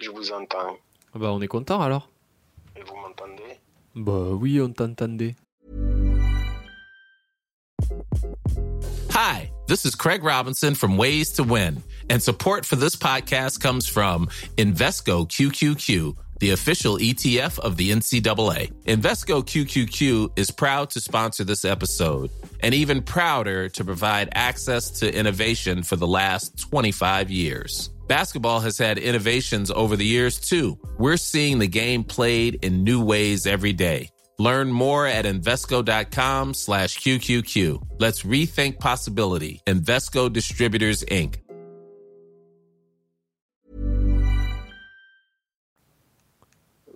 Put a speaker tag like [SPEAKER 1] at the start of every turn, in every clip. [SPEAKER 1] Je vous entends.
[SPEAKER 2] Bah, on est content alors.
[SPEAKER 1] Et vous m'entendez
[SPEAKER 2] Bah oui, on t'entendait.
[SPEAKER 3] Hi, this is Craig Robinson from Ways to Win, and support for this podcast comes from Invesco QQQ, the official ETF of the NCAA. Invesco QQQ is proud to sponsor this episode and even prouder to provide access to innovation for the last 25 years. Basketball has had innovations over the years, too. We're seeing the game played in new ways every day. Learn more at Invesco.com slash QQQ. Let's rethink possibility. Invesco Distributors, Inc.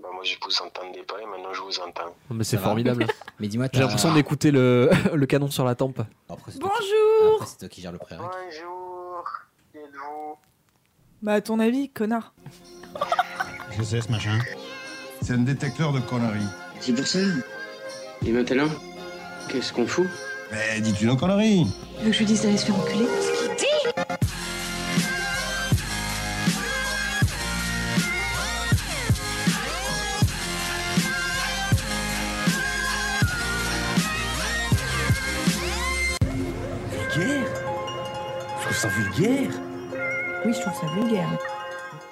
[SPEAKER 1] Bah, moi, je vous entendais pas et maintenant je vous entends.
[SPEAKER 2] Mais c'est
[SPEAKER 4] Ça va.
[SPEAKER 2] formidable.
[SPEAKER 4] Mais dis-moi,
[SPEAKER 2] J'ai
[SPEAKER 4] t'as-
[SPEAKER 2] l'impression d'écouter le, le canon sur la tempe.
[SPEAKER 4] Après, c'est toi qui-
[SPEAKER 5] Bonjour
[SPEAKER 4] Après, c'est toi qui gère le prairie.
[SPEAKER 1] Bonjour. Qui êtes-vous
[SPEAKER 5] Bah, à ton avis, connard.
[SPEAKER 6] Qu'est-ce que c'est ce machin
[SPEAKER 7] C'est un détecteur de conneries.
[SPEAKER 8] C'est pour ça. Et maintenant, qu'est-ce qu'on fout
[SPEAKER 9] Eh,
[SPEAKER 7] Mais dis-tu nos conneries
[SPEAKER 10] que je lui dise d'aller se faire enculer
[SPEAKER 5] Oui, je trouve ça vulgaire.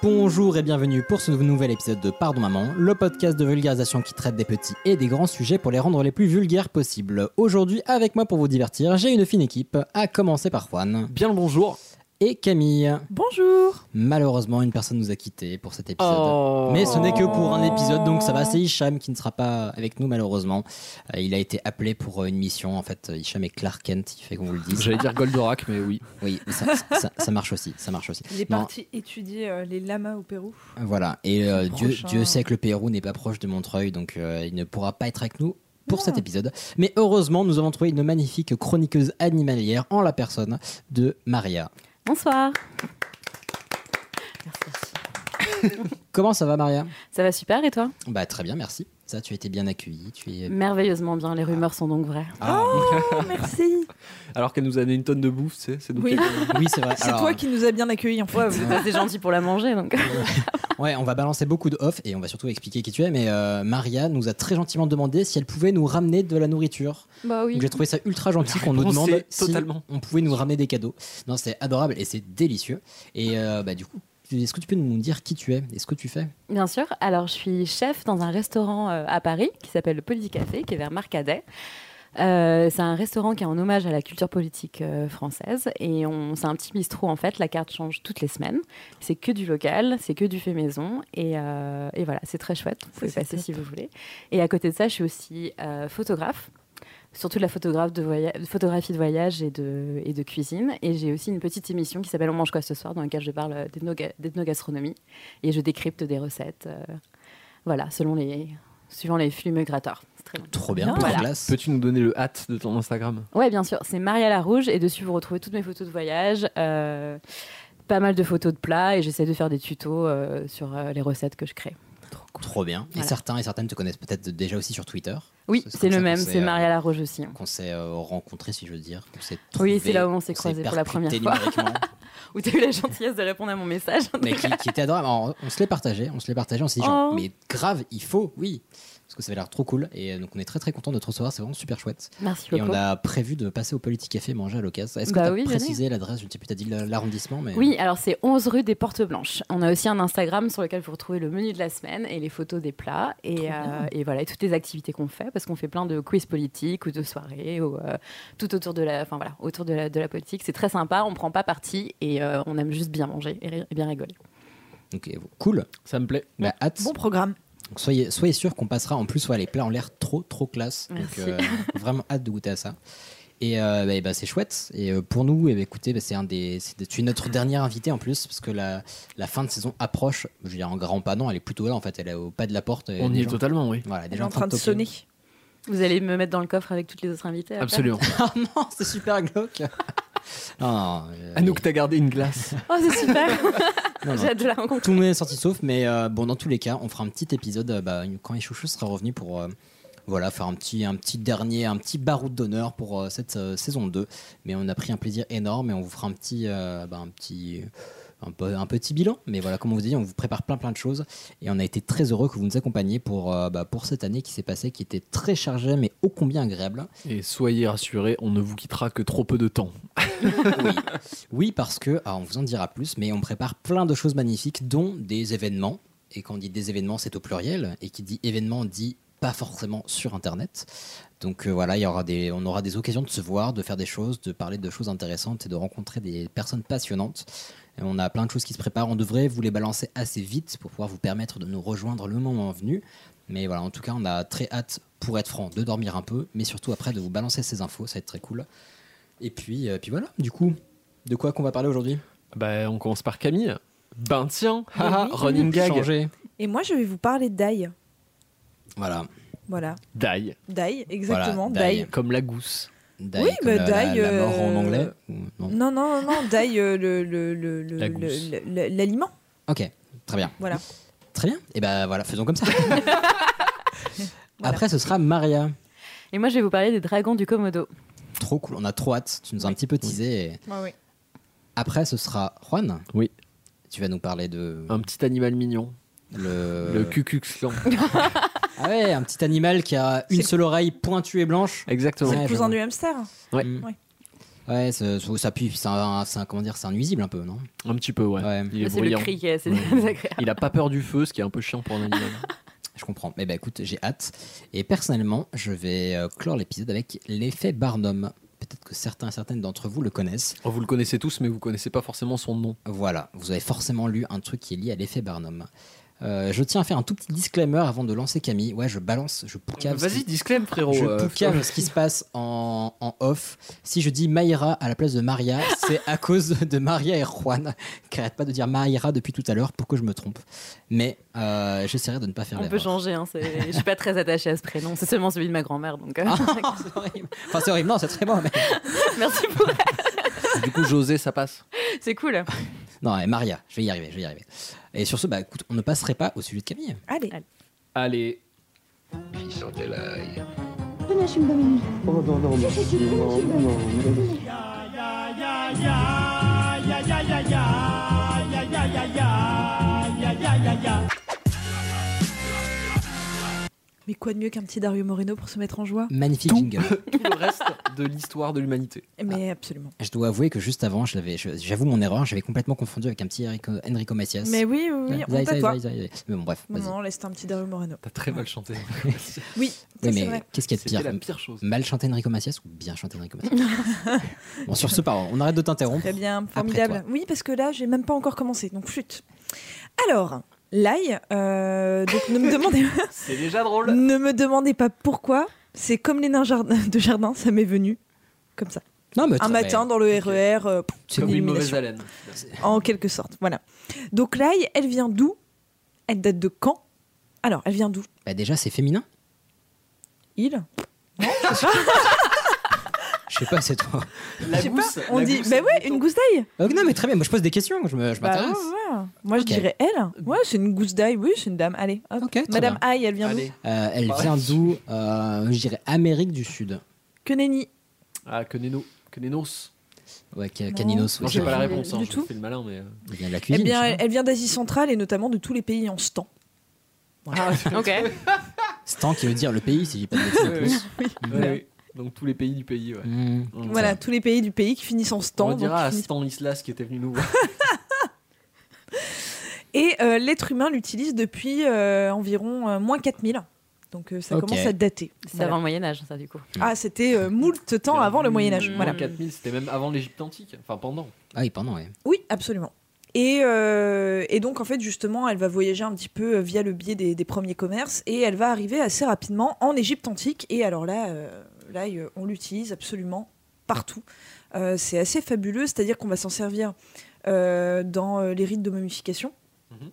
[SPEAKER 4] Bonjour et bienvenue pour ce nouvel épisode de Pardon Maman, le podcast de vulgarisation qui traite des petits et des grands sujets pour les rendre les plus vulgaires possibles. Aujourd'hui, avec moi pour vous divertir, j'ai une fine équipe, à commencer par Juan
[SPEAKER 2] Bien le bonjour.
[SPEAKER 4] et Camille.
[SPEAKER 5] Bonjour
[SPEAKER 4] Malheureusement, une personne nous a quittés pour cet épisode.
[SPEAKER 2] Oh.
[SPEAKER 4] Mais ce n'est que pour un épisode, donc ça va. C'est Hicham qui ne sera pas avec nous, malheureusement. Euh, il a été appelé pour euh, une mission. En fait, euh, Hicham est Clark Kent, il fait qu'on vous le dise.
[SPEAKER 2] J'allais dire Goldorak, mais oui.
[SPEAKER 4] Oui, ça, ça- ça marche aussi. Ça marche aussi.
[SPEAKER 5] Il est
[SPEAKER 4] Non,
[SPEAKER 5] parti étudier euh, les lamas au Pérou.
[SPEAKER 4] Voilà, et euh, Dieu,
[SPEAKER 5] prochain.
[SPEAKER 4] Dieu sait que le Pérou n'est pas proche de Montreuil, donc euh, il ne pourra pas être avec nous pour
[SPEAKER 5] Non.
[SPEAKER 4] cet épisode. Mais heureusement, nous avons trouvé une magnifique chroniqueuse animalière en la personne de Maria.
[SPEAKER 11] Bonsoir.
[SPEAKER 4] Comment ça va, Maria
[SPEAKER 11] Ça va super et toi
[SPEAKER 4] Bah très bien, merci. Ça, tu as été bien accueillie. Tu es...
[SPEAKER 11] Merveilleusement bien, les rumeurs sont donc vraies.
[SPEAKER 4] Ah.
[SPEAKER 5] Oh, merci
[SPEAKER 2] Alors qu'elle nous a donné une tonne de bouffe, c'est c'est donc
[SPEAKER 5] Oui.
[SPEAKER 4] Ah. Oui, c'est vrai.
[SPEAKER 5] C'est
[SPEAKER 4] Alors,
[SPEAKER 5] toi qui nous as bien accueillis, en fait.
[SPEAKER 11] Ouais, vous êtes assez gentil pour la manger donc.
[SPEAKER 4] euh, Ouais, on va balancer beaucoup de off et on va surtout expliquer qui tu es. Mais euh, Maria nous a très gentiment demandé si elle pouvait nous ramener de la nourriture.
[SPEAKER 11] Bah
[SPEAKER 4] Donc j'ai trouvé ça ultra gentil qu'on nous
[SPEAKER 2] réponse
[SPEAKER 4] demande
[SPEAKER 2] est
[SPEAKER 4] si
[SPEAKER 2] totalement.
[SPEAKER 4] on pouvait nous ramener des cadeaux. Non, c'est adorable et c'est délicieux. Et euh, bah du coup, tu- est-ce que tu peux nous dire qui tu es et ce que tu fais
[SPEAKER 11] Bien sûr. Alors je suis chef dans un restaurant euh, à Paris qui s'appelle Le Petit Café, qui est vers Marcadet. Euh, c'est un restaurant qui est en hommage à la culture politique euh, française et on, c'est un petit bistrot en fait. La carte change toutes les semaines. C'est que du local, c'est que du fait maison et, euh, et voilà, c'est très chouette. Vous pouvez
[SPEAKER 5] c'est
[SPEAKER 11] passer
[SPEAKER 5] top.
[SPEAKER 11] si vous voulez. Et à côté de ça, je suis aussi euh, photographe, surtout de la photographe de voya- photographie de voyage et de, et de cuisine. Et j'ai aussi une petite émission qui s'appelle On mange quoi ce soir, dans laquelle je parle euh, d'ethnoga- d'ethnogastronomie et je décrypte des recettes, euh, voilà, selon les, suivant les flux migratoires. C'est très bien.
[SPEAKER 4] Trop bien,
[SPEAKER 11] Bien.
[SPEAKER 4] plein de
[SPEAKER 11] Voilà.
[SPEAKER 4] glace.
[SPEAKER 2] Peux-tu nous donner le hâte de ton Instagram
[SPEAKER 11] Ouais, bien sûr, c'est Maria la Rouge et dessus vous retrouvez toutes mes photos de voyage. euh, pas mal de photos de plats et j'essaie de faire des tutos euh, sur euh, les recettes que je crée.
[SPEAKER 4] Trop bien. Et
[SPEAKER 11] Voilà.
[SPEAKER 4] certains et certaines te connaissent peut-être déjà aussi sur Twitter.
[SPEAKER 11] Oui,
[SPEAKER 4] C'est
[SPEAKER 11] c'est
[SPEAKER 4] comme ça
[SPEAKER 11] le
[SPEAKER 4] qu'on
[SPEAKER 11] même,
[SPEAKER 4] s'est,
[SPEAKER 11] c'est
[SPEAKER 4] euh,
[SPEAKER 11] Maria la Rouge aussi. hein.
[SPEAKER 4] Qu'on s'est euh, rencontrés, si je veux dire. qu'on s'est
[SPEAKER 11] Oui,
[SPEAKER 4] trouvés,
[SPEAKER 11] c'est là où on s'est
[SPEAKER 4] qu'on s'est
[SPEAKER 11] croisés pour la première
[SPEAKER 4] percutés
[SPEAKER 11] fois.
[SPEAKER 4] numériquement.
[SPEAKER 11] Où tu as eu la gentillesse de répondre à mon message.
[SPEAKER 4] mais qui, qui était adorable. Alors, on se l'est partagé, on se l'est partagé, on s'est dit genre,
[SPEAKER 11] Oh.
[SPEAKER 4] mais grave, il faut, oui. Parce que ça avait l'air trop cool. Et euh, donc on est très très content de te recevoir, c'est vraiment super chouette.
[SPEAKER 11] Merci
[SPEAKER 4] Et
[SPEAKER 11] beaucoup.
[SPEAKER 4] on a prévu de passer au Politique Café manger à l'occasion. Est-ce que
[SPEAKER 11] Bah
[SPEAKER 4] tu as
[SPEAKER 11] oui, venez.
[SPEAKER 4] précisé l'adresse Je ne sais plus, tu as dit la- l'arrondissement, mais.
[SPEAKER 11] Oui, alors c'est 11 rue des Portes Blanches. On a aussi un Instagram sur lequel vous retrouvez le menu de la semaine et les photos des plats et, euh, et voilà et toutes les activités qu'on fait parce qu'on fait plein de quiz politiques ou de soirées ou euh, tout autour de la, enfin voilà, autour de la, de la politique. C'est très sympa. On prend pas parti et euh, on aime juste bien manger et, ri- et bien rigoler.
[SPEAKER 4] Donc euh, cool.
[SPEAKER 2] Ça me plaît.
[SPEAKER 4] Bah, hâte.
[SPEAKER 5] Bon programme.
[SPEAKER 4] Donc, soyez, soyez sûr qu'on passera. En plus, ouais, les plats ont l'air trop trop classe. Donc
[SPEAKER 11] Merci.
[SPEAKER 4] euh, vraiment hâte de goûter à ça. Et euh, bah, et bah, c'est chouette. Et euh, pour nous, et bah, écoutez, bah, c'est un des, c'est de- tu es notre dernier invité en plus, parce que la, la fin de saison approche. Je veux dire, en grand pas, non, elle est plutôt là en fait. Elle est au pas de la porte. et
[SPEAKER 2] On y
[SPEAKER 4] les
[SPEAKER 2] est
[SPEAKER 4] gens-
[SPEAKER 2] totalement, oui.
[SPEAKER 4] Voilà,
[SPEAKER 5] Elle est
[SPEAKER 4] déjà
[SPEAKER 5] en train de
[SPEAKER 4] toquer.
[SPEAKER 5] sonner.
[SPEAKER 11] Vous allez me mettre dans le coffre avec toutes les autres invités. après
[SPEAKER 2] Absolument.
[SPEAKER 4] Ah non, c'est super glauque. non, non, euh,
[SPEAKER 2] Anouk, t'as gardé une glace.
[SPEAKER 11] Oh c'est super.
[SPEAKER 4] non, non.
[SPEAKER 11] J'ai hâte de la rencontrer.
[SPEAKER 4] Tout le monde est sorti sauf, mais euh, bon, dans tous les cas, on fera un petit épisode euh, bah, quand Chouchou sera revenu pour euh, voilà, faire un petit, un petit dernier, un petit baroud d'honneur pour euh, cette euh, saison 2. Mais on a pris un plaisir énorme et on vous fera un petit, euh, bah, un petit, un, peu- un petit bilan. Mais voilà, comme on vous dit, on vous prépare plein plein de choses et on a été très heureux que vous nous accompagniez pour, euh, bah, pour cette année qui s'est passée, qui était très chargée mais ô combien agréable.
[SPEAKER 2] Et soyez rassurés, on ne vous quittera que trop peu de temps.
[SPEAKER 4] Oui, parce que, ah, on vous en dira plus, mais on prépare plein de choses magnifiques, dont des événements. Et quand on dit des événements, c'est au pluriel. Et qui dit événement dit pas forcément sur Internet. Donc euh, voilà, il y aura des, on aura des occasions de se voir, de faire des choses, de parler de choses intéressantes et de rencontrer des personnes passionnantes. Et on a plein de choses qui se préparent. On devrait vous les balancer assez vite pour pouvoir vous permettre de nous rejoindre le moment venu. Mais voilà, en tout cas, on a très hâte, pour être franc, de dormir un peu, mais surtout après de vous balancer ces infos, ça va être très cool. Et puis, euh, puis voilà, du coup, de quoi qu'on va parler aujourd'hui
[SPEAKER 2] Bah, on commence par Camille. Ben tiens,
[SPEAKER 5] Mais
[SPEAKER 2] haha,
[SPEAKER 5] oui.
[SPEAKER 2] running gag.
[SPEAKER 4] Changer.
[SPEAKER 5] Et moi, je vais vous parler d'ail.
[SPEAKER 4] Voilà.
[SPEAKER 5] Voilà.
[SPEAKER 2] Die,
[SPEAKER 5] D'ail, exactement.
[SPEAKER 4] Voilà, d'ail.
[SPEAKER 5] d'ail.
[SPEAKER 2] comme la gousse.
[SPEAKER 4] Die,
[SPEAKER 5] Oui,
[SPEAKER 4] comme
[SPEAKER 5] bah,
[SPEAKER 4] la- la,
[SPEAKER 5] die,
[SPEAKER 4] la mort en
[SPEAKER 5] euh,
[SPEAKER 4] anglais ou- non.
[SPEAKER 5] Non, non, non, non, d'ail, euh, le- le- le- le-
[SPEAKER 2] La gousse.
[SPEAKER 5] le- le- l'aliment.
[SPEAKER 4] Ok, très bien.
[SPEAKER 5] Voilà.
[SPEAKER 4] Très bien. Et ben voilà, faisons comme ça.
[SPEAKER 5] Voilà.
[SPEAKER 4] Après, ce sera Maria.
[SPEAKER 11] Et moi, je vais vous parler des dragons du Komodo.
[SPEAKER 4] Trop cool, on a trop hâte. Tu nous as un petit peu teasé. et-
[SPEAKER 5] Ouais, ouais.
[SPEAKER 4] Après, ce sera Juan.
[SPEAKER 2] Oui.
[SPEAKER 4] Tu vas nous parler de
[SPEAKER 2] Un petit animal mignon.
[SPEAKER 4] le...
[SPEAKER 2] Le cucux clan.
[SPEAKER 4] Ah ouais, un petit animal qui a une
[SPEAKER 5] C'est-
[SPEAKER 4] seule oreille pointue et blanche.
[SPEAKER 2] Exactement.
[SPEAKER 5] C'est
[SPEAKER 4] Ouais,
[SPEAKER 5] le
[SPEAKER 4] je
[SPEAKER 5] cousin
[SPEAKER 4] vois.
[SPEAKER 5] du hamster.
[SPEAKER 2] Ouais.
[SPEAKER 4] Mm.
[SPEAKER 5] Ouais.
[SPEAKER 4] Ouais, ça, ça- ça pue, c'est un, c'est un- comment dire, c'est un nuisible un peu, non
[SPEAKER 2] Un petit peu, ouais.
[SPEAKER 4] Ouais.
[SPEAKER 2] Il est
[SPEAKER 11] C'est le
[SPEAKER 2] bruyant.
[SPEAKER 11] cri qui est assez
[SPEAKER 2] Ouais.
[SPEAKER 11] désagréable.
[SPEAKER 2] Il a pas peur du feu, ce qui est un peu chiant pour un animal.
[SPEAKER 4] Je comprends. Eh ben écoute, j'ai hâte. Et personnellement, je vais euh, clore l'épisode avec l'effet Barnum. Peut-être que certains et certaines d'entre vous le connaissent.
[SPEAKER 2] Oh, vous le connaissez tous, mais vous connaissez pas forcément son nom.
[SPEAKER 4] Voilà, vous avez forcément lu un truc qui est lié à l'effet Barnum. Euh, je tiens à faire un tout petit disclaimer avant de lancer Camille. Ouais, je balance, je poucave. ce
[SPEAKER 2] Euh, Vas-y,
[SPEAKER 4] qui-
[SPEAKER 2] disclaim, frérot.
[SPEAKER 4] je
[SPEAKER 2] euh,
[SPEAKER 4] poucave ce qui se passe en, en off. Si je dis Mayra à la place de Maria, c'est à cause de Maria et Juan, qui n'arrêtent pas de dire Mayra depuis tout à l'heure pour que je me trompe. Mais euh, j'essaierai de ne pas faire
[SPEAKER 11] On peut
[SPEAKER 4] l'erreur.
[SPEAKER 11] changer, hein, c'est- je suis pas très attachée à ce prénom, c'est seulement celui de ma grand-mère, donc euh,
[SPEAKER 4] Ah, c'est horrible. Enfin, c'est horrible. Non, c'est très bon. mais-
[SPEAKER 11] merci pour
[SPEAKER 2] Du coup, José, ça passe.
[SPEAKER 11] C'est cool.
[SPEAKER 4] Non, et Maria, je vais y arriver, je vais y arriver. Et sur ce, bah écoute, on ne passerait pas au sujet de Camille.
[SPEAKER 5] Allez.
[SPEAKER 2] Allez.
[SPEAKER 1] Qui sentait l'ail
[SPEAKER 5] Mais quoi de mieux qu'un petit Dario Moreno pour se mettre en joie
[SPEAKER 4] Magnifique
[SPEAKER 2] Tout.
[SPEAKER 4] jingle.
[SPEAKER 2] Tout le reste de l'histoire de l'humanité.
[SPEAKER 5] Mais absolument.
[SPEAKER 4] Je dois avouer que juste avant, je l'avais- je- j'avoue mon erreur, j'avais complètement confondu avec un petit Enrico, Enrico Macias.
[SPEAKER 5] Mais oui, oui, oui,
[SPEAKER 4] Ouais,
[SPEAKER 5] honte
[SPEAKER 4] zaï,
[SPEAKER 5] à
[SPEAKER 4] zaï,
[SPEAKER 5] toi.
[SPEAKER 4] zaï, zaï, zaï. Mais bon, bref,
[SPEAKER 5] Non,
[SPEAKER 4] vas-y.
[SPEAKER 5] non, laisse un petit Dario Moreno.
[SPEAKER 2] T'as très mal chanté.
[SPEAKER 5] Oui, ça,
[SPEAKER 4] Oui,
[SPEAKER 5] c'est
[SPEAKER 4] mais
[SPEAKER 5] vrai.
[SPEAKER 4] qu'est-ce qu'il y a de
[SPEAKER 2] C'était
[SPEAKER 4] pire
[SPEAKER 2] la pire chose.
[SPEAKER 4] Mal chanté Enrico Macias ou bien chanté Enrico Macias Bon, sur ce, pardon, on arrête de t'interrompre.
[SPEAKER 5] Très bien,
[SPEAKER 4] Après
[SPEAKER 5] formidable. Oui, parce que là, j'ai même pas encore commencé, donc chut. Alors, l'ail, euh, donc ne me demandez
[SPEAKER 2] C'est déjà
[SPEAKER 4] Oh
[SPEAKER 2] drôle.
[SPEAKER 5] Ne me demandez pas pourquoi, c'est comme les nains jardin- de jardin, ça m'est venu. Comme ça.
[SPEAKER 4] Non, mais bah,
[SPEAKER 5] Un
[SPEAKER 4] attends,
[SPEAKER 5] matin
[SPEAKER 4] mais-
[SPEAKER 5] dans le RER, euh, pff,
[SPEAKER 4] C'est
[SPEAKER 2] Comme une mauvaise
[SPEAKER 5] élimination.
[SPEAKER 2] haleine.
[SPEAKER 5] en quelque sorte. Voilà. Donc l'ail, elle vient d'où Elle date de quand Alors, elle vient d'où
[SPEAKER 4] Bah, déjà, c'est féminin.
[SPEAKER 5] Il
[SPEAKER 4] Je sais pas, c'est toi.
[SPEAKER 5] Je sais pas, on dit. Bah ouais, une gousse d'ail
[SPEAKER 4] Euh, non, mais très bien, moi je pose des questions, je me- je
[SPEAKER 5] Bah ouais,
[SPEAKER 4] m'intéresse.
[SPEAKER 5] ouais. Moi,
[SPEAKER 4] Ok. Euh,
[SPEAKER 5] je dirais elle. Ouais, c'est une gousse d'ail, oui, c'est une dame. Allez, hop.
[SPEAKER 4] Ok, très
[SPEAKER 5] Madame
[SPEAKER 4] bien.
[SPEAKER 5] Aïe, elle vient d'où
[SPEAKER 2] Allez.
[SPEAKER 4] Euh, elle vient d'où Euh, Je dirais Amérique du Sud.
[SPEAKER 5] Que nenni.
[SPEAKER 2] Ah, que Neno. Que Nenos.
[SPEAKER 4] Ouais, Ca-
[SPEAKER 5] Non.
[SPEAKER 2] Non,
[SPEAKER 4] Caninos. ouais,
[SPEAKER 2] j'ai
[SPEAKER 4] ça-
[SPEAKER 2] pas la
[SPEAKER 11] du-
[SPEAKER 2] réponse. hein,
[SPEAKER 5] du
[SPEAKER 2] je
[SPEAKER 5] tout.
[SPEAKER 2] fais le malin, mais. euh,
[SPEAKER 4] Il vient de la
[SPEAKER 5] Eh
[SPEAKER 4] cuisine. je
[SPEAKER 5] bien,
[SPEAKER 4] sais
[SPEAKER 5] elle, elle vient d'Asie centrale et notamment de tous les pays en stand.
[SPEAKER 11] Ok.
[SPEAKER 4] pas. Stan qui veut dire le pays, si j'ai pas de bêtises en
[SPEAKER 2] Ouais,
[SPEAKER 4] plus.
[SPEAKER 2] ouais, ouais. Donc tous les pays du pays, ouais.
[SPEAKER 4] Mmh.
[SPEAKER 2] Donc,
[SPEAKER 5] Voilà, tous les pays du pays qui finissent en stand.
[SPEAKER 2] On
[SPEAKER 5] donc
[SPEAKER 2] dira
[SPEAKER 5] qui
[SPEAKER 2] à
[SPEAKER 5] finissent-
[SPEAKER 2] Stan Islas qui était venu nous voir.
[SPEAKER 5] Et euh, l'être humain l'utilise depuis euh, environ euh, moins 4000. Donc euh, ça
[SPEAKER 4] Ok.
[SPEAKER 5] commence à dater.
[SPEAKER 11] C'est
[SPEAKER 5] Voilà.
[SPEAKER 11] avant le Moyen-Âge, ça, du coup.
[SPEAKER 5] Ah, c'était euh, moult temps avant le Moyen-Âge.
[SPEAKER 11] Mmh.
[SPEAKER 5] Voilà.
[SPEAKER 2] En 4000, c'était même avant l'Égypte antique. Enfin, pendant.
[SPEAKER 4] Ah oui, pardon, ouais.
[SPEAKER 5] Oui, absolument. Et, euh, et donc, en fait, justement, elle va voyager un petit peu euh, via le biais des, des premiers commerces et elle va arriver assez rapidement en Égypte antique. Et alors là, euh, là euh, on l'utilise absolument partout. Euh, c'est assez fabuleux, c'est-à-dire qu'on va s'en servir euh, dans euh, les rites de momification.
[SPEAKER 2] Mhm.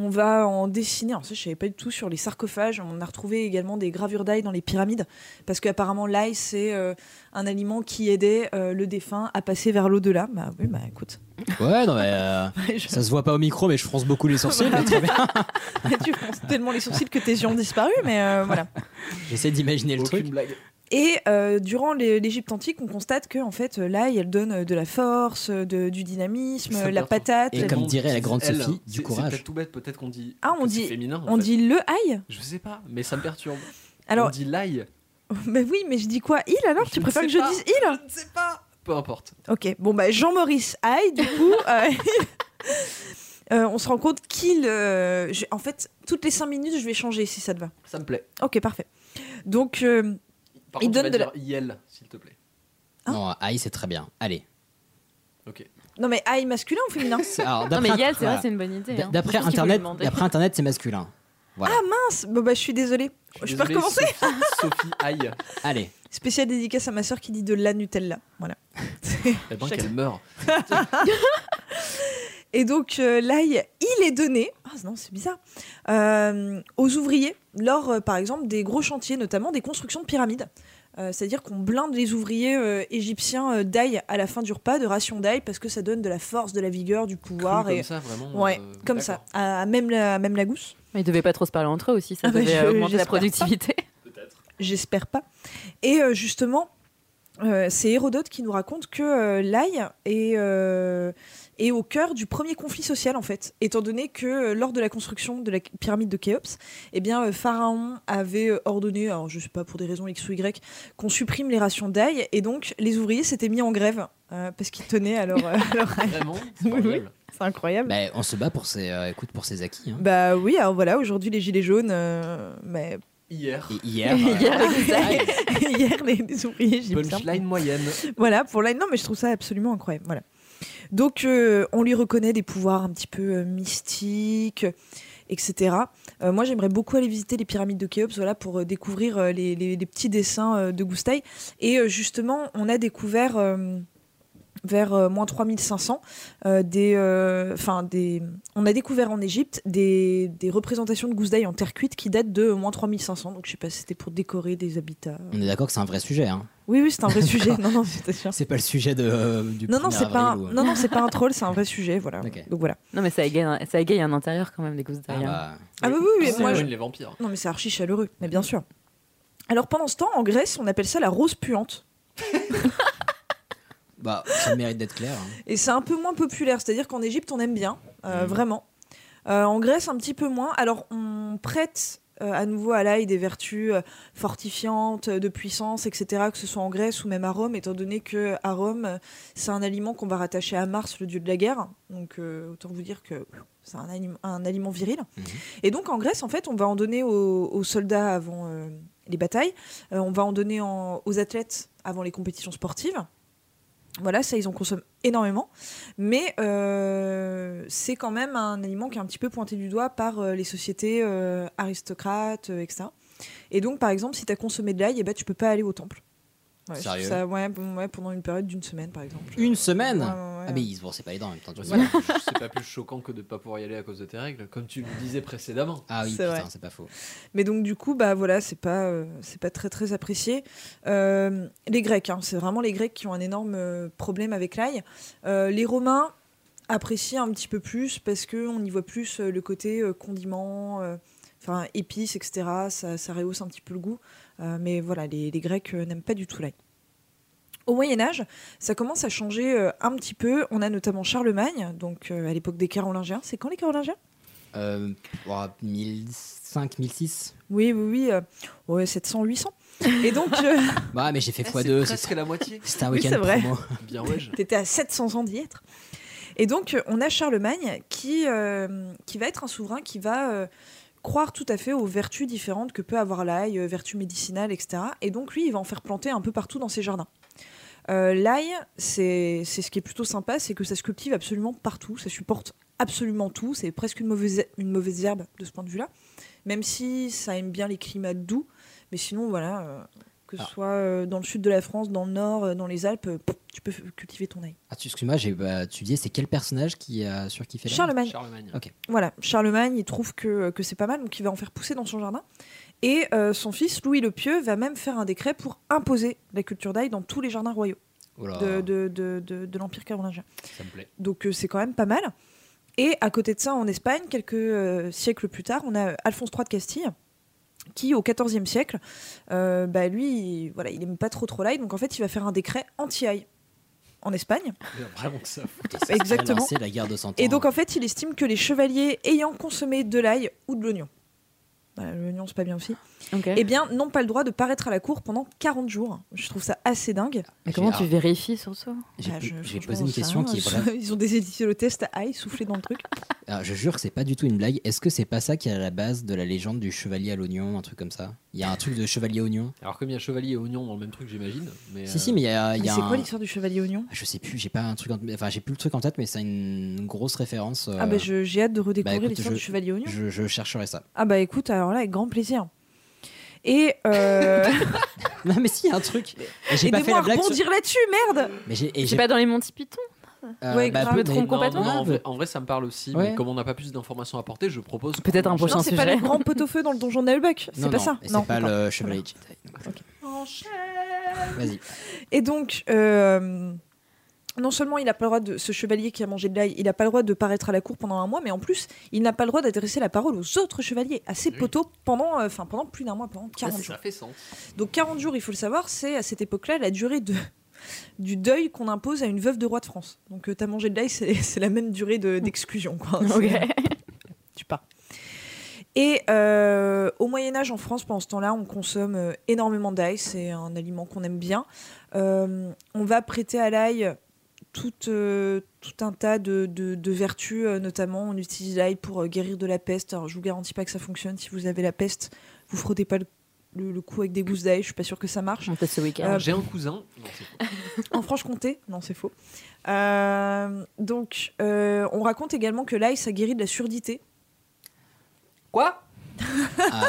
[SPEAKER 5] On va en dessiner, alors ça je savais pas du tout, sur les sarcophages. On a retrouvé également des gravures d'ail dans les pyramides, parce qu'apparemment l'ail c'est euh, un aliment qui aidait euh, le défunt à passer vers l'au-delà. Bah oui, bah écoute.
[SPEAKER 4] Ouais, non, mais. euh, Ça se voit pas au micro, mais je fronce beaucoup les sourcils. mais très bien.
[SPEAKER 5] tu fronces tellement les sourcils que tes yeux ont disparu, mais euh, voilà.
[SPEAKER 4] J'essaie d'imaginer le
[SPEAKER 2] Aucune
[SPEAKER 4] truc.
[SPEAKER 2] blague.
[SPEAKER 5] Et euh, durant les- l'Égypte antique, on constate que en fait, euh, l'ail, elle donne euh, de la force, euh, de- du dynamisme,
[SPEAKER 2] Ça
[SPEAKER 5] euh, la
[SPEAKER 2] perd.
[SPEAKER 5] patate.
[SPEAKER 4] Et
[SPEAKER 5] la-
[SPEAKER 4] comme dirait la grande
[SPEAKER 2] Elle,
[SPEAKER 4] Sophie,
[SPEAKER 2] c'est-
[SPEAKER 4] du courage.
[SPEAKER 2] C'est peut-être tout bête, peut-être qu'on dit.
[SPEAKER 5] Ah, on
[SPEAKER 2] que c'est
[SPEAKER 5] dit-
[SPEAKER 2] féminin. en
[SPEAKER 5] On
[SPEAKER 2] fait.
[SPEAKER 5] dit le ail
[SPEAKER 2] Je sais pas, mais ça me perturbe. on
[SPEAKER 5] Alors,
[SPEAKER 2] dit l'ail.
[SPEAKER 5] bah oui, mais je dis quoi Il alors
[SPEAKER 2] Je
[SPEAKER 5] Tu
[SPEAKER 2] ne
[SPEAKER 5] préfères
[SPEAKER 2] sais
[SPEAKER 5] que je
[SPEAKER 2] pas.
[SPEAKER 5] dise il
[SPEAKER 2] Je ne sais pas. Peu importe.
[SPEAKER 5] Ok, bon, bah Jean-Maurice ail, du coup. euh, euh, on se rend compte qu'il. euh, je- en fait, toutes les 5 minutes, je vais changer si ça te va.
[SPEAKER 2] Ça me plaît.
[SPEAKER 5] Ok, parfait. Donc, euh,
[SPEAKER 2] Par
[SPEAKER 5] Il
[SPEAKER 2] contre,
[SPEAKER 5] donne
[SPEAKER 2] tu
[SPEAKER 5] de
[SPEAKER 2] vas
[SPEAKER 5] la-
[SPEAKER 2] dire Yel, s'il te plaît.
[SPEAKER 5] Hein
[SPEAKER 4] non, aïe, c'est très bien. Allez.
[SPEAKER 5] non mais ail masculin ou féminin
[SPEAKER 4] C'est- alors,
[SPEAKER 11] Non, mais
[SPEAKER 4] d'après-
[SPEAKER 11] Yael, c'est vrai,
[SPEAKER 4] voilà.
[SPEAKER 11] c'est une bonne idée. hein.
[SPEAKER 4] D'après
[SPEAKER 11] Je pense qu'il faut lui
[SPEAKER 4] Internet,
[SPEAKER 11] demander.
[SPEAKER 4] d'après Internet, c'est masculin. Voilà.
[SPEAKER 5] Ah mince Bon, bah je suis désolée.
[SPEAKER 2] suis
[SPEAKER 5] Je peux
[SPEAKER 2] désolé,
[SPEAKER 5] recommencer
[SPEAKER 2] Sophie, Sophie aïe.
[SPEAKER 4] Allez.
[SPEAKER 5] Spéciale dédicace à ma soeur qui dit de la Nutella. Voilà.
[SPEAKER 2] Eh ben,
[SPEAKER 5] Chacun.
[SPEAKER 2] qu'elle meurt.
[SPEAKER 5] Et donc euh, l'ail, il est donné, ah non c'est bizarre, Euh, aux ouvriers lors euh, par exemple des gros chantiers, notamment des constructions de pyramides. Euh, C'est-à-dire qu'on blinde les ouvriers euh, égyptiens euh, d'ail à la fin du repas, de ration d'ail, parce que ça donne de la force, de la vigueur, du pouvoir.
[SPEAKER 2] Cru
[SPEAKER 5] et...
[SPEAKER 2] Comme ça, vraiment.
[SPEAKER 5] ouais,
[SPEAKER 2] euh,
[SPEAKER 5] comme ça, à, à même la, à même la gousse.
[SPEAKER 11] Mais ils devaient pas trop se parler entre eux aussi, ça
[SPEAKER 5] Ah bah,
[SPEAKER 11] devait
[SPEAKER 5] je-
[SPEAKER 11] euh, augmenter la
[SPEAKER 5] j'espère pas.
[SPEAKER 11] productivité.
[SPEAKER 5] J'espère pas. Et euh, justement, euh, c'est Hérodote qui nous raconte que euh, l'ail est, euh, est au cœur du premier conflit social, en fait, étant donné que euh, lors de la construction de la pyramide de Khéops, eh bien, euh, Pharaon avait euh, ordonné, alors je sais pas pour des raisons X ou Y, qu'on supprime les rations d'ail, et donc les ouvriers s'étaient mis en grève euh, parce qu'ils tenaient à leur, à leur ail.
[SPEAKER 2] Vraiment
[SPEAKER 5] Oui, oui.
[SPEAKER 2] incroyable.
[SPEAKER 5] C'est incroyable.
[SPEAKER 4] Ben, on se bat pour ses, euh, écoute, pour ses acquis. hein.
[SPEAKER 5] Bah oui, alors voilà, aujourd'hui les gilets jaunes, euh, mais
[SPEAKER 2] Hier.
[SPEAKER 4] Et hier.
[SPEAKER 11] Hier,
[SPEAKER 4] voilà.
[SPEAKER 11] exact.
[SPEAKER 4] Aïe.
[SPEAKER 5] hier les, les ouvriers égyptiens.
[SPEAKER 2] Punchline moyenne.
[SPEAKER 5] voilà pour la non mais je trouve ça absolument incroyable voilà donc euh, on lui reconnaît des pouvoirs un petit peu euh, mystiques etc Euh, moi j'aimerais beaucoup aller visiter les pyramides de Khéops voilà pour euh, découvrir euh, les, les- les petits dessins euh, de Goustaï et euh, justement on a découvert euh, vers euh, moins 3500, euh, des, euh, 'fin, des, on a découvert en Égypte des, des représentations de Goustaï en terre cuite qui datent de euh, moins 3500. Donc je sais pas si c'était pour décorer des habitats.
[SPEAKER 4] On est d'accord que c'est un vrai sujet. Hein.
[SPEAKER 5] Oui, oui, c'est un vrai sujet. Non, non, c'était sûr.
[SPEAKER 4] C'est pas le sujet de, euh, du
[SPEAKER 5] Non, non,
[SPEAKER 4] 1er
[SPEAKER 5] c'est pas, un-
[SPEAKER 4] avril ou- euh.
[SPEAKER 5] non, non, c'est pas un troll, c'est un vrai sujet, voilà.
[SPEAKER 4] Ok.
[SPEAKER 5] Donc voilà.
[SPEAKER 11] Non, mais ça égaye, un- ça égaye un intérieur quand même des gousses
[SPEAKER 4] Ah,
[SPEAKER 11] d'ailleurs.
[SPEAKER 4] bah,
[SPEAKER 5] Ah bah oui, oui,
[SPEAKER 2] C'est
[SPEAKER 5] moi, je-
[SPEAKER 2] Owen les vampires.
[SPEAKER 5] non, mais c'est archi chaleureux, mais bien sûr. Alors pendant ce temps, en Grèce, on appelle ça la rose puante.
[SPEAKER 4] bah, ça mérite d'être clair. hein.
[SPEAKER 5] Et c'est un peu moins populaire, c'est-à-dire qu'en Égypte, on aime bien, euh,
[SPEAKER 4] Mm.
[SPEAKER 5] vraiment. Euh, en Grèce, un petit peu moins. Alors on prête euh, à nouveau à l'ail des vertus euh, fortifiantes, euh, de puissance, etc., que ce soit en Grèce ou même à Rome, étant donné que à Rome, euh, c'est un aliment qu'on va rattacher à Mars, le dieu de la guerre. Donc euh, autant vous dire que c'est un, alim- un aliment viril.
[SPEAKER 4] Mhm.
[SPEAKER 5] Et donc en Grèce, en fait, on va en donner aux, aux soldats avant euh, les batailles, Euh, on va en donner en- aux athlètes avant les compétitions sportives. Voilà, ça, ils en consomment énormément. Mais euh, c'est quand même un aliment qui est un petit peu pointé du doigt par euh, les sociétés euh, aristocrates, euh, etc. Et donc, par exemple, si tu as consommé de l'ail, eh ben, tu peux pas aller au temple. Ouais, je trouve
[SPEAKER 4] Sérieux
[SPEAKER 5] ça- Euh, ouais, bon, ouais, pendant une période d'une semaine, par exemple.
[SPEAKER 4] Une semaine
[SPEAKER 5] Ouais, ouais, ouais.
[SPEAKER 4] Ah, mais ils se brossaient pas les dents en même temps. tu vois.
[SPEAKER 2] C'est pas plus choquant que de pas pouvoir y aller à cause de tes règles, comme tu le disais précédemment.
[SPEAKER 4] Ah oui,
[SPEAKER 5] C'est
[SPEAKER 4] putain,
[SPEAKER 5] vrai.
[SPEAKER 4] c'est pas faux.
[SPEAKER 5] Mais donc du coup, bah voilà, c'est pas euh, c'est pas très très apprécié. Euh, les Grecs, hein, c'est vraiment les Grecs qui ont un énorme euh, problème avec l'ail. Euh, les Romains apprécient un petit peu plus parce que on y voit plus euh, le côté euh, condiment, euh, enfin épices, etc. Ça, ça rehausse un petit peu le goût. Euh, mais voilà, les, les Grecs euh, n'aiment pas du tout l'ail. Au Moyen Âge, ça commence à changer euh, un petit peu. On a notamment Charlemagne, donc euh, à l'époque des Carolingiens. C'est quand les Carolingiens
[SPEAKER 4] Euh, oh, 1005, 1006.
[SPEAKER 5] Oui, oui, oui. euh, ouais, 700, 800. Et donc, euh,
[SPEAKER 4] Bah, mais j'ai fait
[SPEAKER 2] Eh,
[SPEAKER 4] x2.
[SPEAKER 2] C'est
[SPEAKER 4] c'est-
[SPEAKER 2] presque la moitié.
[SPEAKER 4] C'était un
[SPEAKER 5] Oui,
[SPEAKER 4] week-end
[SPEAKER 5] c'est vrai.
[SPEAKER 4] promo.
[SPEAKER 2] Bien ouais. je-
[SPEAKER 5] T'étais à 700 ans d'y être. Et donc, euh, on a Charlemagne qui, euh, qui va être un souverain qui va euh, croire tout à fait aux vertus différentes que peut avoir l'ail, euh, vertus médicinales, etc. Et donc, lui, il va en faire planter un peu partout dans ses jardins. Euh, l'ail, c'est c'est ce qui est plutôt sympa, c'est que ça se cultive absolument partout, ça supporte absolument tout, c'est presque une mauvaise, une mauvaise herbe de ce point de vue-là, même si ça aime bien les climats doux, mais sinon, voilà, euh, que ce
[SPEAKER 4] Ah.
[SPEAKER 5] soit euh, dans le sud de la France, dans le nord, euh, dans les Alpes, euh, pouf, tu peux f- cultiver ton ail.
[SPEAKER 4] Ah, tu- excuse-moi, j'ai, bah, tu disais, c'est quel personnage qui a sur qui fait
[SPEAKER 5] Charlemagne.
[SPEAKER 2] Charlemagne.
[SPEAKER 5] Voilà, Charlemagne, il trouve que, que c'est pas mal, donc il va en faire pousser dans son jardin. Et euh, son fils, Louis le Pieux, va même faire un décret pour imposer la culture d'ail dans tous les jardins royaux
[SPEAKER 4] Oh là,
[SPEAKER 5] de, de- de- de- de l'Empire carolingien.
[SPEAKER 2] Ça me plaît.
[SPEAKER 5] Donc euh, c'est quand même pas mal. euh, Et à côté de ça, en Espagne, quelques euh, siècles plus tard, on a Alphonse III de Castille qui au XIVe siècle, euh, bah, lui, il- voilà, il aime pas trop trop l'ail, donc en fait, il va faire un décret anti-ail en Espagne.
[SPEAKER 2] Il y a Vraiment que ça.
[SPEAKER 5] Exactement.
[SPEAKER 4] C'est la guerre de 100 ans.
[SPEAKER 5] Et donc en fait, il estime que les chevaliers ayant consommé de l'ail ou de l'oignon, voilà, l'oignon c'est pas bien aussi,
[SPEAKER 11] Ok.
[SPEAKER 5] eh bien, n'ont pas le droit de paraître à la cour pendant 40 jours. Je trouve ça assez dingue.
[SPEAKER 11] Mais comment tu
[SPEAKER 4] J'ai-
[SPEAKER 11] vérifies surtout
[SPEAKER 4] J'ai
[SPEAKER 5] Bah, je-
[SPEAKER 4] j'ai
[SPEAKER 5] franchement,
[SPEAKER 4] posé une
[SPEAKER 5] j'en sais
[SPEAKER 4] question
[SPEAKER 5] rien.
[SPEAKER 4] qui est vraie.
[SPEAKER 5] Ils ont des éditolotests à ail soufflés dans le truc.
[SPEAKER 4] Alors, je jure que c'est pas du tout une blague. Est-ce que c'est pas ça qui est à la base de la légende du chevalier à l'oignon, un truc comme ça Il y a un truc de chevalier oignon.
[SPEAKER 2] Alors comme il y a chevalier et oignon dans le même truc, j'imagine. Mais euh,
[SPEAKER 4] Si si, mais il y a, Ah, il y
[SPEAKER 5] Mais
[SPEAKER 4] a
[SPEAKER 5] c'est
[SPEAKER 4] un-
[SPEAKER 5] quoi l'histoire du chevalier oignon
[SPEAKER 4] Ah, Je sais plus, j'ai pas un truc, en- enfin j'ai plus le truc en tête, mais c'est une grosse référence. euh,
[SPEAKER 5] Ah bah je- j'ai hâte de redécouvrir
[SPEAKER 4] écoute,
[SPEAKER 5] l'histoire
[SPEAKER 4] je-
[SPEAKER 5] du chevalier oignon.
[SPEAKER 4] je, je chercherai ça.
[SPEAKER 5] Ah bah écoute, alors là, avec grand plaisir. Et euh,
[SPEAKER 4] Non mais si, il y a un truc. Et J'ai pas fait
[SPEAKER 5] aidez-moi à
[SPEAKER 4] la blague. sur-
[SPEAKER 5] rebondir là-dessus, merde
[SPEAKER 4] Mais j'ai et
[SPEAKER 11] C'est
[SPEAKER 4] j'ai-
[SPEAKER 11] pas dans les Monty Python
[SPEAKER 4] euh,
[SPEAKER 5] ouais,
[SPEAKER 4] bah,
[SPEAKER 5] grave.
[SPEAKER 4] mais-
[SPEAKER 11] Je me trompe
[SPEAKER 2] Non, non, non, en,
[SPEAKER 5] hein,
[SPEAKER 4] complètement.
[SPEAKER 2] vrai, en vrai, ça me parle aussi.
[SPEAKER 4] Ouais.
[SPEAKER 2] Mais comme on n'a pas plus d'informations à apporter, je propose.
[SPEAKER 11] Peut-être un
[SPEAKER 2] qu'on-
[SPEAKER 11] prochain
[SPEAKER 5] Non, c'est pas
[SPEAKER 11] sujet.
[SPEAKER 5] le grand pot-au-feu dans le donjon d'Albuck, c'est
[SPEAKER 4] Non,
[SPEAKER 5] pas
[SPEAKER 4] non,
[SPEAKER 5] ça.
[SPEAKER 4] et
[SPEAKER 5] Non,
[SPEAKER 4] C'est pas
[SPEAKER 5] d'accord.
[SPEAKER 4] le chevalier Jedi. Vas-y.
[SPEAKER 5] Et donc, euh, non seulement il n'a pas le droit de ce chevalier qui a mangé de l'ail, il n'a pas le droit de paraître à la cour pendant un mois, mais en plus, il n'a pas le droit d'adresser la parole aux autres chevaliers, à ses
[SPEAKER 2] Oui.
[SPEAKER 5] poteaux pendant, euh, enfin pendant plus d'un mois, pendant
[SPEAKER 2] Ça,
[SPEAKER 5] 40 jours.
[SPEAKER 2] ça fait sens.
[SPEAKER 5] Donc 40 jours, il faut le savoir, c'est à cette époque-là la durée de du deuil qu'on impose à une veuve de roi de France. Donc euh, t'as mangé de l'ail, c'est c'est la même durée de- d'exclusion. quoi. C'est- euh,
[SPEAKER 11] Ok.
[SPEAKER 5] tu pars. Et euh, au Moyen Âge en France, pendant ce temps-là, on consomme euh, énormément d'ail, c'est un aliment qu'on aime bien. Euh, on va prêter à l'ail tout, euh, tout un tas de, de- de vertus, euh, notamment on utilise l'ail pour euh, guérir de la peste. Alors je vous garantis pas que ça fonctionne, si vous avez la peste, vous frottez pas le, le- le cou avec des gousses d'ail, je suis pas sûre que ça marche.
[SPEAKER 11] On teste ce week-end.
[SPEAKER 2] J'ai un cousin. Non, c'est faux.
[SPEAKER 5] En Franche-Comté Non, c'est faux. Euh, donc, euh, on raconte également que l'ail, ça guérit de la surdité.
[SPEAKER 2] Quoi
[SPEAKER 4] Ah,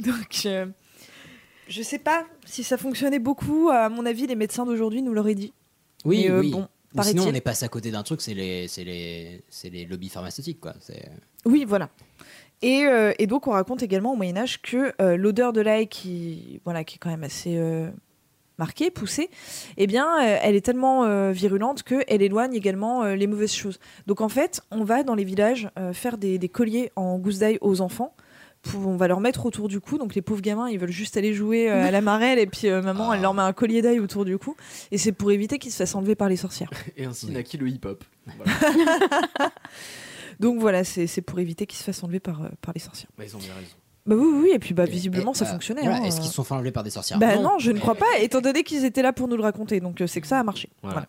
[SPEAKER 5] Donc, euh, je sais pas si ça fonctionnait beaucoup. À mon avis, les médecins d'aujourd'hui nous l'auraient dit.
[SPEAKER 4] oui,
[SPEAKER 5] Mais, euh,
[SPEAKER 4] oui.
[SPEAKER 5] bon,
[SPEAKER 4] Mais sinon,
[SPEAKER 5] paraît-il.
[SPEAKER 4] on est passé à côté d'un truc, c'est les, c'est les, c'est les lobbies pharmaceutiques, quoi. C'est-
[SPEAKER 5] Oui, voilà. Et, euh, et donc, on raconte également au Moyen-Âge que euh, l'odeur de l'ail, qui, voilà, qui est quand même assez euh, marquée, poussée, eh bien, euh, elle est tellement euh, virulente qu'elle éloigne également euh, les mauvaises choses. Donc, en fait, on va dans les villages euh, faire des, des colliers en gousse d'ail aux enfants. Pour, on va leur mettre autour du cou. Donc, les pauvres gamins, ils veulent juste aller jouer euh, à la marelle et puis euh, maman,
[SPEAKER 4] Ah.
[SPEAKER 5] elle leur met un collier d'ail autour du cou. Et c'est pour éviter qu'ils se fassent enlever par les sorcières.
[SPEAKER 2] Et ainsi naquit le hip-hop. Voilà.
[SPEAKER 5] Donc, voilà, c'est c'est pour éviter qu'ils se fassent enlever par, euh, par les sorcières.
[SPEAKER 2] Bah, ils ont bien raison.
[SPEAKER 5] Bah oui, oui, et puis bah
[SPEAKER 4] Et-
[SPEAKER 5] visiblement
[SPEAKER 4] et,
[SPEAKER 5] ça
[SPEAKER 4] euh,
[SPEAKER 5] fonctionnait.
[SPEAKER 4] voilà,
[SPEAKER 5] hein.
[SPEAKER 4] Est-ce qu'ils se euh, sont fait enlever par des sorcières
[SPEAKER 5] Bah non, je ne crois pas, étant donné qu'ils étaient là pour nous le raconter, donc euh, c'est que ça a marché.
[SPEAKER 2] Voilà.
[SPEAKER 5] Voilà.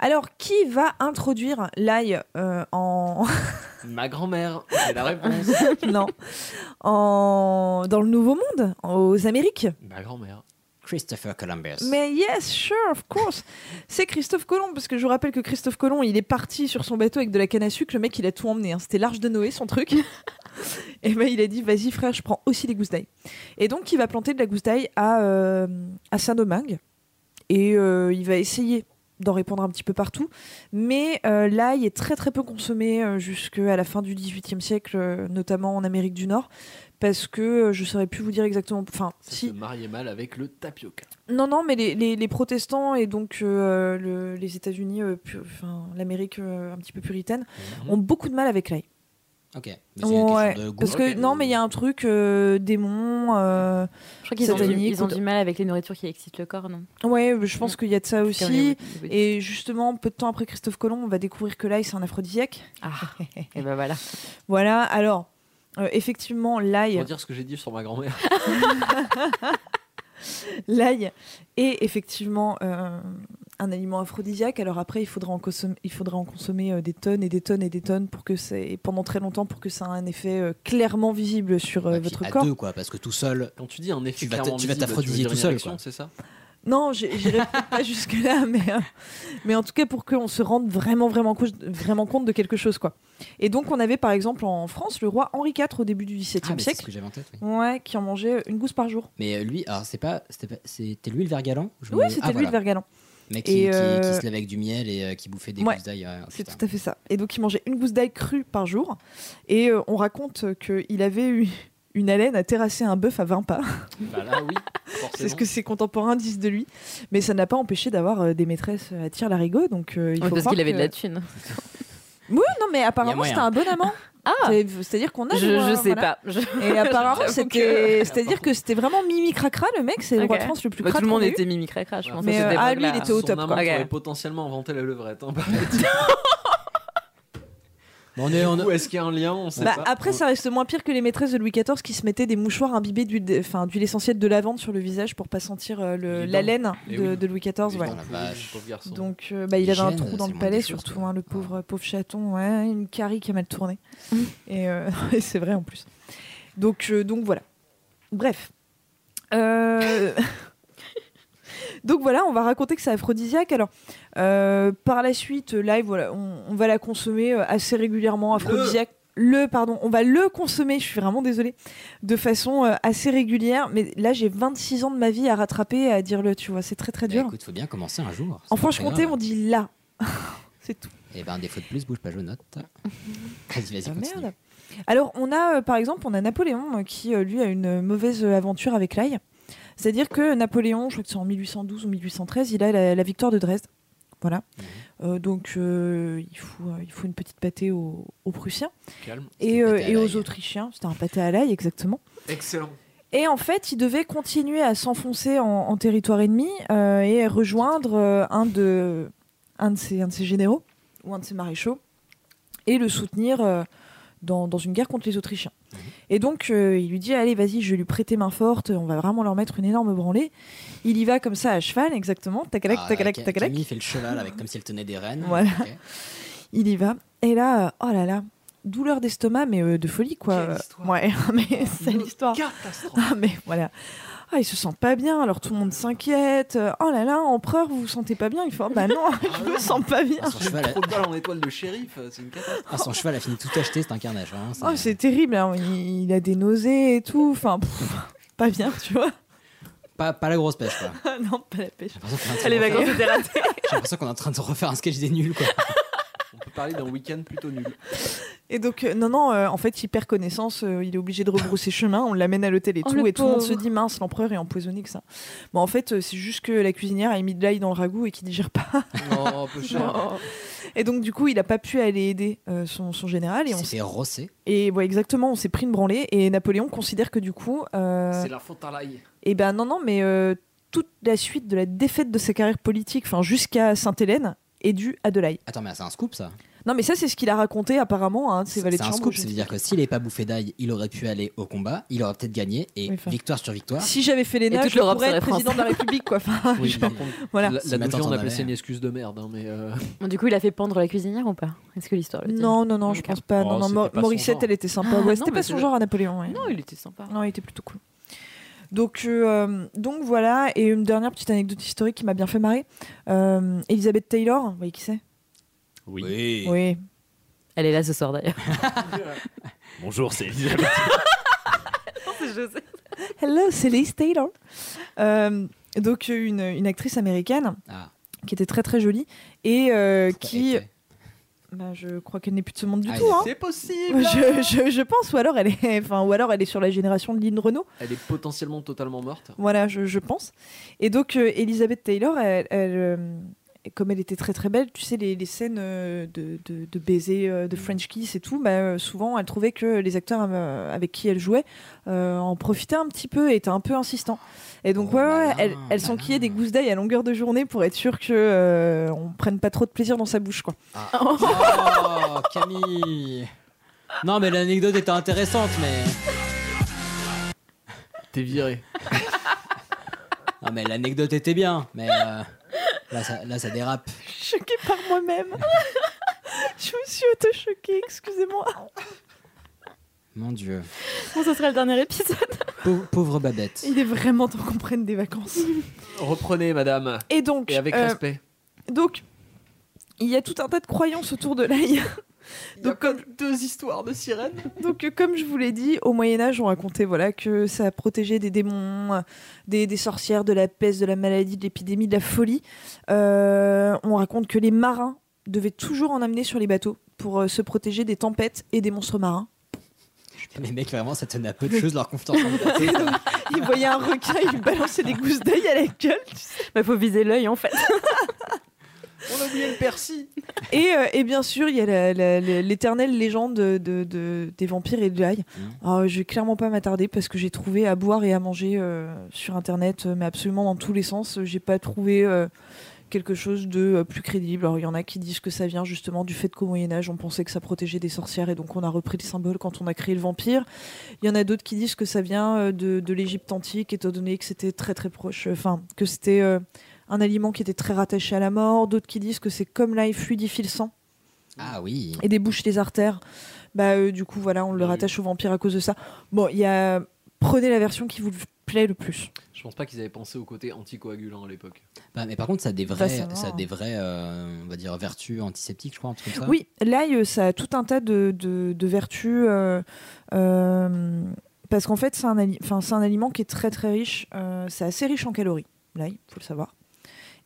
[SPEAKER 5] Alors, qui va introduire l'ail euh, en...
[SPEAKER 2] Ma grand-mère, j'ai la réponse.
[SPEAKER 5] non. En... dans le Nouveau Monde, aux Amériques
[SPEAKER 2] Ma grand-mère.
[SPEAKER 4] Christopher Columbus.
[SPEAKER 5] Mais yes, sure, of course. C'est Christophe Colomb, parce que je vous rappelle que Christophe Colomb, il est parti sur son bateau avec de la canne à sucre. Le mec, il a tout emmené. hein. C'était l'arche de Noé, son truc. Et ben, il a dit, vas-y frère, je prends aussi des gousses d'ail. Et donc, il va planter de la gousse d'ail à, euh, à Saint-Domingue. Et euh, il va essayer d'en répandre un petit peu partout. Mais euh, l'ail est très très peu consommé euh, jusqu'à la fin du XVIIIe siècle, euh, notamment en Amérique du Nord. Parce que euh, je saurais plus vous dire exactement. Enfin,
[SPEAKER 2] Ça
[SPEAKER 5] si,
[SPEAKER 2] se mariait mal avec le tapioca.
[SPEAKER 5] non, non, mais les, les- les protestants et donc euh, le- les États-Unis, euh, pu- enfin l'Amérique euh, un petit peu puritaine, ont beaucoup de mal avec l'ail.
[SPEAKER 4] Ok. Mhm. Mais c'est une
[SPEAKER 5] Ouais,
[SPEAKER 4] question de goût. hein,
[SPEAKER 5] parce que
[SPEAKER 2] Ok.
[SPEAKER 5] non, mais il y a un truc euh, démon. euh,
[SPEAKER 11] Je crois qu'ils ont, du,
[SPEAKER 5] Satanique
[SPEAKER 11] ils ont
[SPEAKER 5] ou de-
[SPEAKER 11] du mal avec les nourritures qui excitent le corps, non
[SPEAKER 5] ouais, je pense qu'il y a de ça aussi.
[SPEAKER 11] Et...
[SPEAKER 5] Et justement, peu de temps après Christophe Colomb, on va découvrir que l'ail c'est un aphrodisiaque.
[SPEAKER 11] Ah, et ben voilà.
[SPEAKER 5] Voilà. Alors, euh, effectivement, l'ail.
[SPEAKER 2] Pour dire ce que j'ai dit sur ma grand-mère.
[SPEAKER 5] L'ail est effectivement euh, un aliment aphrodisiaque. Alors après, il faudra en consommer, il faudra en consommer euh, des tonnes et des tonnes et des tonnes pour que c'est et pendant très longtemps pour que ça ait un effet euh, clairement visible sur euh,
[SPEAKER 4] Ouais, Ah, puis
[SPEAKER 5] votre
[SPEAKER 4] à
[SPEAKER 5] corps.
[SPEAKER 4] deux, quoi, parce que tout seul.
[SPEAKER 2] Quand tu dis un effet
[SPEAKER 4] Tu vas te-
[SPEAKER 2] clairement
[SPEAKER 4] tu vas
[SPEAKER 2] visible,
[SPEAKER 4] t'aphrodisier
[SPEAKER 2] veux dire
[SPEAKER 4] tout
[SPEAKER 2] une
[SPEAKER 4] seul,
[SPEAKER 2] érection,
[SPEAKER 4] quoi.
[SPEAKER 2] c'est ça
[SPEAKER 5] Non, j'ai- j'irai peut-être pas jusque là, mais euh, mais en tout cas pour qu'on se rende vraiment vraiment cou- vraiment compte de quelque chose quoi. Et donc on avait par exemple en France le roi Henri IV au début du XVIIe
[SPEAKER 4] Ah, mais c'est ce
[SPEAKER 5] siècle,
[SPEAKER 4] que j'avais en tête. oui.
[SPEAKER 5] ouais, qui en mangeait une gousse par jour.
[SPEAKER 4] Mais euh, lui, alors c'est pas, c'était pas- c'était lui le vergalant Je me-
[SPEAKER 5] Oui, c'était
[SPEAKER 4] ah,
[SPEAKER 5] lui
[SPEAKER 4] voilà.
[SPEAKER 5] le vergalant.
[SPEAKER 4] Mais qui, qui-
[SPEAKER 5] Et, euh,
[SPEAKER 4] qui se lavait avec du miel et euh, qui bouffait des
[SPEAKER 5] Ouais,
[SPEAKER 4] gousses d'ail. ouais,
[SPEAKER 5] C'est
[SPEAKER 4] Ah, putain.
[SPEAKER 5] tout à fait ça. Et donc, il mangeait une gousse d'ail crue par jour. Et euh, on raconte euh, qu'il avait eu une haleine à terrasser un bœuf à 20 pas.
[SPEAKER 2] Bah là, oui, forcément.
[SPEAKER 5] C'est ce que ses contemporains disent de lui. Mais ça n'a pas empêché d'avoir euh, des maîtresses à tir larigot. Donc, euh, il faut
[SPEAKER 11] parce
[SPEAKER 5] croire
[SPEAKER 11] qu'il avait de
[SPEAKER 5] que-
[SPEAKER 11] la thune.
[SPEAKER 5] Non, mais apparemment,
[SPEAKER 4] moyen.
[SPEAKER 5] c'était un bon amant.
[SPEAKER 11] Ah
[SPEAKER 5] C'est- C'est-à-dire qu'on a.
[SPEAKER 11] Je,
[SPEAKER 5] le droit,
[SPEAKER 11] je sais
[SPEAKER 5] voilà.
[SPEAKER 11] pas. Je-
[SPEAKER 5] Et apparemment,
[SPEAKER 11] J'avoue
[SPEAKER 5] c'était.
[SPEAKER 11] que-
[SPEAKER 5] C'est-à-dire que c'était vraiment Mimi Cracra, le mec, c'est le roi
[SPEAKER 11] Ok.
[SPEAKER 5] de France le plus
[SPEAKER 11] Bah,
[SPEAKER 5] cracra.
[SPEAKER 11] tout le monde
[SPEAKER 5] qu'on a eu.
[SPEAKER 11] était mimi cracra, je pense.
[SPEAKER 5] Mais,
[SPEAKER 11] à cette
[SPEAKER 5] euh, ah,
[SPEAKER 11] époque-là.
[SPEAKER 5] lui, il était au
[SPEAKER 2] Son
[SPEAKER 5] top,
[SPEAKER 2] amant
[SPEAKER 11] quoi.
[SPEAKER 2] pourrait
[SPEAKER 11] Ok.
[SPEAKER 2] potentiellement inventer la levrette. hein.
[SPEAKER 4] on est, on
[SPEAKER 2] Où est-ce qu'il y a un lien On sait
[SPEAKER 5] Bah,
[SPEAKER 2] pas.
[SPEAKER 5] après, ça reste moins pire que les maîtresses de Louis XIV qui se mettaient des mouchoirs imbibés d'huile de- enfin, d'huile essentielle de lavande sur le visage pour pas sentir euh, le-
[SPEAKER 2] Les
[SPEAKER 5] la
[SPEAKER 2] dents.
[SPEAKER 5] laine
[SPEAKER 2] Eh
[SPEAKER 5] de,
[SPEAKER 2] oui.
[SPEAKER 5] de Louis XIV.
[SPEAKER 2] Les
[SPEAKER 5] voilà.
[SPEAKER 2] gens
[SPEAKER 4] la
[SPEAKER 2] pourris,
[SPEAKER 4] vache.
[SPEAKER 2] pauvre garçon.
[SPEAKER 5] Donc, euh, bah, il avait un
[SPEAKER 4] L'hygiène,
[SPEAKER 5] trou dans
[SPEAKER 4] c'est
[SPEAKER 5] le
[SPEAKER 4] le
[SPEAKER 5] palais,
[SPEAKER 4] moins des choses,
[SPEAKER 5] surtout,
[SPEAKER 4] quoi.
[SPEAKER 5] hein, le pauvre, pauvre chaton, ouais, une carie qui a mal tourné.
[SPEAKER 4] Mm.
[SPEAKER 5] et euh, et c'est vrai en plus. Donc, euh, donc voilà. Bref. Euh, donc voilà, on va raconter que c'est aphrodisiaque. Alors, euh, par la suite, euh, live, voilà, on, on va la consommer euh, assez régulièrement, aphrodisiaque. Le. pardon, on va le consommer, je suis vraiment désolée, de façon euh, assez régulière. Mais là, j'ai 26 ans de ma vie à rattraper, à dire le, tu vois, c'est très très
[SPEAKER 4] Bah,
[SPEAKER 5] dur.
[SPEAKER 4] écoute, faut bien commencer un jour.
[SPEAKER 5] En
[SPEAKER 4] c'est pas très
[SPEAKER 5] Franche-Comté,
[SPEAKER 4] grave.
[SPEAKER 5] on dit là. c'est tout.
[SPEAKER 4] Eh ben, des fois de plus, bouge pas, je note. Vas-y, vas-y,
[SPEAKER 5] Ah,
[SPEAKER 4] continue.
[SPEAKER 5] merde. Alors, on a, euh, par exemple, on a Napoléon euh, qui, euh, lui, a une euh, mauvaise euh, aventure avec l'ail. C'est-à-dire que Napoléon, je crois que c'est en 1812 ou 1813, il a la, la victoire de Dresde. Voilà.
[SPEAKER 4] Mhm.
[SPEAKER 5] Euh, donc, euh, il, faut, euh, il faut une petite pâtée aux, aux Prussiens
[SPEAKER 2] Calme.
[SPEAKER 5] et,
[SPEAKER 4] une
[SPEAKER 5] euh,
[SPEAKER 4] pâtée à
[SPEAKER 5] et aux
[SPEAKER 4] l'ail.
[SPEAKER 5] Autrichiens. C'était un pâté à l'ail, exactement.
[SPEAKER 2] Excellent.
[SPEAKER 5] Et en fait, il devait continuer à s'enfoncer en, en territoire ennemi euh, et rejoindre euh, un, de, un, de ses, un de ses généraux ou un de ses maréchaux et le soutenir euh, dans, dans une guerre contre les Autrichiens. Et donc, euh, il lui dit Allez, vas-y, je vais lui prêter main forte, on va vraiment leur mettre une énorme branlée. Il y va comme ça à cheval, exactement. Tacalac,
[SPEAKER 4] Ah,
[SPEAKER 5] tacalac,
[SPEAKER 4] Ca-
[SPEAKER 5] tacalac.
[SPEAKER 4] Camille fait le cheval avec comme si elle tenait des rênes.
[SPEAKER 5] Voilà.
[SPEAKER 4] Ok.
[SPEAKER 5] Il y va. Et là, euh, oh là là, douleur d'estomac, mais euh, de folie, quoi.
[SPEAKER 2] Quelle
[SPEAKER 5] Euh,
[SPEAKER 2] histoire.
[SPEAKER 5] Ouais, mais c'est l'histoire.
[SPEAKER 2] Catastrophe.
[SPEAKER 5] Ah, mais voilà. Ah, il se sent pas bien, alors tout le monde s'inquiète. Euh, Oh là là, empereur, vous vous sentez pas bien Il fait, Ah bah non, je me sens pas bien.
[SPEAKER 4] Ah, son,
[SPEAKER 2] J'ai
[SPEAKER 4] cheval
[SPEAKER 2] trop
[SPEAKER 4] a...
[SPEAKER 2] de balles en étoile de shérif. euh, C'est une catastrophe.
[SPEAKER 4] ah, son cheval a fini tout acheté, c'est un carnage. hein,
[SPEAKER 5] Oh, c'est terrible, hein. il, il a des nausées et tout. Enfin, pff, pas bien, tu vois.
[SPEAKER 4] pas, pas la grosse pêche. Quoi. J'ai
[SPEAKER 5] Ah non, pas la pêche.
[SPEAKER 4] l'impression qu'on est en train
[SPEAKER 11] Ah, Les
[SPEAKER 4] de refaire-
[SPEAKER 11] vacances étaient ratées.
[SPEAKER 4] j'ai l'impression qu'on est en train de refaire un sketch des nuls. Quoi.
[SPEAKER 2] On peut parler d'un week-end plutôt nul.
[SPEAKER 5] Et donc, euh, non, non, euh, en fait, il perd connaissance, euh, il est obligé de rebrousser chemin, on l'amène à l'hôtel et
[SPEAKER 11] Oh,
[SPEAKER 5] tout,
[SPEAKER 11] le
[SPEAKER 5] et tout le monde se
[SPEAKER 11] pauvre.
[SPEAKER 5] dit, mince, l'empereur est empoisonné que ça. Mais en fait, euh, c'est juste que la cuisinière a mis de l'ail dans le ragoût et qu'il digère pas.
[SPEAKER 2] Non, un peu cher.
[SPEAKER 5] Et donc, du coup, il a pas pu aller aider euh, son, son général, et
[SPEAKER 4] Il
[SPEAKER 5] on
[SPEAKER 4] s'est fait rosser.
[SPEAKER 5] Et ouais, exactement, on s'est pris une branlée et Napoléon considère que du coup, euh,
[SPEAKER 2] C'est la faute à l'ail.
[SPEAKER 5] eh ben non non, mais euh, toute la suite de la défaite de sa carrière politique, enfin jusqu'à Sainte-Hélène, est due à de l'ail.
[SPEAKER 4] Attends, mais c'est un scoop ça.
[SPEAKER 5] Non mais ça c'est ce qu'il a raconté apparemment à un de ses
[SPEAKER 4] C'est
[SPEAKER 5] valets de
[SPEAKER 4] un
[SPEAKER 5] chambre.
[SPEAKER 4] scoop,
[SPEAKER 5] je
[SPEAKER 4] ça
[SPEAKER 5] ne
[SPEAKER 4] veut
[SPEAKER 5] sais
[SPEAKER 4] dire que s'il n'avait pas bouffé d'ail, il aurait pu aller au combat, il aurait peut-être gagné, et
[SPEAKER 5] Oui, enfin.
[SPEAKER 4] victoire sur victoire.
[SPEAKER 5] Si j'avais fait les
[SPEAKER 11] Et
[SPEAKER 5] nages,
[SPEAKER 11] toute
[SPEAKER 5] je
[SPEAKER 11] l'Europe
[SPEAKER 5] pourrais être
[SPEAKER 11] serait
[SPEAKER 5] président de la République quoi. Enfin,
[SPEAKER 4] Oui,
[SPEAKER 2] Par
[SPEAKER 4] mais-
[SPEAKER 2] contre,
[SPEAKER 5] voilà.
[SPEAKER 2] la, la
[SPEAKER 4] C'est ma
[SPEAKER 2] douzième,
[SPEAKER 4] tante
[SPEAKER 2] on
[SPEAKER 4] en
[SPEAKER 2] appelait
[SPEAKER 4] avait.
[SPEAKER 2] ça une excuse de merde. hein, mais euh,
[SPEAKER 11] Bon, Du coup, il a fait pendre la cuisinière ou pas Est-ce que l'histoire le dit
[SPEAKER 5] Non non non, je
[SPEAKER 11] Ok.
[SPEAKER 5] pense pas. non
[SPEAKER 2] Oh,
[SPEAKER 5] non,
[SPEAKER 2] c'était
[SPEAKER 5] Mor-
[SPEAKER 2] pas son
[SPEAKER 5] Morissette
[SPEAKER 2] genre.
[SPEAKER 5] elle était sympa.
[SPEAKER 11] Ah,
[SPEAKER 5] ouais,
[SPEAKER 11] non,
[SPEAKER 5] c'était
[SPEAKER 11] mais
[SPEAKER 5] pas
[SPEAKER 11] c'est
[SPEAKER 5] son
[SPEAKER 11] le-
[SPEAKER 5] genre à Napoléon. ouais.
[SPEAKER 11] Non, il était sympa.
[SPEAKER 5] Non, il était plutôt cool. Donc, euh, donc voilà, et une dernière petite anecdote historique qui m'a bien fait marrer. Euh, Elizabeth Taylor, vous voyez qui c'est
[SPEAKER 10] Oui.
[SPEAKER 5] Oui,
[SPEAKER 11] Elle est là ce soir d'ailleurs.
[SPEAKER 10] Bonjour, c'est Elisabeth.
[SPEAKER 11] je sais.
[SPEAKER 5] Hello, c'est Liz Taylor. Euh, donc euh, une, une actrice américaine
[SPEAKER 4] Ah,
[SPEAKER 5] qui était très très jolie et euh,
[SPEAKER 4] pourquoi
[SPEAKER 5] qui,
[SPEAKER 4] était-
[SPEAKER 5] Bah, je crois qu'elle n'est plus de ce monde du
[SPEAKER 4] Ah,
[SPEAKER 5] tout. hein.
[SPEAKER 2] C'est possible.
[SPEAKER 5] Je, je- je pense, ou alors elle est, enfin, ou alors elle est sur la génération de Lynn Renault.
[SPEAKER 2] Elle est potentiellement totalement morte.
[SPEAKER 5] Voilà, je, je pense. Et donc euh, Elizabeth Taylor, elle, elle, euh, comme elle était très très belle, tu sais les, les scènes euh, de, de, de baiser, euh, de French kiss et tout, bah, euh, souvent elle trouvait que les acteurs euh, avec qui elle jouait euh, en profitaient un petit peu et étaient un peu insistants. Et donc
[SPEAKER 4] Oh,
[SPEAKER 5] ouais, ouais,
[SPEAKER 4] malin,
[SPEAKER 5] elle, elle
[SPEAKER 4] malin.
[SPEAKER 5] s'enquillait des gousses d'ail à longueur de journée pour être sûre que euh, on prenne pas trop de plaisir dans sa bouche quoi. Ah.
[SPEAKER 4] Oh, Camille Non, mais l'anecdote était intéressante, mais.
[SPEAKER 2] T'es viré.
[SPEAKER 4] Non, mais l'anecdote était bien, mais. euh, Là ça, là, ça dérape.
[SPEAKER 5] Je suis choquée par moi-même. je me suis auto-choquée, excusez-moi.
[SPEAKER 4] Mon dieu.
[SPEAKER 11] Bon, ce sera le dernier épisode.
[SPEAKER 4] Pau- pauvre Babette.
[SPEAKER 5] Il est vraiment temps qu'on prenne des vacances.
[SPEAKER 2] Reprenez, madame.
[SPEAKER 5] Et donc,
[SPEAKER 2] Et avec
[SPEAKER 5] euh,
[SPEAKER 2] respect.
[SPEAKER 5] donc, il y a tout un tas de croyances autour de l'ail. donc, comme,
[SPEAKER 2] deux histoires de sirènes.
[SPEAKER 5] donc, euh, comme je vous l'ai dit, au Moyen Âge, on racontait voilà que ça protégeait des démons, euh, des, des sorcières, de la peste, de la maladie, de l'épidémie, de la folie. Euh, on raconte que les marins devaient toujours en amener sur les bateaux pour euh, se protéger des tempêtes et des monstres marins.
[SPEAKER 4] Les mecs, vraiment, ça tenait à peu de choses leur confiance en le bateau.
[SPEAKER 5] Il voyait un requin, il lui balançait des gousses d'ail à la gueule.
[SPEAKER 11] Bah, faut viser l'œil en fait.
[SPEAKER 2] On a oublié le persil.
[SPEAKER 5] Et, euh, et bien sûr, il y a la- la- la- l'éternelle légende de, de- de- des vampires et de l'ail. Alors, je vais clairement pas m'attarder parce que j'ai trouvé à boire et à manger euh, sur internet, euh, mais absolument dans tous les sens. J'ai pas trouvé euh, quelque chose de euh, plus crédible. Alors, il y en a qui disent que ça vient justement du fait qu'au Moyen-Âge, on pensait que ça protégeait des sorcières et donc on a repris le symbole quand on a créé le vampire. Il y en a d'autres qui disent que ça vient euh, de, de l'Égypte antique, étant donné que c'était très très proche, euh, enfin, que c'était. euh, un aliment qui était très rattaché à la mort, d'autres qui disent que c'est comme l'ail fluidifie le sang
[SPEAKER 4] Ah oui.
[SPEAKER 5] et débouche les artères. Bah euh, du coup voilà, on le rattache au vampire à cause de ça. Bon, il y a prenez la version qui vous plaît le plus.
[SPEAKER 2] Je pense pas qu'ils avaient pensé au côté anticoagulant à l'époque.
[SPEAKER 4] Bah, mais par contre, ça a des
[SPEAKER 5] Bah,
[SPEAKER 4] vraies,
[SPEAKER 5] ça va,
[SPEAKER 4] ça a
[SPEAKER 5] hein.
[SPEAKER 4] des vraies euh, on va dire, vertus antiseptiques, je crois, un truc comme ça.
[SPEAKER 5] Oui, l'ail euh, ça a tout un tas de, de- de vertus euh, euh, parce qu'en fait c'est un ali- enfin c'est un aliment qui est très très riche. euh, c'est assez riche en calories. L'ail, faut le savoir.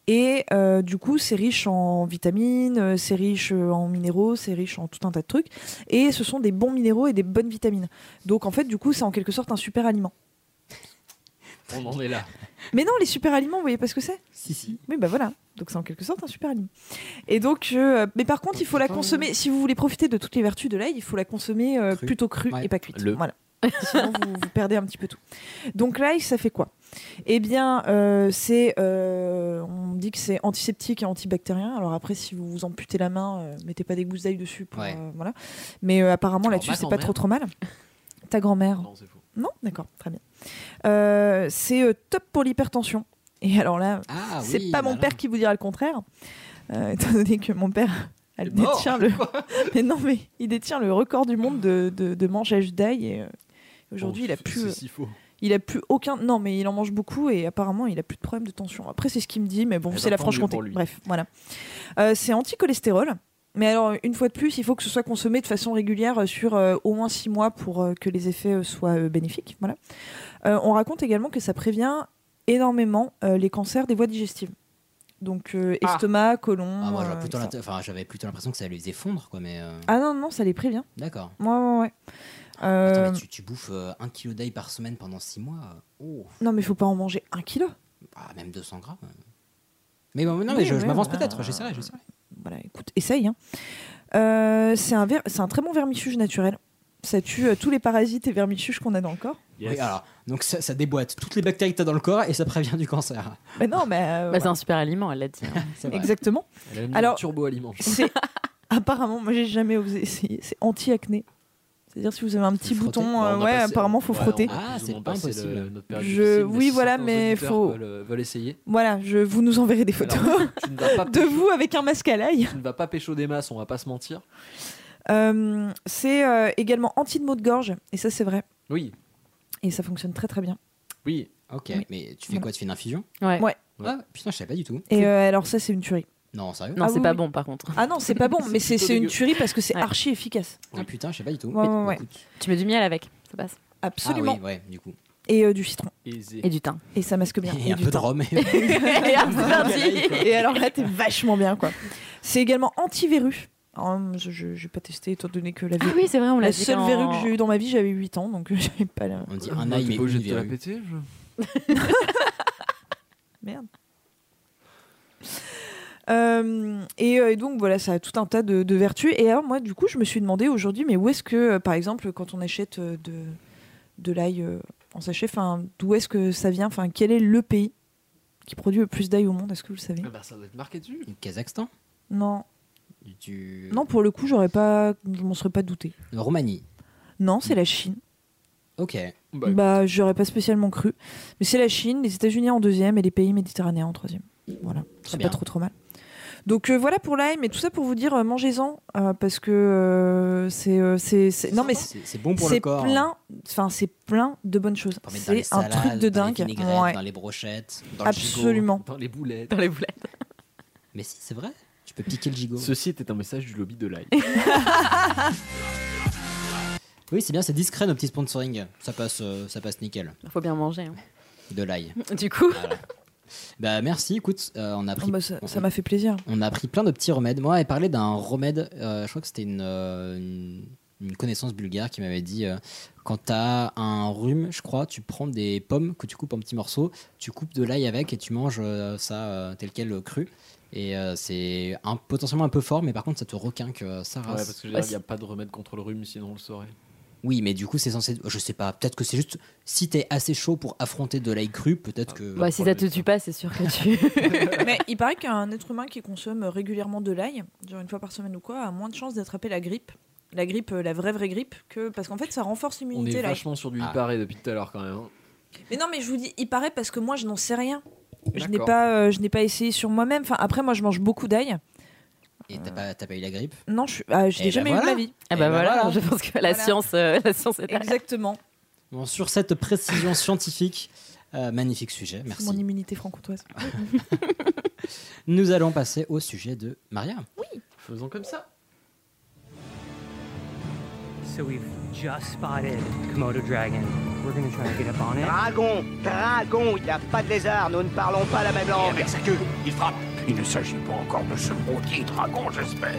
[SPEAKER 5] Et euh, du coup, c'est riche en vitamines, euh, c'est riche euh, en minéraux, c'est riche en tout un tas de trucs. Et ce sont des bons minéraux et des bonnes vitamines. Donc en fait, du coup, c'est en quelque sorte un super aliment.
[SPEAKER 2] On en est là.
[SPEAKER 5] Mais non, les super aliments, vous voyez pas ce que c'est
[SPEAKER 4] Si, si.
[SPEAKER 5] Oui, bah voilà. Donc c'est en quelque sorte un super aliment. Et donc, euh, mais par contre, il faut la consommer. Si vous voulez profiter de toutes les vertus de l'ail, il faut la consommer euh,
[SPEAKER 4] Crue.
[SPEAKER 5] plutôt crue
[SPEAKER 4] Ouais.
[SPEAKER 5] et pas cuite.
[SPEAKER 2] Le-
[SPEAKER 5] Voilà. Sinon, vous, vous perdez un petit peu tout. Donc l'ail, ça fait quoi Eh bien, euh, c'est, euh, on dit que c'est antiseptique et antibactérien. Alors après, si vous vous amputez la main, euh, mettez pas des gousses d'ail dessus. pour,
[SPEAKER 4] Ouais.
[SPEAKER 5] euh, voilà. Mais euh, apparemment
[SPEAKER 2] Alors,
[SPEAKER 5] là-dessus,
[SPEAKER 2] ma
[SPEAKER 5] c'est pas
[SPEAKER 2] grand-mère-
[SPEAKER 5] trop trop mal. Ta grand-mère
[SPEAKER 2] Non, c'est faux.
[SPEAKER 5] Non, d'accord, très bien. Euh, c'est euh, top pour l'hypertension. Et alors là,
[SPEAKER 4] Ah,
[SPEAKER 5] c'est
[SPEAKER 4] oui,
[SPEAKER 5] pas
[SPEAKER 2] bah
[SPEAKER 5] mon
[SPEAKER 4] malin.
[SPEAKER 5] père qui vous dira le contraire, euh, étant donné que mon père elle
[SPEAKER 2] Il est mort,
[SPEAKER 5] détient le. mais non, mais il détient le record du monde de, de, de mangeage d'ail. et, euh, Aujourd'hui,
[SPEAKER 2] Bon,
[SPEAKER 5] il a plus, euh,
[SPEAKER 2] C'est Oh, si faux.
[SPEAKER 5] il a plus aucun. Non, mais il en mange beaucoup et apparemment, il a plus de problème de tension. Après, c'est ce qu'il me dit, mais bon,
[SPEAKER 2] Eh
[SPEAKER 5] c'est
[SPEAKER 2] ben,
[SPEAKER 5] la
[SPEAKER 2] tant
[SPEAKER 5] Franche-Comté.
[SPEAKER 2] mieux pour lui.
[SPEAKER 5] Bref, voilà. Euh, c'est anti-cholestérol. Mais alors, une fois de plus, il faut que ce soit consommé de façon régulière euh, sur euh, au moins six mois pour euh, que les effets euh, soient euh, bénéfiques. Voilà. Euh, on raconte également que ça prévient énormément euh, les cancers des voies digestives. Donc, euh, estomac, côlon.
[SPEAKER 4] Ah, moi, j'aurais
[SPEAKER 5] euh,
[SPEAKER 4] plutôt
[SPEAKER 5] ça.
[SPEAKER 4] l'int- enfin, j'avais plutôt l'impression que ça les faisait fondre, quoi, mais. euh,
[SPEAKER 5] Ah non, non, ça les prévient.
[SPEAKER 4] D'accord.
[SPEAKER 5] Ouais, ouais, ouais. Euh,
[SPEAKER 4] Attends, mais tu, tu bouffes euh, un kilo d'ail par semaine pendant 6 mois. Oh,
[SPEAKER 5] Non, mais il faut pas en manger un kilo.
[SPEAKER 4] bah, même 200 grammes. Mais bon, non,
[SPEAKER 5] Oui,
[SPEAKER 4] mais je, je
[SPEAKER 5] oui,
[SPEAKER 4] m'avance
[SPEAKER 5] voilà.
[SPEAKER 4] peut-être, j'essaierai, j'essaierai.
[SPEAKER 5] voilà, écoute, essaye. hein. Euh, c'est un, ver- c'est un très bon vermifuge naturel. Ça tue euh, tous les parasites et vermifuges qu'on a dans le corps.
[SPEAKER 10] Yes.
[SPEAKER 4] Oui, alors, donc ça, ça déboîte toutes les bactéries que tu as dans le corps et ça prévient du cancer.
[SPEAKER 5] Mais non, mais. euh,
[SPEAKER 11] Bah, C'est
[SPEAKER 5] voilà.
[SPEAKER 11] un super aliment, elle l'a dit. hein.
[SPEAKER 4] C'est vrai.
[SPEAKER 5] Exactement.
[SPEAKER 2] Elle a mis
[SPEAKER 5] Alors-
[SPEAKER 2] un turbo aliment.
[SPEAKER 5] C'est apparemment, moi j'ai jamais osé essayer. C'est anti-acné. C'est-à-dire si vous avez un petit
[SPEAKER 4] Faut frotter.
[SPEAKER 5] bouton,
[SPEAKER 2] Bon,
[SPEAKER 5] euh,
[SPEAKER 2] on a
[SPEAKER 5] ouais,
[SPEAKER 2] passé- hein.
[SPEAKER 5] apparemment faut
[SPEAKER 2] ouais,
[SPEAKER 5] frotter.
[SPEAKER 2] on a
[SPEAKER 4] Ah,
[SPEAKER 2] plus ou
[SPEAKER 4] c'est
[SPEAKER 2] moins
[SPEAKER 4] pas
[SPEAKER 2] passé
[SPEAKER 4] impossible.
[SPEAKER 2] le- notre période
[SPEAKER 5] Je-
[SPEAKER 2] difficile,
[SPEAKER 5] oui,
[SPEAKER 2] si
[SPEAKER 5] voilà,
[SPEAKER 2] certains
[SPEAKER 5] mais
[SPEAKER 2] auditeurs
[SPEAKER 5] faut-
[SPEAKER 2] Veulent, euh, veulent essayer.
[SPEAKER 5] Voilà, je vous nous enverrez des photos
[SPEAKER 2] Alors, tu ne vas pas
[SPEAKER 5] de
[SPEAKER 2] pécho-
[SPEAKER 5] vous avec un masque à l'ail.
[SPEAKER 2] Tu ne vas pas pécho des masses, on va pas se mentir.
[SPEAKER 5] Euh, c'est euh, également anti de maux de gorge, et ça c'est vrai.
[SPEAKER 2] Oui,
[SPEAKER 5] Et ça fonctionne très très bien.
[SPEAKER 2] oui.
[SPEAKER 4] Ok,
[SPEAKER 5] Oui.
[SPEAKER 4] mais tu fais
[SPEAKER 5] Voilà.
[SPEAKER 4] quoi Tu fais une infusion
[SPEAKER 11] Ouais.
[SPEAKER 5] Ouais.
[SPEAKER 2] Ouais.
[SPEAKER 4] Ah, putain, je savais pas du tout.
[SPEAKER 5] Et euh, alors ça c'est une tuerie.
[SPEAKER 4] Non, sérieux
[SPEAKER 11] Non,
[SPEAKER 5] Ah
[SPEAKER 11] c'est
[SPEAKER 5] oui,
[SPEAKER 11] pas
[SPEAKER 5] oui.
[SPEAKER 11] bon par contre.
[SPEAKER 5] Ah non, c'est pas bon, mais c'est
[SPEAKER 2] plutôt
[SPEAKER 5] c'est une
[SPEAKER 2] dégueu.
[SPEAKER 5] tuerie parce que c'est
[SPEAKER 11] Ouais.
[SPEAKER 5] archi efficace.
[SPEAKER 4] Ah putain, je savais pas du tout.
[SPEAKER 5] Ouais, ouais, ouais.
[SPEAKER 4] Écoute.
[SPEAKER 11] Tu mets du miel avec, ça passe.
[SPEAKER 5] Absolument.
[SPEAKER 4] Ah oui, ouais, du coup.
[SPEAKER 5] Et euh, du citron.
[SPEAKER 2] Aisé.
[SPEAKER 11] Et du thym.
[SPEAKER 5] Et ça masque bien.
[SPEAKER 4] Et un
[SPEAKER 5] du
[SPEAKER 4] peu de
[SPEAKER 5] teint.
[SPEAKER 4] rhum.
[SPEAKER 11] Et un peu d'ordi.
[SPEAKER 5] Et alors là, t'es vachement bien, quoi. C'est également anti-verrue. Alors, je- je j'ai pas testé, étant donné que la,
[SPEAKER 11] Ah
[SPEAKER 5] verrue-
[SPEAKER 11] oui, c'est vrai, on l'a
[SPEAKER 5] la
[SPEAKER 11] dit.
[SPEAKER 5] seule
[SPEAKER 11] quand-
[SPEAKER 5] verrue que j'ai eue dans ma vie, j'avais 8 ans, donc euh, j'avais pas la.
[SPEAKER 4] On
[SPEAKER 2] Ah,
[SPEAKER 11] Ah,
[SPEAKER 4] dit un ail, mais
[SPEAKER 2] T'es pas obligé
[SPEAKER 4] une
[SPEAKER 2] de te la
[SPEAKER 4] verrue.
[SPEAKER 2] péter, je-
[SPEAKER 5] Merde. Euh, et, euh, et donc voilà, ça a tout un tas de, de vertus. Et alors moi, du coup, je me suis demandé aujourd'hui, mais où est-ce que, euh, par exemple, quand on achète euh, de, de l'ail euh, en sachet, enfin, d'où est-ce que ça vient Enfin, quel est le pays qui produit le plus d'ail au monde Est-ce que vous le savez
[SPEAKER 2] Ah bah, ça doit être marqué dessus.
[SPEAKER 4] Du Kazakhstan
[SPEAKER 5] Non.
[SPEAKER 4] Du...
[SPEAKER 5] Non, pour le coup, j'aurais pas, je m'en serais pas douté.
[SPEAKER 4] De Roumanie.
[SPEAKER 5] Non, c'est la Chine.
[SPEAKER 4] Ok.
[SPEAKER 2] Bah,
[SPEAKER 5] Bah, j'aurais pas spécialement cru. Mais c'est la Chine, les États-Unis en deuxième et les pays méditerranéens en troisième. Voilà,
[SPEAKER 4] Très
[SPEAKER 5] c'est
[SPEAKER 4] bien.
[SPEAKER 5] pas trop trop mal. Donc euh, voilà pour l'ail, mais tout ça pour vous dire, euh, mangez-en, euh, parce que euh, c'est, euh, c'est, c'est- Non, mais c'est,
[SPEAKER 4] c'est c'est bon pour le
[SPEAKER 5] c'est
[SPEAKER 4] corps.
[SPEAKER 5] plein, enfin, c'est plein de bonnes choses.
[SPEAKER 4] Pour mettre dans les
[SPEAKER 5] C'est un truc
[SPEAKER 4] salades,
[SPEAKER 5] de
[SPEAKER 4] dans les
[SPEAKER 5] dingue.
[SPEAKER 4] vinaigrettes,
[SPEAKER 5] Ouais,
[SPEAKER 4] Dans les brochettes, dans le gigot.
[SPEAKER 5] absolument.
[SPEAKER 2] Dans les boulettes.
[SPEAKER 11] Dans les boulettes.
[SPEAKER 4] Mais si, c'est vrai. Tu peux piquer le gigot.
[SPEAKER 2] Ceci était un message du lobby de l'ail.
[SPEAKER 4] Oui, c'est bien, c'est discret nos petits sponsoring. Ça passe, euh, ça passe nickel.
[SPEAKER 11] Faut bien manger. hein.
[SPEAKER 4] De l'ail.
[SPEAKER 5] Mm.
[SPEAKER 11] Du coup,
[SPEAKER 4] Voilà. bah merci. Écoute, euh, on a
[SPEAKER 5] Oh,
[SPEAKER 4] pris.
[SPEAKER 5] bah, ça,
[SPEAKER 4] on-
[SPEAKER 5] ça m'a fait plaisir.
[SPEAKER 4] On a pris plein de petits remèdes. Moi, elle parlait d'un remède. euh, je crois que c'était une, euh, une- une connaissance bulgare qui m'avait dit euh, quand t'as un rhume, je crois, tu prends des pommes que tu coupes en petits morceaux, tu coupes de l'ail avec et tu manges euh, ça euh, tel quel euh, cru. Et euh, c'est un- potentiellement un peu fort, mais par contre, ça te requinque euh, sa
[SPEAKER 2] Ouais,
[SPEAKER 4] race.
[SPEAKER 2] parce que il n'y a pas de remède contre le rhume, sinon on le saurait.
[SPEAKER 4] Oui, mais du coup, c'est censé. Je sais pas, peut-être que c'est juste. Si t'es assez chaud pour affronter de l'ail cru, peut-être que.
[SPEAKER 11] Bah, si ça te tue pas, c'est sûr que tu.
[SPEAKER 5] Mais il paraît qu'un être humain qui consomme régulièrement de l'ail, genre une fois par semaine ou quoi, a moins de chances d'attraper la grippe. La grippe, euh, la vraie vraie grippe, que parce qu'en fait ça renforce
[SPEAKER 2] On est
[SPEAKER 5] l'immunité l'ail.
[SPEAKER 2] vachement sur du
[SPEAKER 4] Ah.
[SPEAKER 2] hyparé depuis tout à l'heure quand même. hein.
[SPEAKER 5] Mais non, mais je vous dis, il paraît parce que moi je n'en sais rien. Je n'ai
[SPEAKER 2] D'accord.
[SPEAKER 5] pas, euh, je n'ai pas essayé sur moi-même. Enfin après moi je mange beaucoup d'ail.
[SPEAKER 4] Et t'as pas, t'as pas eu la grippe
[SPEAKER 5] Non, je, suis- ah, je
[SPEAKER 4] Eh
[SPEAKER 5] n'ai
[SPEAKER 4] ben
[SPEAKER 5] jamais eu de
[SPEAKER 4] voilà.
[SPEAKER 5] ma vie.
[SPEAKER 11] Ah
[SPEAKER 4] Eh
[SPEAKER 11] bah
[SPEAKER 4] ben
[SPEAKER 11] voilà,
[SPEAKER 4] voilà.
[SPEAKER 11] je pense que la
[SPEAKER 5] Voilà.
[SPEAKER 11] science, euh, la science est là.
[SPEAKER 5] Exactement.
[SPEAKER 4] Bon, sur cette précision scientifique, euh, magnifique sujet,
[SPEAKER 5] C'est mon
[SPEAKER 4] merci.
[SPEAKER 5] immunité franc-comtoise.
[SPEAKER 4] Nous allons passer au sujet de Maria.
[SPEAKER 2] Faisons comme ça.
[SPEAKER 12] So we've just spotted Komodo Dragon. We're gonna try and get up on it.
[SPEAKER 6] Dragon Dragon Il n'y a pas de lézard, nous ne parlons pas la même langue
[SPEAKER 7] Avec sa queue, il frappe. Il ne s'agit pas encore de ce maudit dragon, j'espère.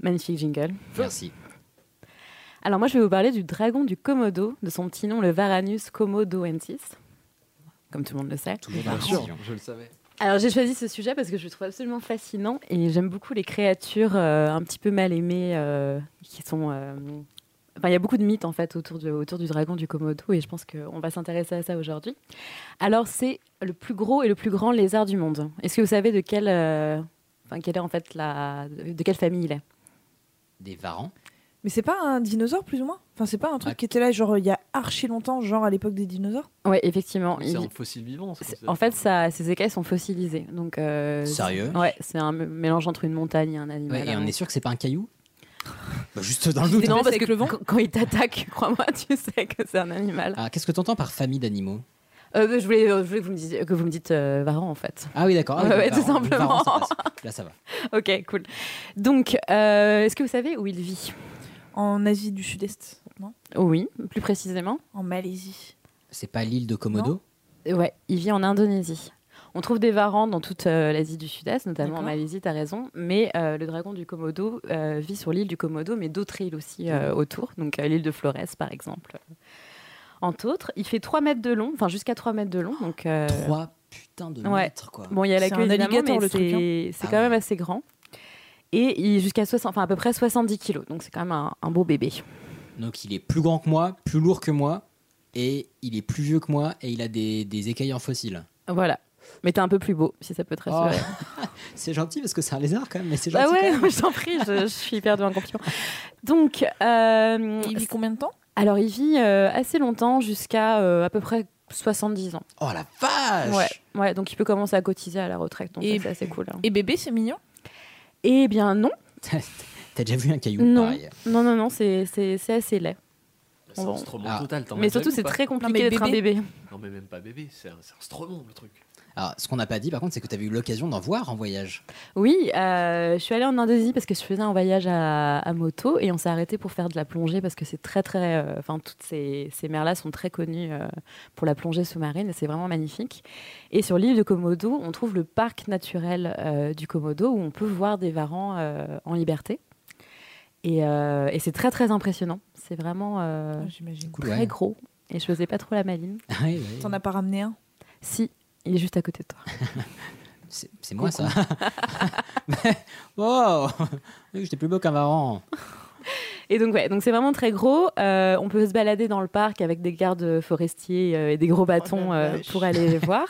[SPEAKER 11] Magnifique jingle.
[SPEAKER 4] Merci.
[SPEAKER 11] Alors moi, je vais vous parler du dragon du Komodo, de son petit nom, le Varanus komodoensis, comme tout le monde le sait.
[SPEAKER 4] Toujours dans
[SPEAKER 2] Bien
[SPEAKER 4] la
[SPEAKER 2] sûr,
[SPEAKER 4] précision.
[SPEAKER 2] je le savais.
[SPEAKER 11] Alors j'ai choisi ce sujet parce que je le trouve absolument fascinant et j'aime beaucoup les créatures euh, un petit peu mal aimées euh, qui sont... euh, Enfin, il y a beaucoup de mythes en fait autour, de- autour du dragon du Komodo et je pense qu'on va s'intéresser à ça aujourd'hui. Alors c'est le plus gros et le plus grand lézard du monde. Est-ce que vous savez de quelle, euh, enfin, quelle est en fait la, de quelle famille il est
[SPEAKER 4] Des varans.
[SPEAKER 5] Mais c'est pas un dinosaure plus ou moins Enfin c'est pas un truc
[SPEAKER 4] Ah.
[SPEAKER 5] qui était là genre il y a archi longtemps, genre à l'époque des dinosaures
[SPEAKER 11] Oui, effectivement.
[SPEAKER 2] C'est
[SPEAKER 11] il-
[SPEAKER 2] un fossile vivant. c'est
[SPEAKER 11] c'est-
[SPEAKER 2] considéré
[SPEAKER 11] en fait,
[SPEAKER 2] comme-
[SPEAKER 11] ça, ces écailles sont fossilisées. Donc, euh,
[SPEAKER 4] Sérieux
[SPEAKER 11] c'est- Ouais, c'est un m- mélange entre une montagne et un animal.
[SPEAKER 4] Ouais, et on
[SPEAKER 11] Alors,
[SPEAKER 4] est sûr que c'est pas un caillou Bah, Juste dans le doute.
[SPEAKER 11] Non,
[SPEAKER 5] dépasse
[SPEAKER 11] parce
[SPEAKER 5] avec
[SPEAKER 11] que
[SPEAKER 5] le vent.
[SPEAKER 11] quand, quand il t'attaque, crois-moi, tu sais que c'est un animal.
[SPEAKER 4] Ah, qu'est-ce que t'entends par famille d'animaux
[SPEAKER 11] Euh, je, voulais, je voulais que vous me disiez, que vous me dites euh, Varan, en fait.
[SPEAKER 4] Ah oui, d'accord. Ah oui,
[SPEAKER 11] Ouais,
[SPEAKER 4] des
[SPEAKER 11] ouais, tout
[SPEAKER 4] varans. Des varans,
[SPEAKER 11] simplement.
[SPEAKER 4] ça passe. Là, ça va.
[SPEAKER 11] Ok, cool. Donc, euh, est-ce que vous savez où il vit
[SPEAKER 5] en Asie du Sud-Est, non
[SPEAKER 11] Oui, plus précisément.
[SPEAKER 5] En Malaisie.
[SPEAKER 4] C'est pas l'île de Komodo
[SPEAKER 11] Euh, Ouais, il vit en Indonésie. On trouve des varans dans toute euh, l'Asie du Sud-Est, notamment en
[SPEAKER 5] D'accord.
[SPEAKER 11] Malaisie, t'as raison. Mais euh, le dragon du Komodo euh, vit sur l'île du Komodo, mais d'autres îles aussi euh, autour. Donc euh, l'île de Flores, par exemple. Entre autres, il fait 3 mètres de long, enfin jusqu'à 3 mètres de long. Donc, euh,
[SPEAKER 4] Trois putains de
[SPEAKER 11] ouais.
[SPEAKER 4] mètres, quoi.
[SPEAKER 11] Bon, il y a la
[SPEAKER 5] C'est
[SPEAKER 11] queue
[SPEAKER 5] un
[SPEAKER 11] évidemment,
[SPEAKER 5] alligator,
[SPEAKER 11] mais
[SPEAKER 5] le truc, hein?
[SPEAKER 11] c'est- C'est
[SPEAKER 4] Ah
[SPEAKER 11] quand même
[SPEAKER 4] ouais.
[SPEAKER 11] assez grand. Et il jusqu'à 60, enfin à peu près 70 kilos, donc c'est quand même un, un beau bébé.
[SPEAKER 4] Donc, il est plus grand que moi, plus lourd que moi, et il est plus vieux que moi, et il a des, des écailles en fossile.
[SPEAKER 11] Voilà. Mais t'es un peu plus beau, si ça peut te rassurer.
[SPEAKER 4] C'est gentil parce que c'est un lézard quand même, mais c'est
[SPEAKER 11] bah
[SPEAKER 4] gentil. quand
[SPEAKER 11] ouais,
[SPEAKER 4] même.
[SPEAKER 11] je t'en prie, je, je suis perdue en compliment. Donc, euh,
[SPEAKER 5] Il vit combien de temps
[SPEAKER 11] alors il vit euh, assez longtemps, jusqu'à euh, à peu près 70 ans.
[SPEAKER 4] Oh la vache
[SPEAKER 11] Ouais, ouais, donc il peut commencer à cotiser à la retraite, donc
[SPEAKER 5] Et-
[SPEAKER 11] ça, c'est assez cool. hein.
[SPEAKER 5] Et bébé, c'est mignon
[SPEAKER 11] Eh bien non,
[SPEAKER 4] T'as déjà vu un caillou
[SPEAKER 11] Non.
[SPEAKER 4] pareil
[SPEAKER 11] non, non, non, c'est c'est- c'est assez laid.
[SPEAKER 2] C'est un
[SPEAKER 11] Bon.
[SPEAKER 2] stromon
[SPEAKER 4] Ah.
[SPEAKER 2] total. t'en as
[SPEAKER 11] Mais
[SPEAKER 2] déjà
[SPEAKER 11] surtout,
[SPEAKER 2] vu ou
[SPEAKER 11] c'est
[SPEAKER 2] pas
[SPEAKER 11] très
[SPEAKER 5] mais
[SPEAKER 11] compliqué d'être un
[SPEAKER 5] bébé.
[SPEAKER 11] bébé.
[SPEAKER 2] Non, mais même pas bébé, c'est un, c'est un stromon le truc.
[SPEAKER 4] Alors, ce qu'on n'a pas dit par contre, c'est que t'as eu l'occasion d'en voir en voyage.
[SPEAKER 11] Oui, euh, je suis allée en Indonésie parce que je faisais un voyage à, à moto et on s'est arrêté pour faire de la plongée parce que c'est très très, euh, enfin toutes ces, ces mers-là sont très connues euh, pour la plongée sous-marine et c'est vraiment magnifique. Et sur l'île de Komodo, on trouve le parc naturel euh, du Komodo où on peut voir des varans euh, en liberté et, euh, et c'est très très impressionnant. C'est vraiment euh,
[SPEAKER 5] J'imagine.
[SPEAKER 4] Cool,
[SPEAKER 11] très
[SPEAKER 4] ouais.
[SPEAKER 11] gros et je faisais pas trop la maline.
[SPEAKER 4] Ouais, ouais.
[SPEAKER 5] T'en as pas ramené un
[SPEAKER 11] Si, il est juste à côté de toi.
[SPEAKER 4] C'est c'est moi ça. Wow J'étais plus beau qu'un varan.
[SPEAKER 11] Et donc, ouais, donc c'est vraiment très gros. Euh, on peut se balader dans le parc avec des gardes forestiers euh, et des gros bâtons
[SPEAKER 5] Oh la
[SPEAKER 11] euh,
[SPEAKER 5] vache.
[SPEAKER 11] pour aller les voir.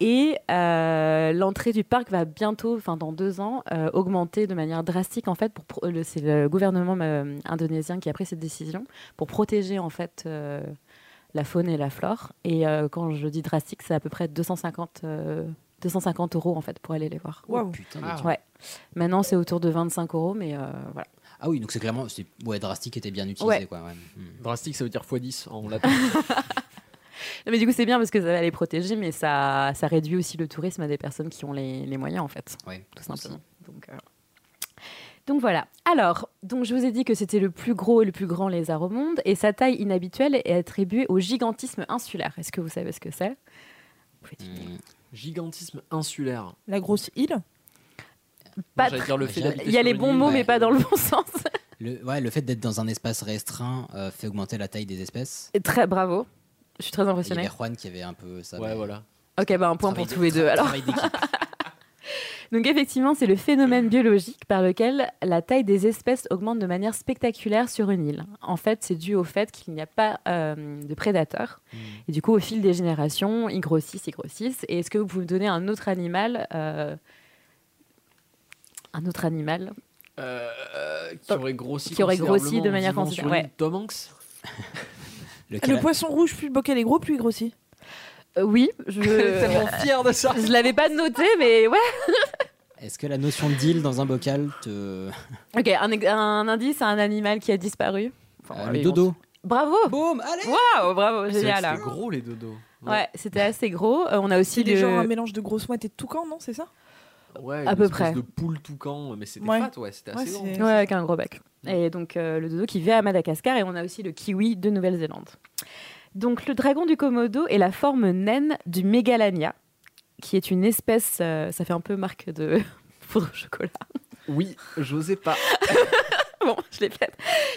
[SPEAKER 11] Et euh, l'entrée du parc va bientôt, enfin dans deux ans, euh, augmenter de manière drastique en fait. Pour pro- le- c'est le gouvernement euh, indonésien qui a pris cette décision pour protéger en fait euh, la faune et la flore. Et euh, quand je dis drastique, c'est à peu près 250, euh, 250 euros en fait pour aller les voir.
[SPEAKER 5] Waouh.
[SPEAKER 4] Putain de
[SPEAKER 2] Ah.
[SPEAKER 4] truc.
[SPEAKER 11] Ouais. Maintenant c'est autour de 25 euros, mais euh, voilà.
[SPEAKER 4] Ah oui, donc c'est clairement. c'est- Ouais, drastique était bien utilisé
[SPEAKER 11] Ouais.
[SPEAKER 4] quoi. ouais. Hmm.
[SPEAKER 2] Drastique, ça veut dire x10 en latin.
[SPEAKER 11] Non, mais du coup, c'est bien parce que ça va les protéger, mais ça, ça réduit aussi le tourisme à des personnes qui ont les, les moyens, en fait,
[SPEAKER 4] Ouais.
[SPEAKER 11] tout simplement. Donc, euh, donc voilà. Alors, donc je vous ai dit que c'était le plus gros et le plus grand lézard au monde, et sa taille inhabituelle est attribuée au gigantisme insulaire. Est-ce que vous savez ce que c'est Vous pouvez deviner.
[SPEAKER 4] Hmm.
[SPEAKER 2] Gigantisme insulaire.
[SPEAKER 5] Ah, La grosse île
[SPEAKER 11] Pas
[SPEAKER 4] j'allais
[SPEAKER 11] très-
[SPEAKER 4] dire le fait d'habiter
[SPEAKER 11] Il y a
[SPEAKER 4] sur
[SPEAKER 11] les
[SPEAKER 4] une
[SPEAKER 11] bons
[SPEAKER 4] île,
[SPEAKER 11] mots,
[SPEAKER 4] ouais.
[SPEAKER 11] mais pas dans le bon sens.
[SPEAKER 4] Le, ouais, le fait d'être dans un espace restreint euh, fait augmenter la taille des espèces.
[SPEAKER 11] Et très bravo. Je suis très
[SPEAKER 4] Il y
[SPEAKER 11] impressionnée.
[SPEAKER 4] avait Juan qui avait un peu ça.
[SPEAKER 11] Ouais,
[SPEAKER 4] voilà.
[SPEAKER 11] Ok, bah un point
[SPEAKER 4] Travail
[SPEAKER 11] pour
[SPEAKER 4] de-
[SPEAKER 11] tous les deux
[SPEAKER 4] tra-
[SPEAKER 11] alors.
[SPEAKER 4] travail d'équipe.
[SPEAKER 11] Donc effectivement, c'est le phénomène biologique par lequel la taille des espèces augmente de manière spectaculaire sur une île. En fait, c'est dû au fait qu'il n'y a pas euh, de prédateurs. Et du coup, au fil des générations, ils grossissent, ils grossissent. Et est-ce que vous pouvez me donner un autre animal euh, Un autre animal
[SPEAKER 2] Euh, euh, qui aurait grossi,
[SPEAKER 11] Qui aurait grossi de manière
[SPEAKER 2] considérable.
[SPEAKER 11] considérable,
[SPEAKER 2] Tom Hanks
[SPEAKER 4] Le,
[SPEAKER 5] Le poisson rouge, plus le bocal est gros, plus il grossit.
[SPEAKER 11] Euh,
[SPEAKER 5] Euh,
[SPEAKER 11] oui, je.
[SPEAKER 5] Tellement
[SPEAKER 11] fier de ça Je l'avais pas noté, mais ouais
[SPEAKER 4] Est-ce que la notion d'île dans un bocal te.
[SPEAKER 11] Ok, un, ex- un indice à un animal qui a disparu. Enfin,
[SPEAKER 4] Euh,
[SPEAKER 11] oui,
[SPEAKER 4] le
[SPEAKER 11] bon,
[SPEAKER 4] dodo.
[SPEAKER 11] Bravo
[SPEAKER 4] Boum,
[SPEAKER 11] Oh,
[SPEAKER 4] allez
[SPEAKER 11] Waouh, bravo, génial
[SPEAKER 2] C'était gros les dodos.
[SPEAKER 11] Ouais, c'était assez gros. Euh, on a aussi
[SPEAKER 5] C'est
[SPEAKER 11] le...
[SPEAKER 5] genre un mélange de grosse mouette et de toucan, non C'est ça
[SPEAKER 2] Ouais,
[SPEAKER 11] À
[SPEAKER 2] une
[SPEAKER 11] peu
[SPEAKER 2] espèce
[SPEAKER 11] près.
[SPEAKER 2] De poule toucan, mais c'était
[SPEAKER 5] Ouais.
[SPEAKER 2] fat, ouais, c'était
[SPEAKER 5] Ouais,
[SPEAKER 2] assez
[SPEAKER 5] c'est-
[SPEAKER 2] grand.
[SPEAKER 11] Ouais, avec un gros bec. Et donc euh, le dodo qui vit à Madagascar et on a aussi le kiwi de Nouvelle-Zélande. Donc le dragon du Komodo est la forme naine du Megalania, qui est une espèce, euh, ça fait un peu marque de poudre au chocolat.
[SPEAKER 2] Oui, j'osais pas.
[SPEAKER 11] bon, je l'ai faite.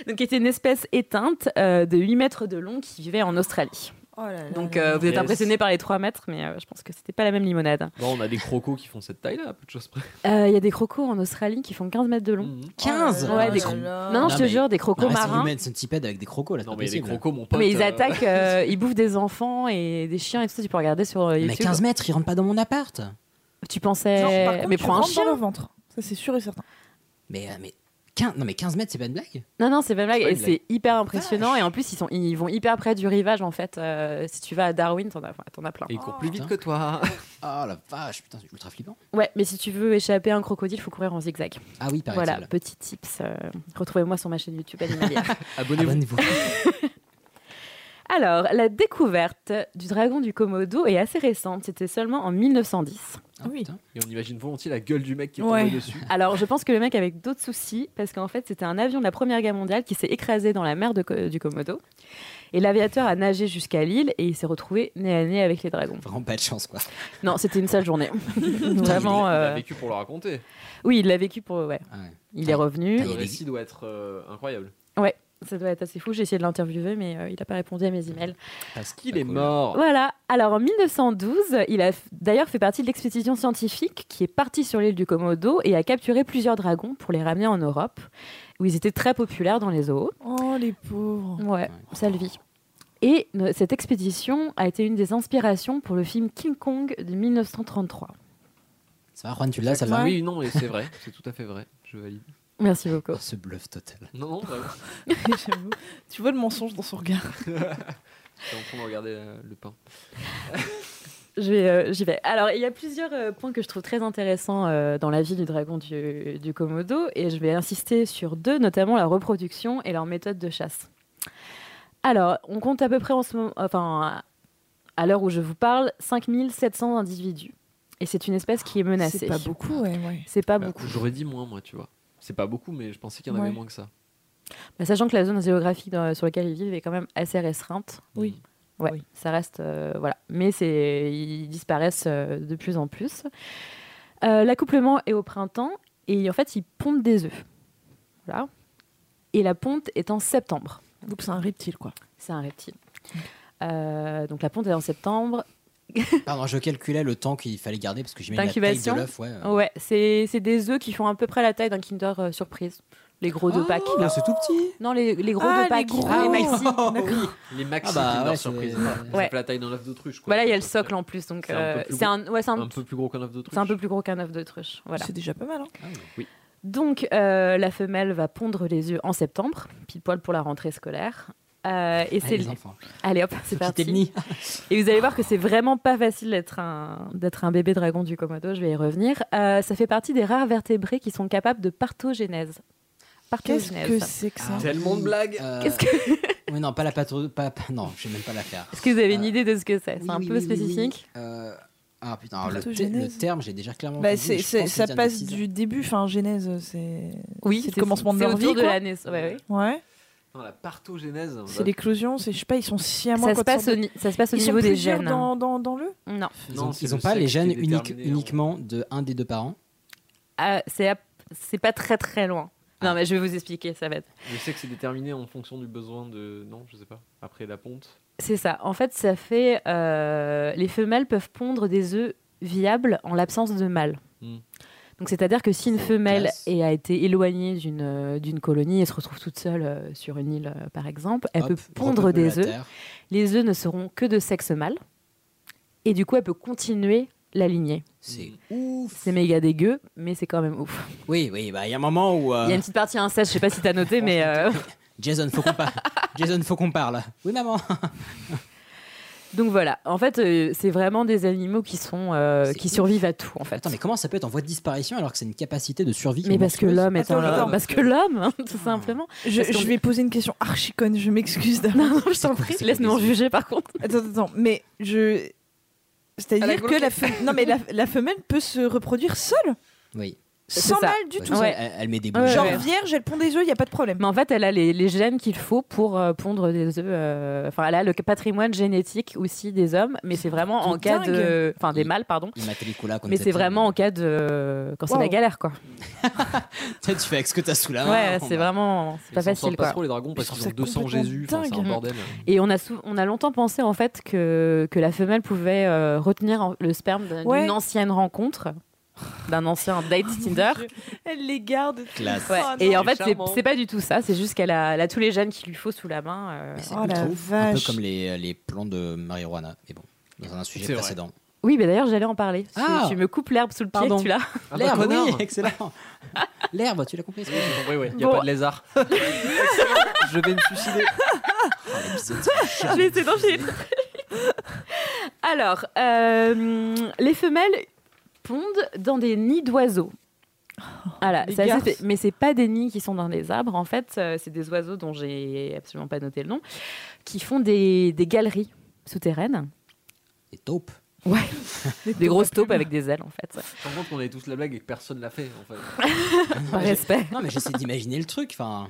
[SPEAKER 11] Donc qui était une espèce éteinte euh, de 8 mètres de long qui vivait en Australie.
[SPEAKER 5] Oh
[SPEAKER 11] Donc euh, vous êtes
[SPEAKER 2] Yes.
[SPEAKER 11] impressionné par les 3 mètres, mais euh, je pense que c'était pas la même limonade.
[SPEAKER 2] Bon, on a des crocos qui font cette taille-là, à peu de choses près.
[SPEAKER 11] Euh, Il y a des crocos en Australie qui font 15 mètres de long.
[SPEAKER 2] Mm.
[SPEAKER 4] 15
[SPEAKER 5] Oh
[SPEAKER 11] Ouais, des cro-
[SPEAKER 4] Ah,
[SPEAKER 11] Non, non, je te jure, des crocos marins.
[SPEAKER 4] C'est une tipède avec des crocos là. c'est
[SPEAKER 2] Non,
[SPEAKER 4] pas
[SPEAKER 2] mais les
[SPEAKER 4] possible.
[SPEAKER 2] crocos, mon pote.
[SPEAKER 11] mais ils
[SPEAKER 2] euh,
[SPEAKER 11] attaquent, euh, ils bouffent des enfants et des chiens et tout ça. Tu peux regarder sur euh, YouTube.
[SPEAKER 4] Mais 15 mètres, ils rentrent pas dans mon appart.
[SPEAKER 11] Tu pensais.
[SPEAKER 5] Non, par contre,
[SPEAKER 11] mais
[SPEAKER 5] tu
[SPEAKER 11] prends un
[SPEAKER 5] rentres
[SPEAKER 11] chien.
[SPEAKER 5] dans le ventre. Ça, c'est sûr et certain.
[SPEAKER 4] Mais, euh, mais, 15... Non, mais 15 mètres, c'est pas une blague
[SPEAKER 11] Non, non, c'est pas une blague.
[SPEAKER 4] C'est pas
[SPEAKER 11] Et
[SPEAKER 4] une blague.
[SPEAKER 11] c'est hyper impressionnant. Et en plus, ils, sont, ils vont hyper près du rivage en fait. Euh, si tu vas à Darwin, t'en as, enfin, t'en as plein.
[SPEAKER 2] Et ils courent plus vite que toi.
[SPEAKER 4] Ah la vache, putain, c'est ultra flippant.
[SPEAKER 11] Ouais, mais si tu veux échapper à un crocodile, faut courir en zigzag.
[SPEAKER 4] Ah oui, paraît-il.
[SPEAKER 11] Voilà, petit tips. euh, Retrouvez-moi sur ma chaîne YouTube Animalia.
[SPEAKER 2] Abonnez-vous.
[SPEAKER 4] Ah,
[SPEAKER 11] Alors, la découverte du dragon du Komodo est assez récente. C'était seulement en 1910.
[SPEAKER 5] oui.
[SPEAKER 2] Et on imagine volontiers la gueule du mec qui est
[SPEAKER 11] Ouais.
[SPEAKER 2] tombé dessus.
[SPEAKER 11] Alors, je pense que le mec avait d'autres soucis, parce qu'en fait, c'était un avion de la Première Guerre mondiale qui s'est écrasé dans la mer de Co- du Komodo. Et l'aviateur a nagé jusqu'à l'île et il s'est retrouvé nez à nez avec les dragons.
[SPEAKER 4] Vraiment pas de chance, quoi.
[SPEAKER 11] Non, c'était une sale journée.
[SPEAKER 2] Il
[SPEAKER 11] Vraiment.
[SPEAKER 2] a
[SPEAKER 11] euh,
[SPEAKER 2] vécu Ah pour le raconter.
[SPEAKER 11] Oui, il l'a vécu pour. Ouais. Il est revenu.
[SPEAKER 2] Le récit doit être euh, incroyable.
[SPEAKER 11] Ouais, ça doit être assez fou. J'ai essayé de l'interviewer, mais euh, il n'a pas répondu à mes emails.
[SPEAKER 2] Parce qu'il est mort.
[SPEAKER 11] Voilà. Alors en 1912, il a f- d'ailleurs fait partie de l'expédition scientifique qui est partie sur l'île du Komodo et a capturé plusieurs dragons pour les ramener en Europe, où ils étaient très populaires dans les zoos.
[SPEAKER 5] Oh, les pauvres.
[SPEAKER 11] Ouais, sale vie. Et euh, cette expédition a été une des inspirations pour le film King Kong de 1933.
[SPEAKER 4] Ça va, Juan, tu l'as, ça va
[SPEAKER 2] Oui, non, mais c'est vrai. C'est tout à fait vrai. Je valide.
[SPEAKER 11] Merci beaucoup.
[SPEAKER 4] Ce bluff total.
[SPEAKER 2] Non, non, vraiment.
[SPEAKER 5] J'avoue. Tu vois le mensonge dans son regard.
[SPEAKER 2] Je suis en train de regarder euh, le pain.
[SPEAKER 11] Je vais, euh, J'y vais. Alors, il y a plusieurs euh, points que je trouve très intéressants euh, dans la vie du dragon du, du Komodo, et je vais insister sur deux, notamment la reproduction et leur méthode de chasse. Alors, on compte à peu près en ce moment, enfin, à l'heure où je vous parle, 5700 individus. Et Ah, c'est une espèce qui est menacée.
[SPEAKER 5] C'est pas beaucoup, ouais. ouais.
[SPEAKER 11] C'est pas
[SPEAKER 2] Bah,
[SPEAKER 11] beaucoup.
[SPEAKER 2] J'aurais dit moins, moi, tu vois. C'est pas beaucoup, mais je pensais qu'il y en avait
[SPEAKER 5] Ouais.
[SPEAKER 2] moins que ça.
[SPEAKER 11] Bah, sachant que la zone géographique dans- sur laquelle ils vivent est quand même assez restreinte.
[SPEAKER 5] Oui.
[SPEAKER 11] Ouais, ça reste. euh, voilà. Mais c'est, ils disparaissent euh, de plus en plus. Euh, L'accouplement est au printemps et en fait, ils pondent des œufs. Voilà. Et la ponte est en septembre.
[SPEAKER 5] Donc c'est un reptile, quoi.
[SPEAKER 11] C'est un reptile. Euh, donc la ponte est en septembre.
[SPEAKER 4] Pardon, je calculais le temps qu'il fallait garder parce que j'imagine la taille de
[SPEAKER 11] D'incubation. Oh,
[SPEAKER 4] l'œuf, ouais.
[SPEAKER 5] Ah.
[SPEAKER 4] euh.
[SPEAKER 11] Ouais, c'est, c'est des œufs qui font à peu près la taille d'un Kinder euh, Surprise. Les gros de Pâques.
[SPEAKER 4] Non, Oh, Ah, c'est tout petit.
[SPEAKER 11] Non, les, les gros
[SPEAKER 5] Ah,
[SPEAKER 11] de
[SPEAKER 5] les
[SPEAKER 11] Pâques.
[SPEAKER 5] gros.
[SPEAKER 11] Ah, les maxi.
[SPEAKER 2] Les maxi
[SPEAKER 4] Ah bah,
[SPEAKER 2] Kinder
[SPEAKER 4] ouais, c'est-
[SPEAKER 2] surprise.
[SPEAKER 11] Ouais.
[SPEAKER 2] Ça fait la taille d'un œuf d'autruche. quoi.
[SPEAKER 11] Voilà, il y a le socle en plus. Donc,
[SPEAKER 2] C'est un peu
[SPEAKER 11] euh,
[SPEAKER 2] plus
[SPEAKER 11] c'est
[SPEAKER 2] gros.
[SPEAKER 11] un, ouais, c'est un-
[SPEAKER 2] Un peu plus gros qu'un œuf d'autruche.
[SPEAKER 11] c'est un peu plus gros qu'un œuf d'autruche. Voilà.
[SPEAKER 5] C'est déjà pas mal, hein.
[SPEAKER 11] Donc, euh, la femelle va pondre les œufs en septembre, pile poil pour la rentrée scolaire. Euh, et c'est
[SPEAKER 4] Allez, les
[SPEAKER 11] le-
[SPEAKER 4] enfants.
[SPEAKER 11] Allez hop, c'est
[SPEAKER 4] Petit
[SPEAKER 11] parti.
[SPEAKER 4] ethnie.
[SPEAKER 11] Et vous allez voir que c'est vraiment pas facile d'être un, d'être un bébé dragon du Komodo, je vais y revenir. Euh, ça fait partie des rares vertébrés qui sont capables de partogénèse.
[SPEAKER 5] Qu'est-ce que
[SPEAKER 11] Partogénèse.
[SPEAKER 5] c'est que ça
[SPEAKER 2] Tellement de blagues.
[SPEAKER 4] Euh,
[SPEAKER 11] Qu'est-ce que...
[SPEAKER 4] Oui, non, pas la pâte. Pas... pas- Non, je sais même pas la faire.
[SPEAKER 11] Est-ce que vous avez une
[SPEAKER 4] Euh,
[SPEAKER 11] idée de ce que c'est
[SPEAKER 4] Oui,
[SPEAKER 11] C'est un
[SPEAKER 4] oui,
[SPEAKER 11] peu
[SPEAKER 4] oui, oui, oui.
[SPEAKER 11] spécifique
[SPEAKER 4] Euh, Ah putain, alors, le, te-
[SPEAKER 5] Pathogénèse.
[SPEAKER 4] le terme, j'ai déjà clairement.
[SPEAKER 5] Bah,
[SPEAKER 4] entendu,
[SPEAKER 5] c'est-
[SPEAKER 4] mais je
[SPEAKER 5] c'est-
[SPEAKER 4] pense que
[SPEAKER 5] ça
[SPEAKER 4] c'est
[SPEAKER 5] passe
[SPEAKER 4] indécis.
[SPEAKER 5] du début, enfin, genèse, c'est. c'est
[SPEAKER 11] c'est-
[SPEAKER 5] le commencement de
[SPEAKER 11] c'est
[SPEAKER 5] leur vie.
[SPEAKER 11] autour de
[SPEAKER 5] quoi.
[SPEAKER 11] la naissance. ouais, ouais.
[SPEAKER 5] Ouais.
[SPEAKER 2] Non, la partogénèse.
[SPEAKER 5] C'est l'éclusion, c'est je sais pas, ils sont sciemment
[SPEAKER 11] Ça, se
[SPEAKER 5] quand
[SPEAKER 11] passe
[SPEAKER 5] ils
[SPEAKER 11] au,
[SPEAKER 5] sont-
[SPEAKER 11] ni- ça se passe au
[SPEAKER 5] Ils sont
[SPEAKER 11] niveau des
[SPEAKER 5] plusieurs
[SPEAKER 11] gènes.
[SPEAKER 5] dans,
[SPEAKER 11] hein.
[SPEAKER 5] dans, dans le
[SPEAKER 11] Non.
[SPEAKER 4] Ils ont,
[SPEAKER 2] Non, c'est
[SPEAKER 4] ils ont
[SPEAKER 2] le
[SPEAKER 4] pas les
[SPEAKER 2] sexe qui
[SPEAKER 4] gènes
[SPEAKER 2] est
[SPEAKER 4] uniques-
[SPEAKER 2] déterminé,
[SPEAKER 4] uniquement de un des deux parents
[SPEAKER 11] à- Ah, c'est à- c'est pas très très loin. Non, mais je vais vous expliquer, ça va être.
[SPEAKER 2] Je sais que c'est déterminé en fonction du besoin de. Non, je sais pas. Après la ponte.
[SPEAKER 11] C'est ça. En fait, ça fait. euh, les femelles peuvent pondre des œufs viables en l'absence de mâles.
[SPEAKER 2] Hmm.
[SPEAKER 11] Donc, c'est-à-dire que si une femelle
[SPEAKER 13] classe.
[SPEAKER 11] est- a été éloignée d'une euh, d'une colonie et se retrouve toute seule euh, sur une île, euh, par exemple, elle
[SPEAKER 13] Hop,
[SPEAKER 11] peut pondre
[SPEAKER 13] repeuple
[SPEAKER 11] des
[SPEAKER 13] la
[SPEAKER 11] œufs.
[SPEAKER 13] Terre.
[SPEAKER 11] Les œufs ne seront que de sexe mâle. Et du coup, elle peut continuer la lignée.
[SPEAKER 4] C'est
[SPEAKER 11] ouf. C'est méga dégueu, mais c'est quand même ouf.
[SPEAKER 4] Oui, oui, bah il y a un moment où. euh,
[SPEAKER 11] Il y a une petite partie inceste, je sais pas si t'as noté, mais. euh,
[SPEAKER 4] Jason, faut qu'on parle. Jason, faut qu'on parle. Oui, maman.
[SPEAKER 11] Donc voilà, en fait, euh, c'est vraiment des animaux qui sont euh, qui survivent à tout en fait.
[SPEAKER 4] Attends, mais comment ça peut être en voie de disparition alors que c'est une capacité de survie
[SPEAKER 11] Mais parce que l'homme est un
[SPEAKER 4] homme.
[SPEAKER 11] parce que l'homme, hein, tout simplement.
[SPEAKER 5] Je,
[SPEAKER 11] Parce qu'on-
[SPEAKER 5] je vais poser une question archi conne, je m'excuse d'avance.
[SPEAKER 11] Non, non, je t'en prie, laisse-nous en juger par contre.
[SPEAKER 5] Attends, attends, mais je.
[SPEAKER 11] Elle a
[SPEAKER 5] C'est-à-dire que
[SPEAKER 11] bloqué.
[SPEAKER 5] la, fe- non, mais la, la femelle peut se reproduire seule
[SPEAKER 4] Oui.
[SPEAKER 5] Sans mal du tout. Genre vierge, elle pond des œufs, il n'y a pas de problème.
[SPEAKER 11] Mais en fait, elle a les, les gènes qu'il faut pour euh, pondre des œufs. euh, Enfin, elle a le patrimoine génétique aussi des hommes, mais c'est vraiment en
[SPEAKER 4] tout
[SPEAKER 11] cas
[SPEAKER 4] dingue.
[SPEAKER 11] de. Enfin, des mâles, pardon.
[SPEAKER 4] Il m'a télécola quand
[SPEAKER 11] Mais
[SPEAKER 4] t'es
[SPEAKER 11] c'est
[SPEAKER 4] petit.
[SPEAKER 11] vraiment en cas de. euh, Quand c'est
[SPEAKER 4] Wow.
[SPEAKER 11] la galère, quoi.
[SPEAKER 4] Tu fais avec ce que t'as sous la main.
[SPEAKER 11] Ouais,
[SPEAKER 4] Ah, on
[SPEAKER 11] c'est
[SPEAKER 4] va-
[SPEAKER 11] vraiment. C'est
[SPEAKER 4] Ils
[SPEAKER 11] pas
[SPEAKER 4] s'en
[SPEAKER 11] facile,
[SPEAKER 4] sortent pas
[SPEAKER 11] quoi.
[SPEAKER 4] trop, les dragons, parce
[SPEAKER 2] Je qu'ils trouve ont ça 200 complètement Jésus, enfin, c'est un dingue. bordel.
[SPEAKER 11] Et on a, sou- on a longtemps pensé, en fait, que, que la femelle pouvait euh, retenir en- le sperme d'un- d'une
[SPEAKER 5] Ouais.
[SPEAKER 11] ancienne rencontre, d'un ancien date Tinder.
[SPEAKER 5] Oh Elle les garde. Oh
[SPEAKER 11] Ouais. Et en fait, c'est- c'est pas du tout ça. C'est juste qu'elle a, elle a tous les gènes qu'il lui faut sous la main. euh.
[SPEAKER 5] Oh
[SPEAKER 4] Ultra ouf. Un peu comme les, les plants de marijuana. Mais bon, dans un sujet
[SPEAKER 11] C'est vrai.
[SPEAKER 4] précédent.
[SPEAKER 11] Oui, mais d'ailleurs, j'allais en parler. Tu-
[SPEAKER 4] Ah.
[SPEAKER 11] Tu, me coupes l'herbe sous le pied,
[SPEAKER 4] Pardon.
[SPEAKER 11] tu l'as.
[SPEAKER 4] Ah bah, L'herbe, oui, connard. excellent. L'herbe, tu l'as compris ce que j'ai
[SPEAKER 2] Oui, oui, il n'y a
[SPEAKER 11] Bon.
[SPEAKER 2] pas de lézard. je vais me suicider.
[SPEAKER 11] Je vais essayer d'enchaîner. Alors, euh, les femelles pondent dans des nids d'oiseaux. Voilà,
[SPEAKER 5] les
[SPEAKER 11] c'est assez
[SPEAKER 5] garces.
[SPEAKER 11] fait- mais c'est pas des nids qui sont dans les arbres. En fait, euh, c'est des oiseaux dont j'ai absolument pas noté le nom, qui font des, des galeries souterraines.
[SPEAKER 4] Des taupes.
[SPEAKER 11] Ouais.
[SPEAKER 5] Des,
[SPEAKER 11] grosses
[SPEAKER 2] à plumes.
[SPEAKER 11] taupes avec des ailes, en fait.
[SPEAKER 2] Par contre, on avait tous la blague et que personne l'a fait, en fait.
[SPEAKER 11] Par
[SPEAKER 4] J'ai-
[SPEAKER 11] respect.
[SPEAKER 4] Non, mais j'essaie d'imaginer le truc. Enfin,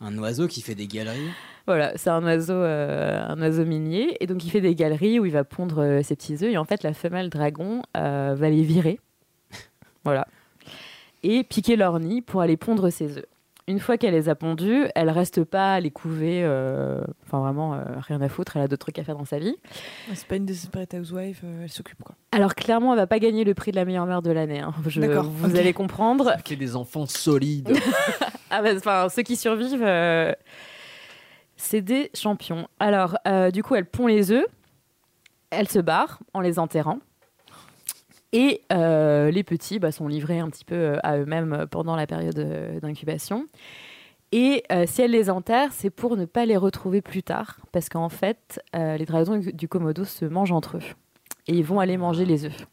[SPEAKER 4] un oiseau qui fait des galeries.
[SPEAKER 11] Voilà, c'est un oiseau, euh, un oiseau minier, et donc il fait des galeries où il va pondre euh, ses petits œufs, et en fait la femelle dragon euh, va les virer, voilà, et piquer leur nid pour aller pondre ses œufs. Une fois qu'elle les a pondus, elle reste pas à les couver, euh, enfin vraiment euh, rien à foutre, elle a d'autres trucs à faire dans sa vie.
[SPEAKER 5] C'est pas une Desperate Housewife, euh, elle s'occupe quoi.
[SPEAKER 11] Alors clairement, elle va pas gagner le prix de la meilleure mère de l'année. hein. Je-
[SPEAKER 5] D'accord,
[SPEAKER 11] Vous
[SPEAKER 5] ok.
[SPEAKER 11] allez comprendre.
[SPEAKER 2] Qui est des enfants solides.
[SPEAKER 11] Ah bah, enfin, ceux qui survivent, euh, c'est des champions. Alors, euh, du coup, elle pond les œufs, elle se barre en les enterrant. Et euh, les petits bah, sont livrés un petit peu euh, à eux-mêmes pendant la période euh, d'incubation. Et euh, si elle les enterre, c'est pour ne pas les retrouver plus tard, parce qu'en fait, euh, les dragons du- du Komodo se mangent entre eux. Et ils vont aller manger les œufs.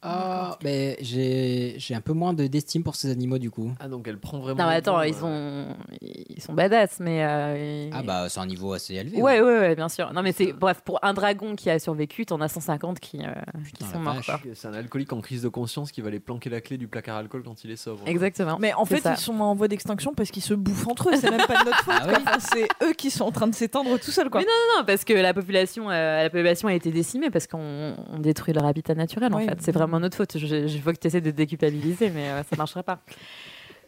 [SPEAKER 4] Ah, mais j'ai j'ai un peu moins de- d'estime pour ces animaux du coup.
[SPEAKER 2] Ah, donc elle prend vraiment.
[SPEAKER 11] Non, mais
[SPEAKER 2] le
[SPEAKER 11] attends,
[SPEAKER 2] temps,
[SPEAKER 11] ils,
[SPEAKER 2] euh.
[SPEAKER 11] sont, ils sont badass, mais. euh,
[SPEAKER 4] Ah, bah, c'est un niveau assez élevé.
[SPEAKER 11] Ouais, ouais, ouais, bien sûr. euh, Non, mais c'est bref, pour un dragon qui a survécu, t'en as 150 qui, euh, qui sont morts. quoi.
[SPEAKER 2] C'est un alcoolique en crise de conscience qui va aller planquer la clé du placard à alcool quand il est sobre.
[SPEAKER 11] Exactement.
[SPEAKER 5] Mais en
[SPEAKER 11] C'est
[SPEAKER 5] fait,
[SPEAKER 11] ça.
[SPEAKER 5] ils sont en voie d'extinction parce qu'ils se bouffent entre eux. C'est même pas de notre faute.
[SPEAKER 4] Ah oui.
[SPEAKER 5] quoi. Enfin, C'est eux qui sont en train de s'éteindre tout seuls. Quoi.
[SPEAKER 11] Mais non, non, non, parce que la population, euh, la population a été décimée parce qu'on on détruit leur habitat naturel.
[SPEAKER 5] Oui.
[SPEAKER 11] En fait, c'est vraiment notre faute. Je, je vois que tu essaies de déculpabiliser, mais euh, ça marchera pas.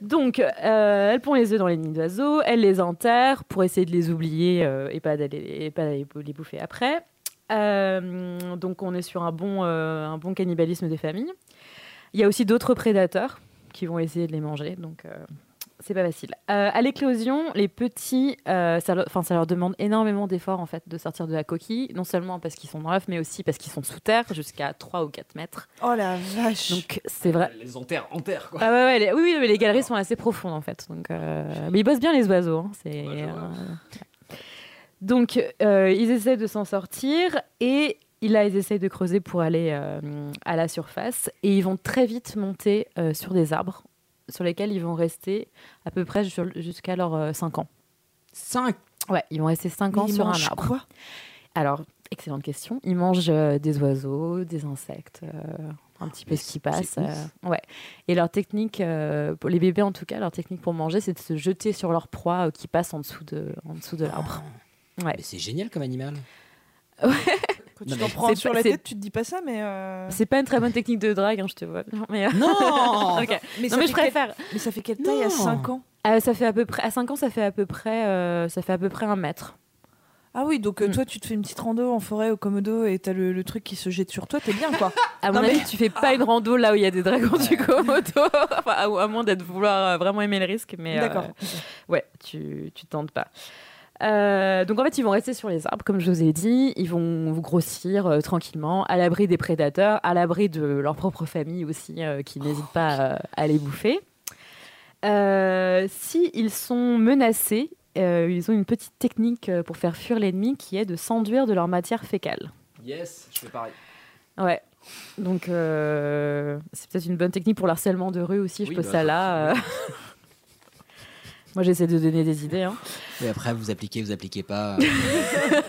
[SPEAKER 11] Donc, euh, elle pond les œufs dans les nids d'oiseaux, elle les enterre pour essayer de les oublier euh, et pas d'aller et pas d'aller les bouffer après. Euh, donc, on est sur un bon, euh, un bon cannibalisme des familles. Il y a aussi d'autres prédateurs qui vont essayer de les manger. Donc, euh, c'est pas facile. Euh, à l'éclosion, les petits, euh, ça, leur, 'fin, ça leur demande énormément d'efforts en fait de sortir de la coquille, non seulement parce qu'ils sont dans l'œuf, mais aussi parce qu'ils sont sous terre jusqu'à 3 ou 4 mètres.
[SPEAKER 5] Oh la vache.
[SPEAKER 11] Donc c'est vrai.
[SPEAKER 2] Elle Euh, les enterre en terre, quoi.
[SPEAKER 11] Ah ouais, ouais, les- oui, oui, mais les galeries sont assez profondes en fait. Donc, euh, mais ils bossent bien les oiseaux. hein, c'est, euh, ouais. Donc euh, ils essaient de s'en sortir et là ils essaient de creuser pour aller euh, à la surface et ils vont très vite monter euh, sur des arbres sur lesquels ils vont rester à peu près sur- jusqu'à leurs 5 ans.
[SPEAKER 4] 5
[SPEAKER 11] Ouais, ils vont rester 5
[SPEAKER 5] Mais
[SPEAKER 11] ans
[SPEAKER 5] ils
[SPEAKER 11] sur un
[SPEAKER 5] mangent
[SPEAKER 11] arbre.
[SPEAKER 5] quoi
[SPEAKER 11] Alors, excellente question. Ils mangent euh, des oiseaux, des insectes, euh, un petit peu ce qui passe.
[SPEAKER 13] ouf.
[SPEAKER 11] euh, ouais. Et leur technique, euh, pour les bébés en tout cas, leur technique pour manger, c'est de se jeter sur leur proie euh, qui
[SPEAKER 5] Ah.
[SPEAKER 4] Ah,
[SPEAKER 11] passe en dessous de, en dessous de l'arbre. Ouais.
[SPEAKER 4] Mais c'est génial comme animal.
[SPEAKER 5] Quand tu t'en prends sur la tête, tu te dis pas ça, mais. euh,
[SPEAKER 11] C'est pas une très bonne technique de drague, hein, je te vois. Mais, euh,
[SPEAKER 5] Non
[SPEAKER 11] Ok.
[SPEAKER 5] Mais
[SPEAKER 11] Non,
[SPEAKER 5] ça fait
[SPEAKER 11] mais je
[SPEAKER 5] quel-
[SPEAKER 11] préfère.
[SPEAKER 5] Mais ça fait quelle taille à Non. cinq ans
[SPEAKER 11] Euh, ça fait à peu près à 5 ans, ça fait à peu près euh, ça fait à peu près un mètre.
[SPEAKER 5] Ah oui, donc euh,
[SPEAKER 11] Mm.
[SPEAKER 5] toi, tu te fais une petite rando en forêt au Komodo et t'as le, le truc qui se jette sur toi, t'es bien quoi.
[SPEAKER 11] À mon
[SPEAKER 5] Non, mais- Ah.
[SPEAKER 11] avis, tu fais pas une rando là où il y a des dragons du Komodo, Enfin, à, à moins d'être vouloir euh, vraiment aimer le risque, mais euh,
[SPEAKER 5] D'accord.
[SPEAKER 11] ouais, tu tu tentes pas. Euh, donc en fait, ils vont rester sur les arbres, comme je vous ai dit. Ils vont vous grossir euh, tranquillement, à l'abri des prédateurs, à l'abri de leur propre famille aussi, euh, qui n'hésitent pas euh, à les bouffer. Euh, si ils sont menacés, euh, ils ont une petite technique euh, pour faire fuir l'ennemi, qui est de s'enduire de leur matière fécale.
[SPEAKER 2] Yes, je fais pareil.
[SPEAKER 11] Ouais. Donc, euh, c'est peut-être une bonne technique pour l'harcèlement de rue aussi. Je
[SPEAKER 4] Oui,
[SPEAKER 11] pose
[SPEAKER 4] bah,
[SPEAKER 11] ça là. euh. Moi, j'essaie de donner des idées. hein.
[SPEAKER 4] Et après, vous appliquez, vous appliquez pas. euh,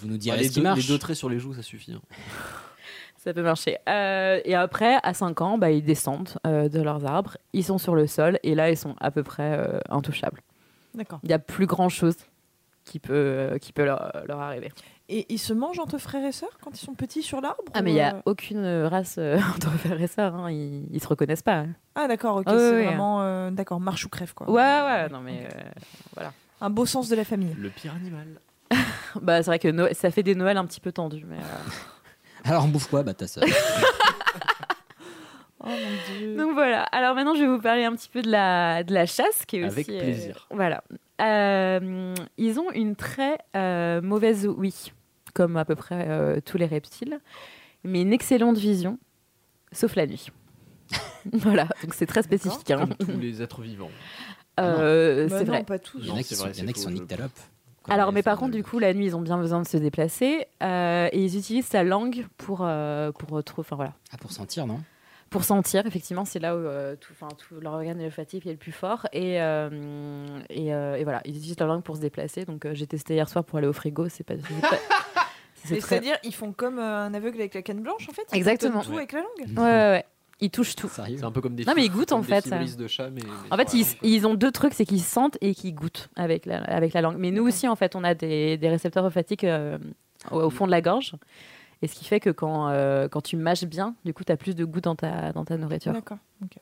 [SPEAKER 4] vous nous direz
[SPEAKER 2] les,
[SPEAKER 4] ce qui
[SPEAKER 2] deux, les
[SPEAKER 4] marche.
[SPEAKER 2] deux traits sur les joues, ça suffit. hein.
[SPEAKER 11] Ça peut marcher. Euh, et après, à 5 ans, bah, ils descendent euh, de leurs arbres. Ils sont sur le sol. Et là, ils sont à peu près euh, intouchables.
[SPEAKER 5] D'accord.
[SPEAKER 11] Il n'y a plus grand-chose qui peut, euh, qui peut leur, leur arriver.
[SPEAKER 5] Et ils se mangent entre frères et sœurs quand ils sont petits sur l'arbre
[SPEAKER 11] Ah,
[SPEAKER 5] ou,
[SPEAKER 11] mais il n'y
[SPEAKER 5] euh,
[SPEAKER 11] a aucune race euh, entre frères et sœurs. hein. Ils ne se reconnaissent pas.
[SPEAKER 5] Ah d'accord, ok,
[SPEAKER 11] Ah, ouais,
[SPEAKER 5] c'est
[SPEAKER 11] ouais.
[SPEAKER 5] vraiment euh, d'accord, marche ou crève quoi.
[SPEAKER 11] Ouais, ouais, non, mais euh, voilà.
[SPEAKER 5] Un beau sens de la famille.
[SPEAKER 2] Le pire animal.
[SPEAKER 11] Bah, c'est vrai que Noël- ça fait des Noëls un petit peu tendus. Mais, euh,
[SPEAKER 4] Alors, on bouffe quoi Bah, ta sœur.
[SPEAKER 5] Oh mon dieu.
[SPEAKER 11] Donc voilà. Alors maintenant, je vais vous parler un petit peu de la, de la chasse, qui est
[SPEAKER 2] Avec
[SPEAKER 11] aussi, euh,
[SPEAKER 2] plaisir.
[SPEAKER 11] voilà. Euh, ils ont une très euh, mauvaise ouïe, comme à peu près euh, tous les reptiles, mais une excellente vision, sauf la nuit. voilà. Donc c'est très spécifique. hein.
[SPEAKER 2] Comme tous les êtres vivants.
[SPEAKER 11] Euh,
[SPEAKER 5] Bah
[SPEAKER 11] c'est
[SPEAKER 5] non,
[SPEAKER 11] vrai.
[SPEAKER 5] pas tous.
[SPEAKER 4] Il y en a
[SPEAKER 2] Non,
[SPEAKER 4] qui
[SPEAKER 2] c'est
[SPEAKER 4] sont,
[SPEAKER 2] vrai,
[SPEAKER 4] il y en a
[SPEAKER 2] c'est
[SPEAKER 4] qui
[SPEAKER 2] faux,
[SPEAKER 4] sont
[SPEAKER 2] je-
[SPEAKER 4] nictalopes.
[SPEAKER 11] Alors, mais par contre, du coup, la nuit, ils ont bien besoin de se déplacer euh, et ils utilisent sa langue pour euh, pour retrouver. Enfin voilà.
[SPEAKER 4] Ah, pour sentir, non
[SPEAKER 11] pour sentir, effectivement, c'est là où euh, tout, 'fin, tout l'organe olfactif est le plus fort. Et, euh, et, euh, et voilà, ils utilisent leur langue pour se déplacer. Donc euh, j'ai testé hier soir pour aller au frigo, c'est pas. c'est pas-
[SPEAKER 5] Mais
[SPEAKER 11] très-
[SPEAKER 5] C'est-à-dire, ils font comme euh, un aveugle avec la canne blanche en fait ils
[SPEAKER 11] Exactement.
[SPEAKER 5] boutonent tout avec la langue
[SPEAKER 11] Ouais, ouais, ouais. Ils touchent tout.
[SPEAKER 2] C'est un peu comme des.
[SPEAKER 11] Non, mais ils
[SPEAKER 2] fibres-
[SPEAKER 11] goûtent,
[SPEAKER 2] comme
[SPEAKER 11] en
[SPEAKER 2] des
[SPEAKER 11] fait,
[SPEAKER 2] fibrilles
[SPEAKER 11] ça.
[SPEAKER 2] de chat, mais. mais
[SPEAKER 11] En fait,
[SPEAKER 2] sur la
[SPEAKER 11] ils,
[SPEAKER 2] langue, quoi.
[SPEAKER 11] ils ont deux trucs, c'est qu'ils sentent et qu'ils goûtent avec la, avec la langue. Mais nous aussi, en fait, on a des, des récepteurs olfactifs euh, au, au fond de la gorge. Et ce qui fait que quand, euh, quand tu mâches bien, du coup, tu as plus de goût dans ta, dans ta nourriture.
[SPEAKER 5] D'accord. ok.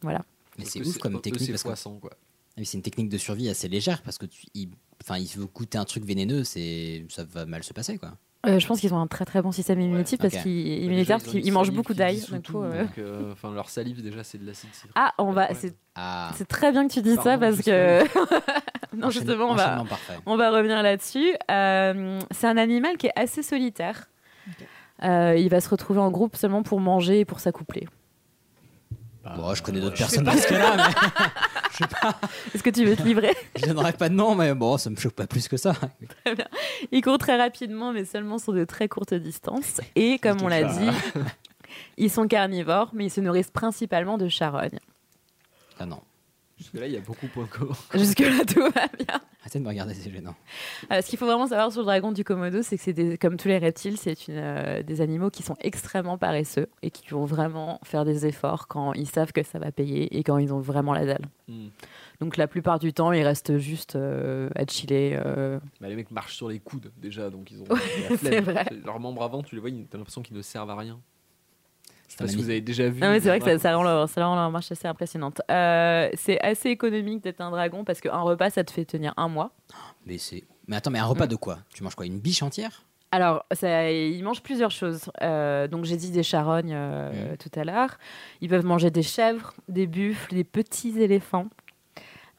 [SPEAKER 11] Voilà.
[SPEAKER 4] Mais
[SPEAKER 2] Parce
[SPEAKER 4] c'est
[SPEAKER 2] que
[SPEAKER 4] ouf
[SPEAKER 2] eux,
[SPEAKER 4] comme technique.
[SPEAKER 2] C'est
[SPEAKER 4] parce que-
[SPEAKER 2] poisson, quoi.
[SPEAKER 4] Ah oui, c'est une technique de survie assez légère parce que tu, il, enfin, il veut goûter un truc vénéneux, c'est, ça va mal se passer quoi.
[SPEAKER 11] Euh, je pense qu'ils ont un très très bon système immunitatif
[SPEAKER 4] ok.
[SPEAKER 11] parce qu'ils
[SPEAKER 2] Bah, déjà,
[SPEAKER 11] ils militent,
[SPEAKER 2] ils ont
[SPEAKER 11] qu'ils-
[SPEAKER 2] une
[SPEAKER 11] ils mangent
[SPEAKER 2] salive
[SPEAKER 11] beaucoup
[SPEAKER 2] qui
[SPEAKER 11] d'ail.
[SPEAKER 2] dissout
[SPEAKER 11] donc,
[SPEAKER 2] tout,
[SPEAKER 11] euh,
[SPEAKER 2] donc, euh, Enfin, leur salive, déjà, c'est de l'acide citrique.
[SPEAKER 11] Ah, on va.
[SPEAKER 2] Ouais.
[SPEAKER 11] C'est
[SPEAKER 4] Ah.
[SPEAKER 11] c'est très bien que tu dises ça
[SPEAKER 4] Pardon,
[SPEAKER 11] parce que non justement on va
[SPEAKER 4] Enchaînement parfait.
[SPEAKER 11] on va revenir là-dessus. Euh, c'est un animal qui est assez solitaire. Euh, il va se retrouver en groupe seulement pour manger et pour s'accoupler.
[SPEAKER 4] Bon, je connais d'autres personnes dans ce cas-là, mais je sais pas.
[SPEAKER 11] Est-ce que tu veux te livrer
[SPEAKER 4] Je donnerai pas de nom, mais bon, ça me choque pas plus que ça.
[SPEAKER 11] Il court très rapidement, mais seulement sur de très courtes distances. Et comme on l'a dit, ils sont carnivores, mais ils se nourrissent principalement de charognes.
[SPEAKER 4] Ah non.
[SPEAKER 2] Parce que là, il y a beaucoup de points communs.
[SPEAKER 11] Jusque-là, tout va bien.
[SPEAKER 4] Arrêtez de me regarder, c'est gênant.
[SPEAKER 11] Euh, ce qu'il faut vraiment savoir sur le dragon du Komodo, c'est que c'est des- comme tous les reptiles, c'est une, euh, des animaux qui sont extrêmement paresseux et qui vont vraiment faire des efforts quand ils savent que ça va payer et quand ils ont vraiment la dalle.
[SPEAKER 2] Mm.
[SPEAKER 11] Donc la plupart du temps, ils restent juste euh, à chiller. euh.
[SPEAKER 2] Bah, les mecs marchent sur les coudes déjà, donc ils ont
[SPEAKER 11] Ouais,
[SPEAKER 2] la
[SPEAKER 11] c'est
[SPEAKER 2] flemme.
[SPEAKER 11] vrai.
[SPEAKER 2] Leurs membres avant, tu les vois, ils- t'as l'impression qu'ils ne servent à rien. Je sais
[SPEAKER 4] un
[SPEAKER 2] pas si
[SPEAKER 4] ami-
[SPEAKER 2] vous avez déjà vu.
[SPEAKER 11] Non mais c'est vrai
[SPEAKER 2] mais
[SPEAKER 11] que ça,
[SPEAKER 2] voilà.
[SPEAKER 11] ça rend leur, ça rend leur marche assez impressionnante. Euh, c'est assez économique d'être un dragon parce qu'un repas, ça te fait tenir un mois.
[SPEAKER 4] Mais c'est. Mais attends, mais un
[SPEAKER 2] Hmm.
[SPEAKER 4] repas de quoi Tu manges quoi Une biche entière
[SPEAKER 11] Alors, ça, ils mangent plusieurs choses. Euh, donc, j'ai dit des charognes euh, tout à l'heure. Ils peuvent manger des chèvres, des buffles, des petits éléphants.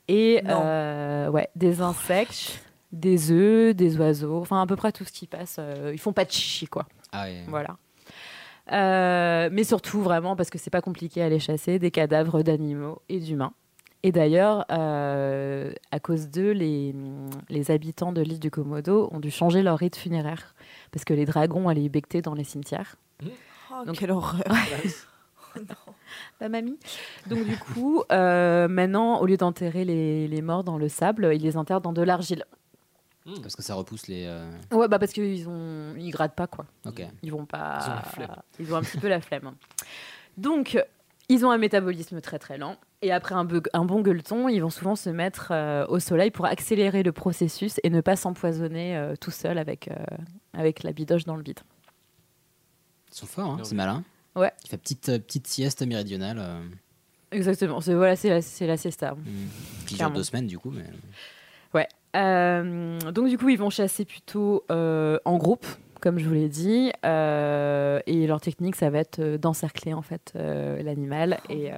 [SPEAKER 11] Et
[SPEAKER 5] Non.
[SPEAKER 11] euh, ouais, des insectes, des œufs, des oiseaux. Enfin, à peu près tout ce qui passe. euh, ils font pas de chichi, quoi.
[SPEAKER 4] Ah ouais.
[SPEAKER 11] Voilà. Euh, mais surtout, vraiment, parce que c'est pas compliqué à les chasser, des cadavres d'animaux et d'humains. Et d'ailleurs, euh, à cause d'eux, les, les habitants de l'île du Komodo ont dû changer leur rite funéraire. Parce que les dragons allaient becter dans les cimetières.
[SPEAKER 5] Oh,
[SPEAKER 11] Donc-
[SPEAKER 5] quelle horreur.
[SPEAKER 11] Oh La mamie. Donc, du coup, euh, maintenant, au lieu d'enterrer les, les morts dans le sable, ils les enterrent dans de l'argile.
[SPEAKER 4] Parce que ça repousse les. euh,
[SPEAKER 11] Ouais, bah parce qu'ils ont... ils grattent pas, quoi.
[SPEAKER 4] Ok.
[SPEAKER 11] Ils vont pas.
[SPEAKER 2] Ils ont la flemme.
[SPEAKER 11] Ils ont un petit peu la flemme. Donc, ils ont un métabolisme très très lent. Et après un, beug- un bon gueuleton, ils vont souvent se mettre euh, au soleil pour accélérer le processus et ne pas s'empoisonner euh, tout seul avec, euh, avec la bidoche dans le bide.
[SPEAKER 4] Ils sont forts, hein, c'est malin.
[SPEAKER 11] Ouais.
[SPEAKER 4] Il fait petite, euh, petite sieste méridionale. euh,
[SPEAKER 11] Exactement, c'est voilà, c'est la, c'est la siesta.
[SPEAKER 4] qui dure
[SPEAKER 11] Clairement.
[SPEAKER 4] deux semaines du coup. Mais...
[SPEAKER 11] Ouais. Euh, donc du coup, ils vont chasser plutôt euh, en groupe, comme je vous l'ai dit, euh, et leur technique, ça va être euh, d'encercler en fait euh, l'animal, et, euh,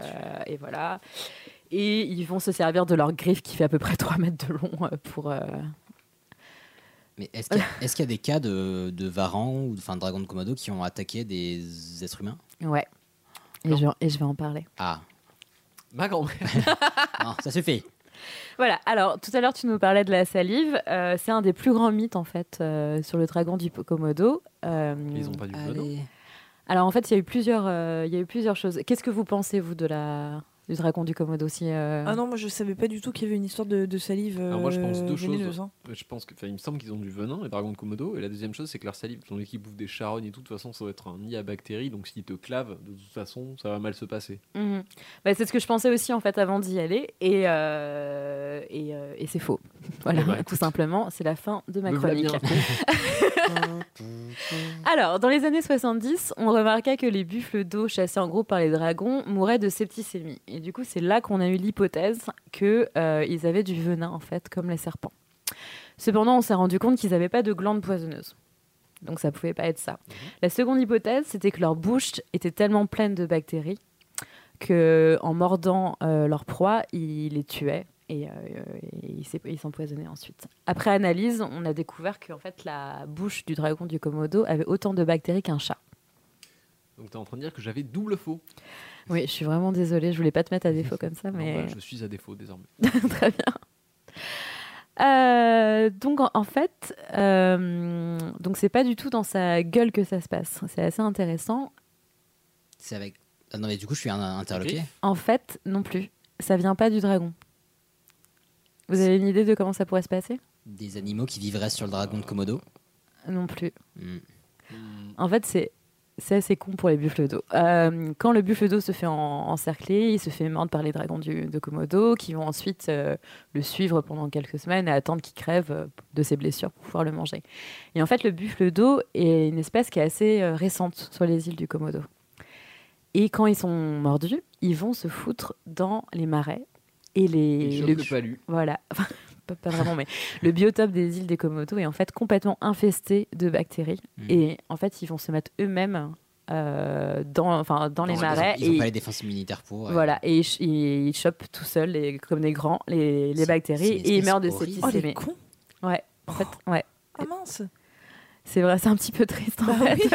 [SPEAKER 11] et voilà. Et ils vont se servir de leur griffe qui fait à peu près 3 mètres de long euh, pour. euh,
[SPEAKER 4] Mais est-ce qu'il y, a- est-ce qu'il y a des cas de, de varans ou enfin de dragons de Komodo qui ont attaqué des êtres humains
[SPEAKER 11] Ouais. Et je, et je vais en parler.
[SPEAKER 4] Ah,
[SPEAKER 2] Ma grand-mère.
[SPEAKER 4] non, ça suffit.
[SPEAKER 11] Voilà, alors tout à l'heure tu nous parlais de la salive, Euh, c'est un des plus grands mythes en fait euh, sur le dragon du Komodo. Euh,
[SPEAKER 2] Ils ont pas du Komodo Allez.
[SPEAKER 11] Alors en fait il y a eu plusieurs, euh, il y a eu plusieurs choses. Qu'est-ce que vous pensez vous de la du dragon du Komodo si, euh,
[SPEAKER 5] Ah non, moi je savais pas du tout qu'il y avait une histoire de, de salive.
[SPEAKER 2] Alors moi je pense
[SPEAKER 5] euh,
[SPEAKER 2] deux
[SPEAKER 5] vénéneuse,
[SPEAKER 2] choses.
[SPEAKER 5] hein.
[SPEAKER 2] Je pense que, enfin, il me semble qu'ils ont du venin, les dragons de Komodo, et la deuxième chose c'est que leur salive, étant donné qu'ils bouffent des charognes et tout, de toute façon ça doit être un nid à bactéries, donc s'ils te clavent, de toute façon ça va mal se passer.
[SPEAKER 11] Mhm. Bah, c'est ce que je pensais aussi en fait avant d'y aller et euh, et, euh, et c'est faux. Voilà,
[SPEAKER 13] Eh ben,
[SPEAKER 11] tout simplement, c'est la fin de ma
[SPEAKER 13] me voilà
[SPEAKER 11] chronique.
[SPEAKER 13] bien.
[SPEAKER 11] Alors, dans les années 70, on remarqua que les buffles d'eau chassés en groupe par les dragons mouraient de septicémie. Et du coup, c'est là qu'on a eu l'hypothèse qu'ils avaient du venin, en fait, comme les serpents. Cependant, on s'est rendu compte qu'ils n'avaient pas de glandes poisonneuses. Donc, ça pouvait pas être ça. La seconde hypothèse, c'était que leur bouche était tellement pleine de bactéries que, en mordant euh, leur proie, ils les tuaient et, euh, et ils s'é- ils s'empoisonnaient ensuite. Après analyse, on a découvert que en fait la bouche du dragon du Komodo avait autant de bactéries qu'un chat.
[SPEAKER 2] Donc t'es en train de dire que j'avais double faux.
[SPEAKER 11] Oui, je suis vraiment désolée, je voulais pas te mettre à défaut comme ça,
[SPEAKER 2] Non,
[SPEAKER 11] mais
[SPEAKER 2] bah, je suis à défaut désormais.
[SPEAKER 11] Très bien. Euh, donc en- en fait, euh, donc c'est pas du tout dans sa gueule que ça se passe. C'est assez intéressant.
[SPEAKER 4] C'est avec. Ah non mais du coup je suis un- un interloqué.
[SPEAKER 11] En fait, non plus. Ça vient pas du dragon. Vous avez une idée de comment ça pourrait se passer
[SPEAKER 4] Des animaux qui vivraient sur le dragon de Komodo.
[SPEAKER 11] Non plus.
[SPEAKER 4] Hmm.
[SPEAKER 11] En fait, c'est c'est assez con pour les buffles d'eau. Euh, quand le buffle d'eau se fait en- encercler, il se fait mordre par les dragons du- de Komodo, qui vont ensuite euh, le suivre pendant quelques semaines et attendre qu'il crève euh, de ses blessures pour pouvoir le manger. Et en fait, le buffle d'eau est une espèce qui est assez euh, récente sur les îles du Komodo. Et quand ils sont mordus, ils vont se foutre dans les marais et les
[SPEAKER 2] Ils chopent
[SPEAKER 11] le
[SPEAKER 2] le
[SPEAKER 11] bu-
[SPEAKER 2] palu.
[SPEAKER 11] Voilà, Enfin, pas, pas vraiment, mais le biotope des îles des Komodo est en fait complètement infesté de bactéries.
[SPEAKER 4] Mm.
[SPEAKER 11] Et en fait, ils vont se mettre eux-mêmes euh, dans, enfin, dans,
[SPEAKER 4] Ils
[SPEAKER 11] les
[SPEAKER 4] ont-
[SPEAKER 11] marais.
[SPEAKER 4] Ils ont,
[SPEAKER 11] et
[SPEAKER 4] pas les défenses militaires pour. et-
[SPEAKER 11] Voilà, et ils, ch- ils- ils chopent tout seuls, les- comme des grands, les, les bactéries,
[SPEAKER 4] c'est une
[SPEAKER 11] et ils
[SPEAKER 4] espèce
[SPEAKER 11] meurent de
[SPEAKER 4] horrible.
[SPEAKER 11] septicémie.
[SPEAKER 4] Oh, les
[SPEAKER 5] cons
[SPEAKER 11] Ouais, en fait, ouais.
[SPEAKER 5] Ah mince
[SPEAKER 11] C'est vrai, c'est un petit peu triste en
[SPEAKER 5] Bah
[SPEAKER 11] fait.
[SPEAKER 5] oui.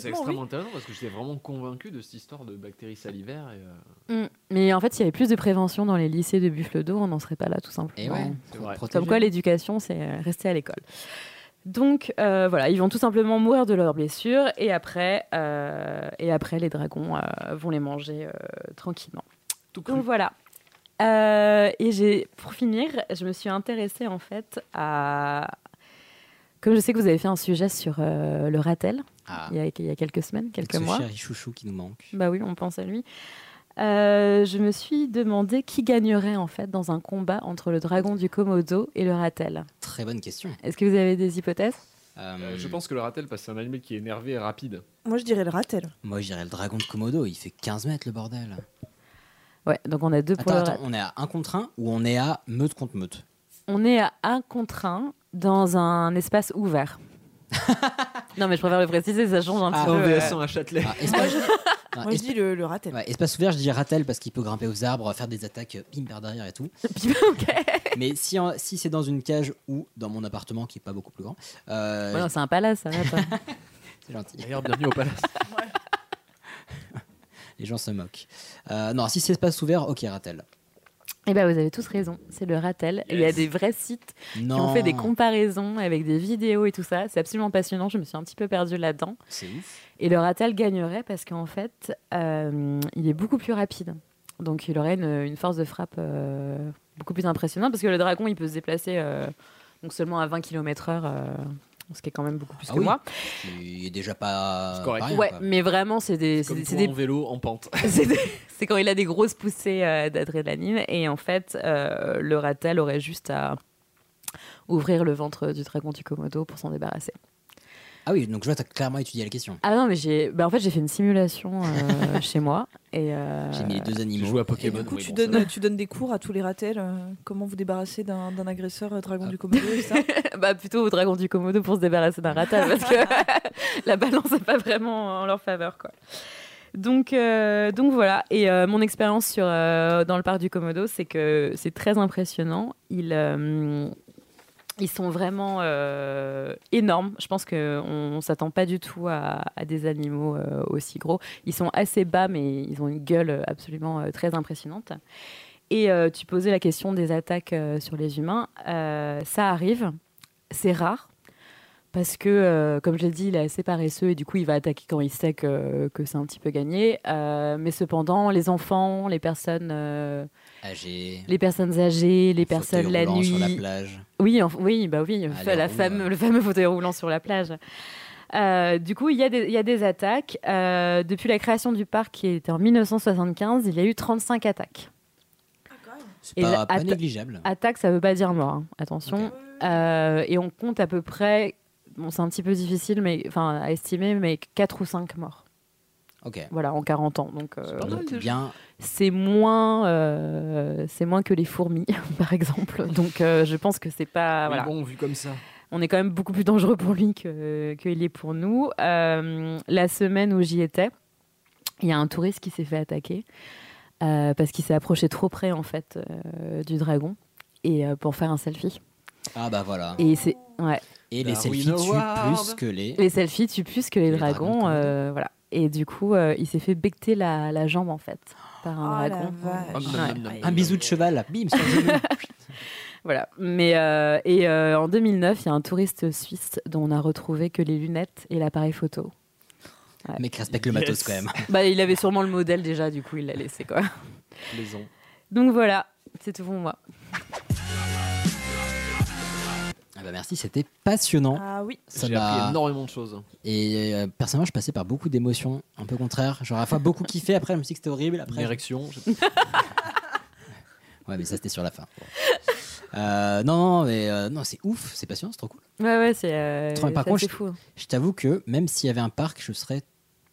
[SPEAKER 2] c'est extrêmement intéressant parce que j'étais vraiment convaincu de cette histoire de bactéries salivaires. Et, euh,
[SPEAKER 11] Mm. Mais en fait, s'il y avait plus de prévention dans les lycées de buffle d'eau, on n'en serait pas là, tout simplement.
[SPEAKER 2] Et ouais, c'est vrai.
[SPEAKER 11] Comme quoi, l'éducation, c'est euh, rester à l'école. Donc euh, voilà, ils vont tout simplement mourir de leurs blessures et après, euh, et après les dragons euh, vont les manger euh, tranquillement. Donc voilà. Euh, et j'ai, pour finir, je me suis intéressée en fait à. Comme je sais que vous avez fait un sujet sur euh, le ratel il, y a, il y a quelques semaines, quelques
[SPEAKER 4] Ah. Ce
[SPEAKER 11] mois.
[SPEAKER 4] chéri chouchou qui nous manque.
[SPEAKER 11] Bah oui, on pense à lui. Euh, je me suis demandé qui gagnerait en fait dans un combat entre le dragon du Komodo et le ratel.
[SPEAKER 4] Très bonne question.
[SPEAKER 11] Est-ce que vous avez des hypothèses
[SPEAKER 2] euh, je pense que le ratel, parce que c'est un animal qui est énervé et rapide.
[SPEAKER 5] Moi je dirais le ratel.
[SPEAKER 4] Moi j'irais le dragon de Komodo, il fait 15 mètres le bordel.
[SPEAKER 11] Ouais, donc on a deux
[SPEAKER 4] Attends,
[SPEAKER 11] pour le
[SPEAKER 4] attends,
[SPEAKER 11] ratel.
[SPEAKER 4] on est à 1 contre 1 ou on est à meute contre meute
[SPEAKER 11] On est à un contre un dans un espace ouvert. non, mais je préfère le préciser, ça change
[SPEAKER 4] Ah,
[SPEAKER 11] un petit peu. euh,
[SPEAKER 2] Châtelet.
[SPEAKER 4] Non,
[SPEAKER 5] Moi je
[SPEAKER 4] esp-
[SPEAKER 5] dis le, le ratel.
[SPEAKER 4] ouais, espace ouvert, je dis ratel parce qu'il peut grimper aux arbres, faire des attaques euh, pim par derrière et tout. Mais si, en- si c'est dans une cage ou dans mon appartement qui est pas beaucoup plus grand, euh,
[SPEAKER 11] ouais, non, c'est un palace, ça va pas.
[SPEAKER 4] c'est gentil.
[SPEAKER 2] D'ailleurs, bienvenue au palace.
[SPEAKER 4] Les gens se moquent. Euh, non, si c'est espace ouvert, ok ratel.
[SPEAKER 11] Eh bien, vous avez tous raison, c'est le ratel. Et Il y a
[SPEAKER 4] Yes.
[SPEAKER 11] des vrais sites qui
[SPEAKER 4] Non.
[SPEAKER 11] ont fait des comparaisons avec des vidéos et tout ça. C'est absolument passionnant, je me suis un petit peu perdue là-dedans.
[SPEAKER 4] C'est ouf.
[SPEAKER 11] Et le ratel gagnerait parce qu'en fait, euh, il est beaucoup plus rapide. Donc il aurait une, une force de frappe euh, beaucoup plus impressionnante parce que le dragon, il peut se déplacer euh, donc seulement à 20 km/h, euh, ce qui est quand même beaucoup plus
[SPEAKER 4] Ah
[SPEAKER 11] que
[SPEAKER 4] oui.
[SPEAKER 11] moi.
[SPEAKER 4] Il est déjà pas. pas rien,
[SPEAKER 11] ouais,
[SPEAKER 4] quoi.
[SPEAKER 11] mais vraiment, c'est des.
[SPEAKER 4] comme
[SPEAKER 11] des-
[SPEAKER 4] toi
[SPEAKER 11] des-
[SPEAKER 4] en
[SPEAKER 2] vélo en pente.
[SPEAKER 11] c'est des- c'est quand il a des grosses poussées euh, d'adrénaline. Et en fait, euh, le ratel aurait juste à ouvrir le ventre du dragon du Komodo pour s'en débarrasser.
[SPEAKER 4] Ah oui, donc je vois, t'as clairement étudié la question.
[SPEAKER 11] Ah non, mais j'ai. Bah, en fait, j'ai fait une simulation euh, chez moi. Et, euh,
[SPEAKER 4] J'ai mis les deux animaux.
[SPEAKER 2] Je joue à
[SPEAKER 5] Et
[SPEAKER 2] Pokémon.
[SPEAKER 5] du coup,
[SPEAKER 2] oui,
[SPEAKER 5] tu,
[SPEAKER 2] bon, ça va.
[SPEAKER 5] donnes, tu donnes des cours à tous les ratels. euh, comment vous débarrasser d'un d'un agresseur euh, dragon du Komodo et ça
[SPEAKER 11] bah plutôt au dragon du Komodo pour se débarrasser d'un ratat parce que la balance n'est pas vraiment en leur faveur quoi. Donc, euh, donc voilà, et euh, mon expérience sur, euh, dans le parc du Komodo, c'est que c'est très impressionnant. Ils, euh, ils sont vraiment euh, énormes. Je pense qu'on ne s'attend pas du tout à, à des animaux euh, aussi gros. Ils sont assez bas, mais ils ont une gueule absolument euh, très impressionnante. Et euh, tu posais la question des attaques euh, sur les humains. Euh, ça arrive, c'est rare. Parce que, euh, comme je l'ai dit, il est assez paresseux et du coup, il va attaquer quand il sait que, que c'est un petit peu gagné. Euh, mais cependant, les enfants, les personnes euh,
[SPEAKER 4] Âgé.
[SPEAKER 11] les personnes âgées,
[SPEAKER 4] fauteuil
[SPEAKER 11] les personnes la
[SPEAKER 4] roulant
[SPEAKER 11] nuit.
[SPEAKER 4] sur la plage.
[SPEAKER 11] Oui, en- oui, bah oui,
[SPEAKER 4] Ah,
[SPEAKER 11] la
[SPEAKER 4] les roues,
[SPEAKER 11] fame- le fameux fauteuil roulant sur la plage. Euh, du coup, il y, a des- il y a des attaques. Euh, depuis la création du parc, qui était en 1975, il y a eu 35 attaques.
[SPEAKER 4] C'est
[SPEAKER 11] Et
[SPEAKER 4] pas,
[SPEAKER 11] la-
[SPEAKER 4] pas
[SPEAKER 11] atta-
[SPEAKER 4] négligeable.
[SPEAKER 11] Attaque, ça veut pas dire mort, hein. attention. Euh, et on compte à peu près, bon, c'est un petit peu difficile mais, enfin, à estimer, mais 4 ou 5 morts.
[SPEAKER 4] Ok.
[SPEAKER 11] Voilà, en 40 ans. Donc, euh,
[SPEAKER 4] pas mal, Donc, déjà. bien.
[SPEAKER 11] C'est moins, euh, c'est moins que les fourmis, par exemple. Donc, euh, je pense que c'est pas.
[SPEAKER 2] Mais
[SPEAKER 11] voilà.
[SPEAKER 2] bon, vu comme ça.
[SPEAKER 11] On est quand même beaucoup plus dangereux pour lui que- qu'il est pour nous. Euh, la semaine où j'y étais, il y a un touriste qui s'est fait attaquer euh, parce qu'il s'est approché trop près en fait euh, du dragon et euh, pour faire un selfie.
[SPEAKER 4] Ah bah voilà.
[SPEAKER 11] Et c'est ouais.
[SPEAKER 4] Et les selfies tuent plus que les.
[SPEAKER 11] Les selfies tuent plus que les, dragons, euh, voilà. Et du coup, euh, il s'est fait becter la, la jambe en fait par un
[SPEAKER 4] Oh la
[SPEAKER 11] dragon.
[SPEAKER 4] vache.
[SPEAKER 11] Ouais.
[SPEAKER 4] Nom, nom, nom, Un bisou de cheval, bim, sur
[SPEAKER 11] Voilà. Mais euh, et euh, en 2009, il y a un touriste suisse dont on a retrouvé que les lunettes et l'appareil photo. Ouais.
[SPEAKER 4] Mec, respecte le matos quand même.
[SPEAKER 11] Bah, il avait sûrement le modèle déjà, du coup, il l'a laissé quoi.
[SPEAKER 2] Plaisant.
[SPEAKER 11] Donc voilà, c'est tout pour moi.
[SPEAKER 4] Ah bah merci, c'était passionnant.
[SPEAKER 11] Ah oui.
[SPEAKER 4] Ça
[SPEAKER 2] J'ai
[SPEAKER 4] m'a-
[SPEAKER 2] appris énormément de choses.
[SPEAKER 4] Et euh, personnellement, je passais par beaucoup d'émotions, un peu contraires. Genre à la fois beaucoup kiffé, après je me suis dit que c'était horrible. Après,
[SPEAKER 2] Une érection,
[SPEAKER 4] ouais, mais ça c'était sur la fin. Euh, non, non, mais euh, non, c'est ouf, c'est passionnant, c'est trop cool.
[SPEAKER 11] Ouais, ouais, c'est. euh,
[SPEAKER 4] Trop, mais par
[SPEAKER 11] c'est
[SPEAKER 4] contre,
[SPEAKER 11] assez
[SPEAKER 4] je-
[SPEAKER 11] fou.
[SPEAKER 4] Je t'avoue que même s'il y avait un parc, je serais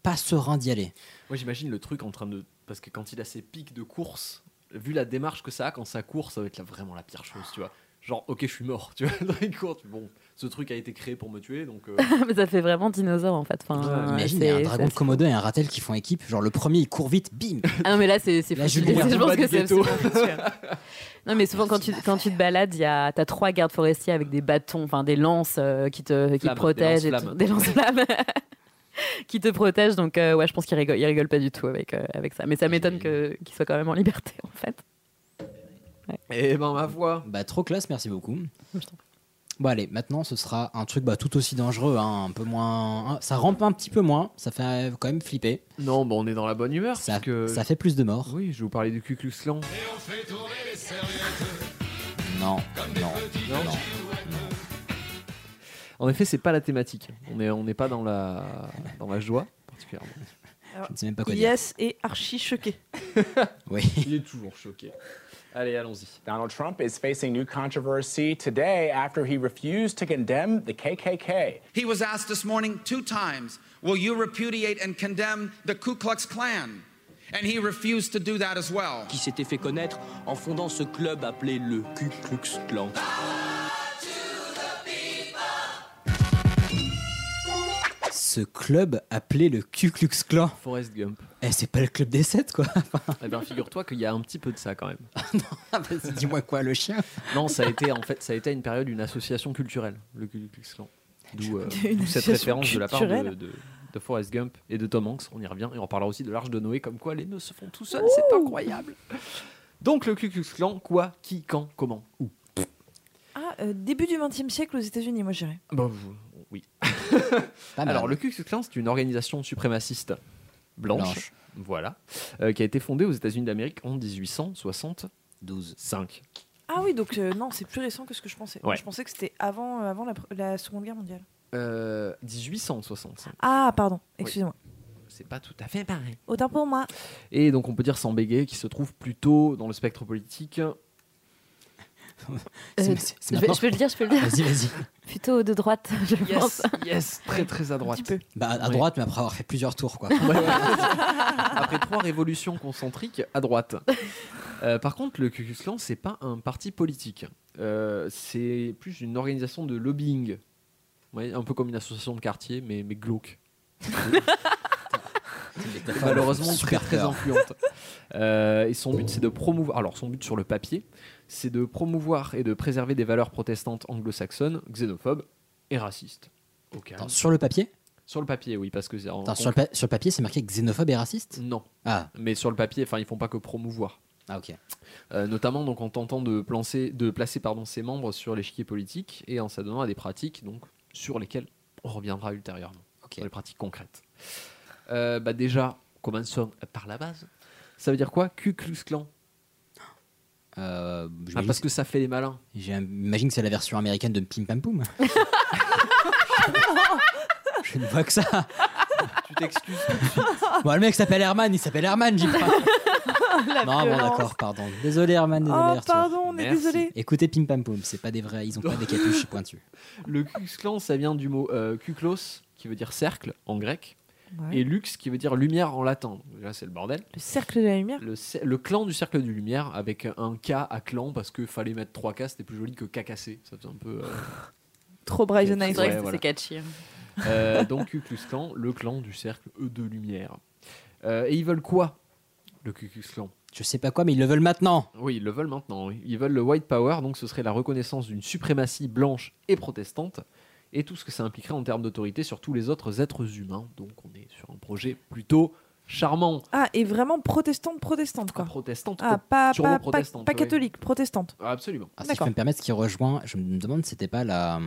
[SPEAKER 4] pas serein d'y aller.
[SPEAKER 2] Moi, j'imagine le truc en train de. Parce que quand il a ses pics de course, vu la démarche que ça a, quand ça court, ça va être la- vraiment la pire chose, tu vois. Genre, ok, je suis mort, tu vois. Dans les courses, bon, ce truc a été créé pour me tuer, donc. euh,
[SPEAKER 11] Mais ça fait vraiment dinosaure en fait. Enfin, euh,
[SPEAKER 4] Imagine,
[SPEAKER 11] c'est-
[SPEAKER 4] il y a un
[SPEAKER 11] c'est
[SPEAKER 4] dragon
[SPEAKER 11] assez-
[SPEAKER 4] komodo et un ratel qui font équipe. Genre le premier il court vite, bim.
[SPEAKER 11] Ah non, mais là, c'est c'est
[SPEAKER 4] La
[SPEAKER 11] fou.
[SPEAKER 4] Julie
[SPEAKER 11] Je
[SPEAKER 4] Berthoud
[SPEAKER 11] pense
[SPEAKER 4] du
[SPEAKER 11] que c'est
[SPEAKER 4] ghetto.
[SPEAKER 11] absolument foutu. Non, mais souvent, quand tu, quand tu te balades, il y a- t'as trois gardes forestiers avec des bâtons, enfin des lances euh, qui te, qui te
[SPEAKER 2] Flammes, des
[SPEAKER 11] protègent. et
[SPEAKER 2] lance-flammes.
[SPEAKER 11] tout. Des lance-flammes. qui te protègent. Donc, euh, ouais, je pense qu'ils rigolent, ils rigolent pas du tout avec, euh, avec ça. Mais ça m'étonne que- qu'ils soient quand même en liberté, en fait.
[SPEAKER 2] Eh ben, ma foi.
[SPEAKER 4] Bah, trop classe, merci beaucoup.
[SPEAKER 11] Je t'en
[SPEAKER 4] Bon, allez, maintenant ce sera un truc bah, tout aussi dangereux, hein, un peu moins. un- Ça rampe un petit peu moins, ça fait euh, quand même flipper.
[SPEAKER 2] Non, bah, on est dans la bonne humeur.
[SPEAKER 4] Ça,
[SPEAKER 2] parce que-
[SPEAKER 4] ça fait plus de morts.
[SPEAKER 2] Oui, je vais vous parler du Ku Klux Klan.
[SPEAKER 4] Non, non, non.
[SPEAKER 2] En effet, c'est pas la thématique. On est, on n'est pas dans la, dans la joie particulièrement.
[SPEAKER 5] Alors,
[SPEAKER 4] Je ne sais même pas quoi dire.
[SPEAKER 5] Yes est archi choqué.
[SPEAKER 2] Il est toujours choqué. Allez, allons-y.
[SPEAKER 13] Donald Trump is facing new controversy today after he refused to condemn the KKK.
[SPEAKER 14] He was asked this morning two times, Will you repudiate and condemn the Ku Klux Klan? And he refused to do that as well.
[SPEAKER 15] qui s'était fait connaître en fondant ce club appelé le Ku Klux Klan.
[SPEAKER 4] Ce club appelé le Ku Klux Klan.
[SPEAKER 2] Forrest Gump.
[SPEAKER 4] Eh, c'est pas le club des 7 quoi.
[SPEAKER 2] Eh ben, figure-toi qu'il y a un petit peu de ça quand même.
[SPEAKER 4] Dis-moi quoi, le chien
[SPEAKER 2] Non, ça a été en fait, ça a été à une période une association culturelle, le Ku Klux Klan. D'où euh,
[SPEAKER 5] Une
[SPEAKER 2] d'où cette
[SPEAKER 5] association
[SPEAKER 2] référence de la part de,
[SPEAKER 5] culturelle.
[SPEAKER 2] de, de Forrest Gump et de Tom Hanks. On y revient et on parlera aussi de l'Arche de Noé, comme quoi les nœuds se font tout seuls, c'est incroyable. Donc le Ku Klux Klan, quoi, qui, quand, comment, où
[SPEAKER 5] Ah, euh, début du XXe siècle aux États-Unis, moi j'irais.
[SPEAKER 2] Bah, vous- oui.
[SPEAKER 5] mal.
[SPEAKER 2] Ah, Alors, le Ku Klux Klan, c'est une organisation suprémaciste blanche,
[SPEAKER 4] Blanche.
[SPEAKER 2] voilà, euh, qui a été fondée aux États-Unis d'Amérique en 1872. 5.
[SPEAKER 5] Ah oui, donc euh, non, c'est plus récent que ce que je pensais.
[SPEAKER 2] Ouais.
[SPEAKER 5] Je pensais que c'était avant, euh, avant la, pr- la Seconde Guerre mondiale.
[SPEAKER 2] Euh, 1865.
[SPEAKER 5] Ah, pardon,
[SPEAKER 2] Oui.
[SPEAKER 5] excusez-moi.
[SPEAKER 2] C'est pas tout à fait pareil.
[SPEAKER 5] Autant pour moi.
[SPEAKER 2] Et donc, on peut dire sans bégayer, qui se trouve plutôt dans le spectre politique
[SPEAKER 11] Euh, je, vais- je peux le dire, je peux le dire.
[SPEAKER 4] Vas-y, vas-y.
[SPEAKER 11] Plutôt de droite, je
[SPEAKER 2] Yes,
[SPEAKER 11] pense.
[SPEAKER 2] yes, très très à droite.
[SPEAKER 4] Bah, à droite, mais après avoir fait plusieurs tours, quoi.
[SPEAKER 2] Après trois révolutions concentriques à droite. Euh, par contre, le Ku Klux Klan, c'est pas un parti politique. Euh, c'est plus une organisation de lobbying. Vous voyez, un peu comme une association de quartier, mais, mais glauque.
[SPEAKER 4] métaphores
[SPEAKER 2] Malheureusement,
[SPEAKER 4] font
[SPEAKER 2] très
[SPEAKER 4] super
[SPEAKER 2] très
[SPEAKER 4] peur.
[SPEAKER 2] influente. Euh, et son but, c'est de promouvoir. Alors, son but sur le papier, c'est de promouvoir et de préserver des valeurs protestantes anglo-saxonnes, xénophobes et racistes. Au calme.
[SPEAKER 4] Attends, sur le papier
[SPEAKER 2] Sur le papier, oui, parce que c'est en-
[SPEAKER 4] Attends, sur, le pa- sur le papier, c'est marqué xénophobe et raciste
[SPEAKER 2] Non.
[SPEAKER 4] Ah.
[SPEAKER 2] Mais sur le papier, enfin, ils font pas que promouvoir.
[SPEAKER 4] Ah, ok.
[SPEAKER 2] Euh, notamment donc en tentant de placer, de placer pardon, ses membres sur l'échiquier politique et en s'adonnant à des pratiques donc sur lesquelles on reviendra ultérieurement, sur les pratiques concrètes. Euh, bah déjà, commençons par la base. Ça veut dire quoi Ku Klux Klan
[SPEAKER 4] Euh,
[SPEAKER 2] Ah, parce que ça fait les malins.
[SPEAKER 4] J'imagine que c'est la version américaine de Pim Pam Poum. Je ne vois que ça.
[SPEAKER 2] Tu t'excuses
[SPEAKER 4] Bon, le mec s'appelle Herman, il s'appelle Herman, j'y crois. non, bon, d'accord, pardon. Désolé, Herman, désolé.
[SPEAKER 5] Oh,
[SPEAKER 4] Arthur.
[SPEAKER 5] pardon, on est Merci. désolé.
[SPEAKER 4] Écoutez Pim Pam Poum, c'est pas des vrais, ils ont pas des cartouches pointues.
[SPEAKER 2] Le Ku Klux Klan, ça vient du mot euh, kuklos, qui veut dire cercle en grec,
[SPEAKER 5] Ouais.
[SPEAKER 2] et lux, qui veut dire lumière en latin. Là, c'est le bordel.
[SPEAKER 5] Le cercle de la lumière
[SPEAKER 2] Le, cer- le clan du cercle de lumière avec un K à clan parce que fallait mettre 3 K, c'était plus joli que K cassé. Ça faisait un peu. euh,
[SPEAKER 5] Trop
[SPEAKER 2] catchy.
[SPEAKER 5] Bryson Knight.
[SPEAKER 2] Ouais,
[SPEAKER 5] C'est vrai que
[SPEAKER 2] voilà.
[SPEAKER 5] c'est catchy, hein.
[SPEAKER 2] Euh, donc Ku Klux Klan, le clan du cercle E de lumière. Euh, et ils veulent quoi Le Ku Klux Klan
[SPEAKER 4] Je sais pas quoi, mais ils le veulent maintenant.
[SPEAKER 2] Oui, ils le veulent maintenant. oui. Ils veulent le white power, donc ce serait la reconnaissance d'une suprématie blanche et protestante et tout ce que ça impliquerait en termes d'autorité sur tous les autres êtres humains. Donc on est sur un projet plutôt charmant.
[SPEAKER 5] Ah, et vraiment protestante, protestante, quoi.
[SPEAKER 2] protestante,
[SPEAKER 5] Ah, pas,
[SPEAKER 2] sûrement
[SPEAKER 5] pas, pas-
[SPEAKER 2] protestante,
[SPEAKER 5] pas
[SPEAKER 2] oui.
[SPEAKER 5] catholique, protestante.
[SPEAKER 2] Absolument.
[SPEAKER 4] Ah, si je peux me permettre, ce qui rejoint, je me demande, si c'était pas la,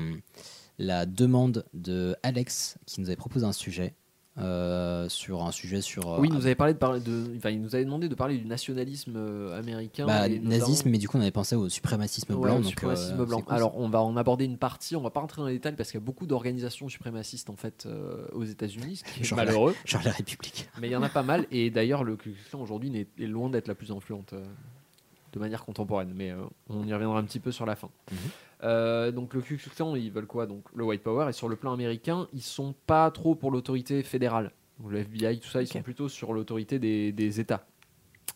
[SPEAKER 4] la demande de Alex qui nous avait proposé un sujet euh, sur un sujet sur. euh,
[SPEAKER 2] Oui, il nous avait parlé de parler de, enfin, il nous avait demandé de parler du nationalisme euh, américain,
[SPEAKER 4] bah,
[SPEAKER 2] et notamment-
[SPEAKER 4] nazisme, mais du coup on avait pensé au suprémacisme
[SPEAKER 2] Ouais,
[SPEAKER 4] blanc.
[SPEAKER 2] le
[SPEAKER 4] donc, euh,
[SPEAKER 2] suprémacisme blanc.
[SPEAKER 4] c'est cool, ça.
[SPEAKER 2] Alors, on va en aborder une partie. On va pas rentrer dans les détails parce qu'il y a beaucoup d'organisations suprémacistes en fait euh, aux États-Unis, ce qui est
[SPEAKER 4] Genre la-
[SPEAKER 2] malheureux.
[SPEAKER 4] genre la République.
[SPEAKER 2] Mais il y en a pas mal. Et d'ailleurs, le Ku Klux Klan, aujourd'hui n'est- est loin d'être la plus influente euh, de manière contemporaine. Mais euh, on y reviendra un petit peu sur la fin. Euh, donc le Ku Klux Klan, ils veulent quoi Donc le white power. Et sur le plan américain, ils sont pas trop pour l'autorité fédérale. Donc, le FBI, tout ça, ils sont plutôt sur l'autorité des, des États.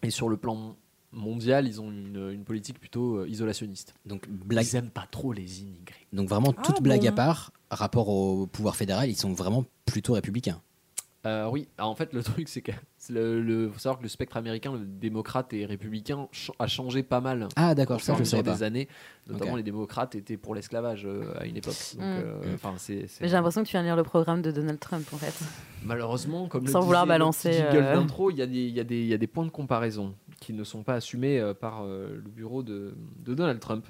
[SPEAKER 2] Et sur le plan mondial, ils ont une, une politique plutôt euh, isolationniste.
[SPEAKER 4] Donc blague-
[SPEAKER 2] Ils aiment pas trop les immigrés.
[SPEAKER 4] Donc vraiment,
[SPEAKER 2] Ah,
[SPEAKER 4] toute blague à
[SPEAKER 2] bon.
[SPEAKER 4] part, rapport au pouvoir fédéral, ils sont vraiment plutôt républicains.
[SPEAKER 2] Euh, oui, Alors, en fait, le truc, c'est que c'est le, le- faut savoir que le spectre américain, le démocrate et républicain, ch- a changé pas mal.
[SPEAKER 4] Ah, d'accord,
[SPEAKER 2] Au
[SPEAKER 4] ça, je
[SPEAKER 2] fur et à
[SPEAKER 4] savais
[SPEAKER 2] mesure
[SPEAKER 4] pas.
[SPEAKER 2] des années, notamment
[SPEAKER 4] Ok.
[SPEAKER 2] les démocrates étaient pour l'esclavage euh, à une époque. Donc,
[SPEAKER 11] Mm.
[SPEAKER 2] euh,
[SPEAKER 11] Mm.
[SPEAKER 2] enfin, c'est- c'est-
[SPEAKER 11] Mais J'ai l'impression que tu viens de lire le programme de Donald Trump, en fait.
[SPEAKER 2] Malheureusement, comme
[SPEAKER 11] Sans
[SPEAKER 2] le
[SPEAKER 11] vouloir
[SPEAKER 2] disait le
[SPEAKER 11] balancer,
[SPEAKER 2] petit jingle
[SPEAKER 11] euh,
[SPEAKER 2] d'intro, il y, a des- il y a des- il y a des points de comparaison qui ne sont pas assumés euh, par euh, le bureau de, de Donald Trump.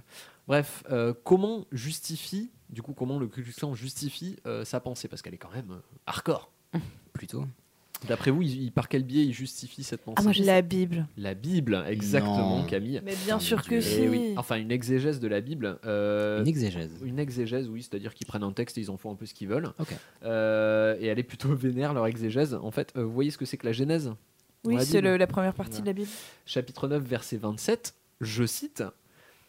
[SPEAKER 2] Bref, euh, comment justifie, du coup, comment le Ku Klux Klan justifie euh, sa pensée Parce qu'elle est quand même euh, hardcore.
[SPEAKER 4] Plutôt.
[SPEAKER 2] D'après vous, il- il- par quel biais il justifie cette
[SPEAKER 11] Ah,
[SPEAKER 2] pensée
[SPEAKER 5] Ah, la Bible.
[SPEAKER 2] La Bible, exactement,
[SPEAKER 4] Non.
[SPEAKER 2] Camille.
[SPEAKER 5] Mais bien sûr que
[SPEAKER 2] Eh
[SPEAKER 5] si.
[SPEAKER 2] oui. Enfin, une exégèse de la Bible. euh,
[SPEAKER 4] Une exégèse.
[SPEAKER 2] Une exégèse, oui, c'est-à-dire qu'ils prennent un texte et ils en font un peu ce qu'ils veulent.
[SPEAKER 4] Ok.
[SPEAKER 2] Euh, et elle est plutôt vénère, leur exégèse. En fait, euh, vous voyez ce que c'est que la Genèse dans
[SPEAKER 5] Oui,
[SPEAKER 2] la
[SPEAKER 5] c'est
[SPEAKER 2] Bible
[SPEAKER 5] le- la première partie de la Bible.
[SPEAKER 2] Chapitre 9, verset 27, je cite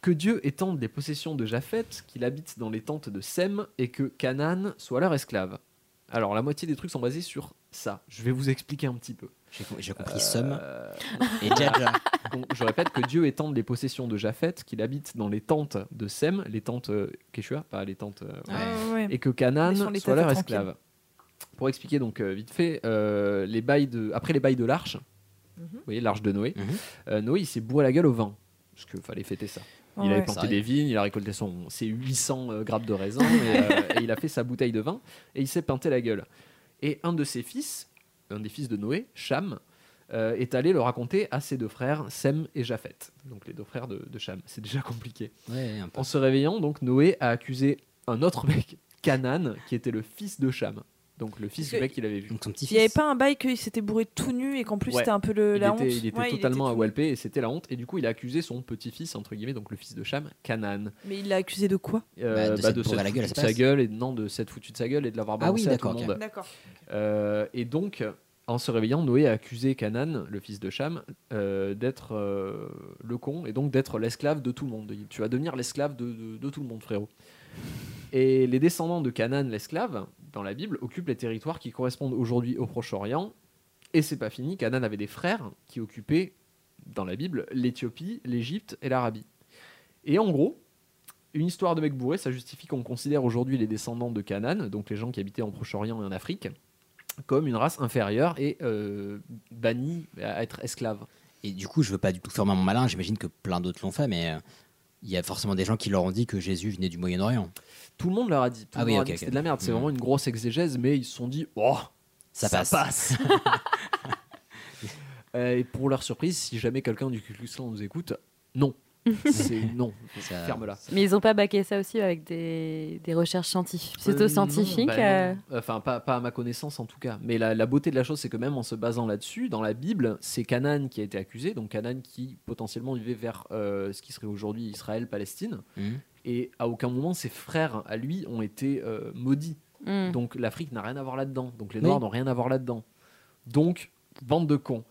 [SPEAKER 2] Que Dieu étende les possessions de Japheth, qu'il habite dans les tentes de Sem, et que Canaan soit leur esclave. Alors, la moitié des trucs sont basés sur ça. Je vais vous expliquer un petit peu.
[SPEAKER 4] J'ai compris somme et
[SPEAKER 2] donc,
[SPEAKER 4] Jadja.
[SPEAKER 2] donc, je répète que Dieu étend les possessions de Japheth, qu'il habite dans les tentes de Sem, les tentes euh, Quechua, pas les tentes. euh,
[SPEAKER 5] Ah ouais.
[SPEAKER 2] Et que Canaan
[SPEAKER 5] Laissons les
[SPEAKER 2] soit leur
[SPEAKER 5] têtes
[SPEAKER 2] esclave. Pour expliquer donc euh, vite fait, euh, les bails de, après les bails de l'arche,
[SPEAKER 5] Mhm.
[SPEAKER 2] vous voyez l'arche de Noé, euh, Noé il s'est bourré la gueule au vin, parce qu'il fallait fêter ça. Il
[SPEAKER 10] Ouais.
[SPEAKER 2] avait
[SPEAKER 10] Ça
[SPEAKER 2] planté
[SPEAKER 10] arrive.
[SPEAKER 2] des vignes, il a récolté son, ses 800 euh, grappes de raisin, et, euh, et il a fait sa bouteille de vin, et il s'est peinté la gueule. Et un de ses fils, un des fils de Noé, Cham, euh, est allé le raconter à ses deux frères, Sem et Japheth, donc les deux frères de, de Cham. C'est déjà compliqué.
[SPEAKER 4] Ouais, un peu.
[SPEAKER 2] en se réveillant, donc Noé a accusé un autre mec, Canaan, qui était le fils de Cham. Donc le fils du mec qu'il avait vu.
[SPEAKER 4] Donc son
[SPEAKER 5] Il n'y avait pas un bail qu'il s'était bourré tout nu et qu'en plus
[SPEAKER 2] Ouais.
[SPEAKER 5] c'était un peu le-
[SPEAKER 2] il
[SPEAKER 5] la
[SPEAKER 2] était,
[SPEAKER 5] honte.
[SPEAKER 2] Il était
[SPEAKER 5] Ouais,
[SPEAKER 2] totalement
[SPEAKER 5] était tout nu.
[SPEAKER 2] awalpé et c'était la honte. Et du coup, il a accusé son petit-fils, entre guillemets, donc le fils de Cham, Canaan.
[SPEAKER 5] Mais il l'a accusé de quoi
[SPEAKER 2] Euh, bah,
[SPEAKER 4] de s'être
[SPEAKER 2] de
[SPEAKER 4] bourré
[SPEAKER 2] cette
[SPEAKER 4] la gueule à
[SPEAKER 2] foutue de
[SPEAKER 4] sa place.
[SPEAKER 2] sa gueule et de- non de cette foutue de sa gueule et de l'avoir
[SPEAKER 4] Ah oui,
[SPEAKER 2] balancé à tout
[SPEAKER 4] d'accord,
[SPEAKER 2] le
[SPEAKER 4] ok.
[SPEAKER 2] monde.
[SPEAKER 5] D'accord.
[SPEAKER 2] Euh, et donc en se réveillant, Noé a accusé Canaan, le fils de Cham, euh, d'être euh, le con et donc d'être l'esclave de tout le monde. Tu vas devenir l'esclave de, de- de tout le monde, frérot. Et les descendants de Canaan, l'esclave, dans la Bible, occupent les territoires qui correspondent aujourd'hui au Proche-Orient. Et c'est pas fini, Canaan avait des frères qui occupaient, dans la Bible, l'Éthiopie, l'Égypte et l'Arabie. Et en gros, une histoire de mec bourré, ça justifie qu'on considère aujourd'hui les descendants de Canaan, donc les gens qui habitaient en Proche-Orient et en Afrique, comme une race inférieure et euh, bannie à être esclave.
[SPEAKER 4] Et du coup, je veux pas du tout faire mon malin, j'imagine que plein d'autres l'ont fait, mais euh, il y a forcément des gens qui leur ont dit que Jésus venait du Moyen-Orient.
[SPEAKER 2] Tout le monde leur a dit. Tout
[SPEAKER 4] Ah
[SPEAKER 2] le
[SPEAKER 4] oui,
[SPEAKER 2] monde a
[SPEAKER 4] ok,
[SPEAKER 2] dit que
[SPEAKER 4] ok.
[SPEAKER 2] c'était de la merde. C'est
[SPEAKER 4] Mhm.
[SPEAKER 2] vraiment une grosse exégèse, mais ils se sont dit, oh,
[SPEAKER 4] Ça
[SPEAKER 2] ça,
[SPEAKER 4] passe.
[SPEAKER 2] passe. Euh, et pour leur surprise, si jamais quelqu'un du Ku Klux Klan nous écoute, non. C'est non.
[SPEAKER 4] Ah, Ça-
[SPEAKER 2] Ferme-la.
[SPEAKER 11] Mais ils n'ont pas baqué ça aussi avec des, des recherches scientifiques.
[SPEAKER 2] Euh, non,
[SPEAKER 11] scientifique
[SPEAKER 2] bah non. Enfin, pas, pas à ma connaissance en tout cas. Mais la, la beauté de la chose, c'est que même en se basant là-dessus, dans la Bible, c'est Canaan qui a été accusé, donc Canaan qui potentiellement vivait vers euh, ce qui serait aujourd'hui Israël-Palestine.
[SPEAKER 4] Mhm.
[SPEAKER 2] Et à aucun moment, ses frères à lui ont été euh, maudits.
[SPEAKER 11] Mhm.
[SPEAKER 2] Donc l'Afrique n'a rien à voir là-dedans. Donc les
[SPEAKER 4] Oui.
[SPEAKER 2] Noirs n'ont rien à voir là-dedans. Donc, bande de cons.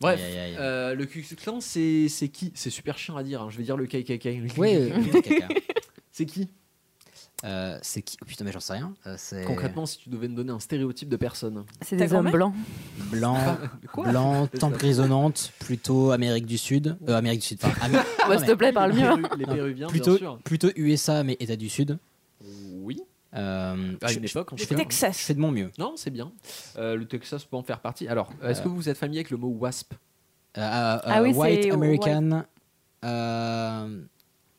[SPEAKER 2] Bref,
[SPEAKER 4] Aïe, aïe, aïe.
[SPEAKER 2] euh, le Ku Klux Klan, c'est c'est qui C'est super chiant à dire, hein. je vais dire le KKK.
[SPEAKER 4] Oui, euh, le KKK.
[SPEAKER 2] c'est qui
[SPEAKER 4] Euh, c'est qui oh, Putain, mais j'en sais rien. Euh, c'est
[SPEAKER 2] Concrètement, si tu devais me donner un stéréotype de personne,
[SPEAKER 11] C'est des hommes blancs.
[SPEAKER 4] blanc,
[SPEAKER 2] Quoi
[SPEAKER 4] blanc,
[SPEAKER 2] C'est ça.
[SPEAKER 4] tempe grisonnante, plutôt Amérique du Sud, euh, Amérique du Sud. Enfin, Amé-
[SPEAKER 11] Ouais, s'il te plaît, parle mieux.
[SPEAKER 2] Péru- les Péruviens,
[SPEAKER 4] plutôt,
[SPEAKER 2] bien sûr.
[SPEAKER 4] plutôt USA mais État du Sud.
[SPEAKER 2] Oui.
[SPEAKER 4] Euh,
[SPEAKER 2] À
[SPEAKER 4] je-
[SPEAKER 2] une
[SPEAKER 4] je-
[SPEAKER 2] époque, en
[SPEAKER 4] je
[SPEAKER 2] tout
[SPEAKER 4] fais-
[SPEAKER 2] cas.
[SPEAKER 5] Texas.
[SPEAKER 4] Je fais de mon mieux.
[SPEAKER 2] Non, c'est bien. Euh, le Texas peut en faire partie. Alors, est-ce
[SPEAKER 4] Euh.
[SPEAKER 2] que vous êtes familier avec le mot WASP
[SPEAKER 4] Euh, euh,
[SPEAKER 11] Ah
[SPEAKER 4] euh,
[SPEAKER 11] oui, c'est-
[SPEAKER 4] white American. euh,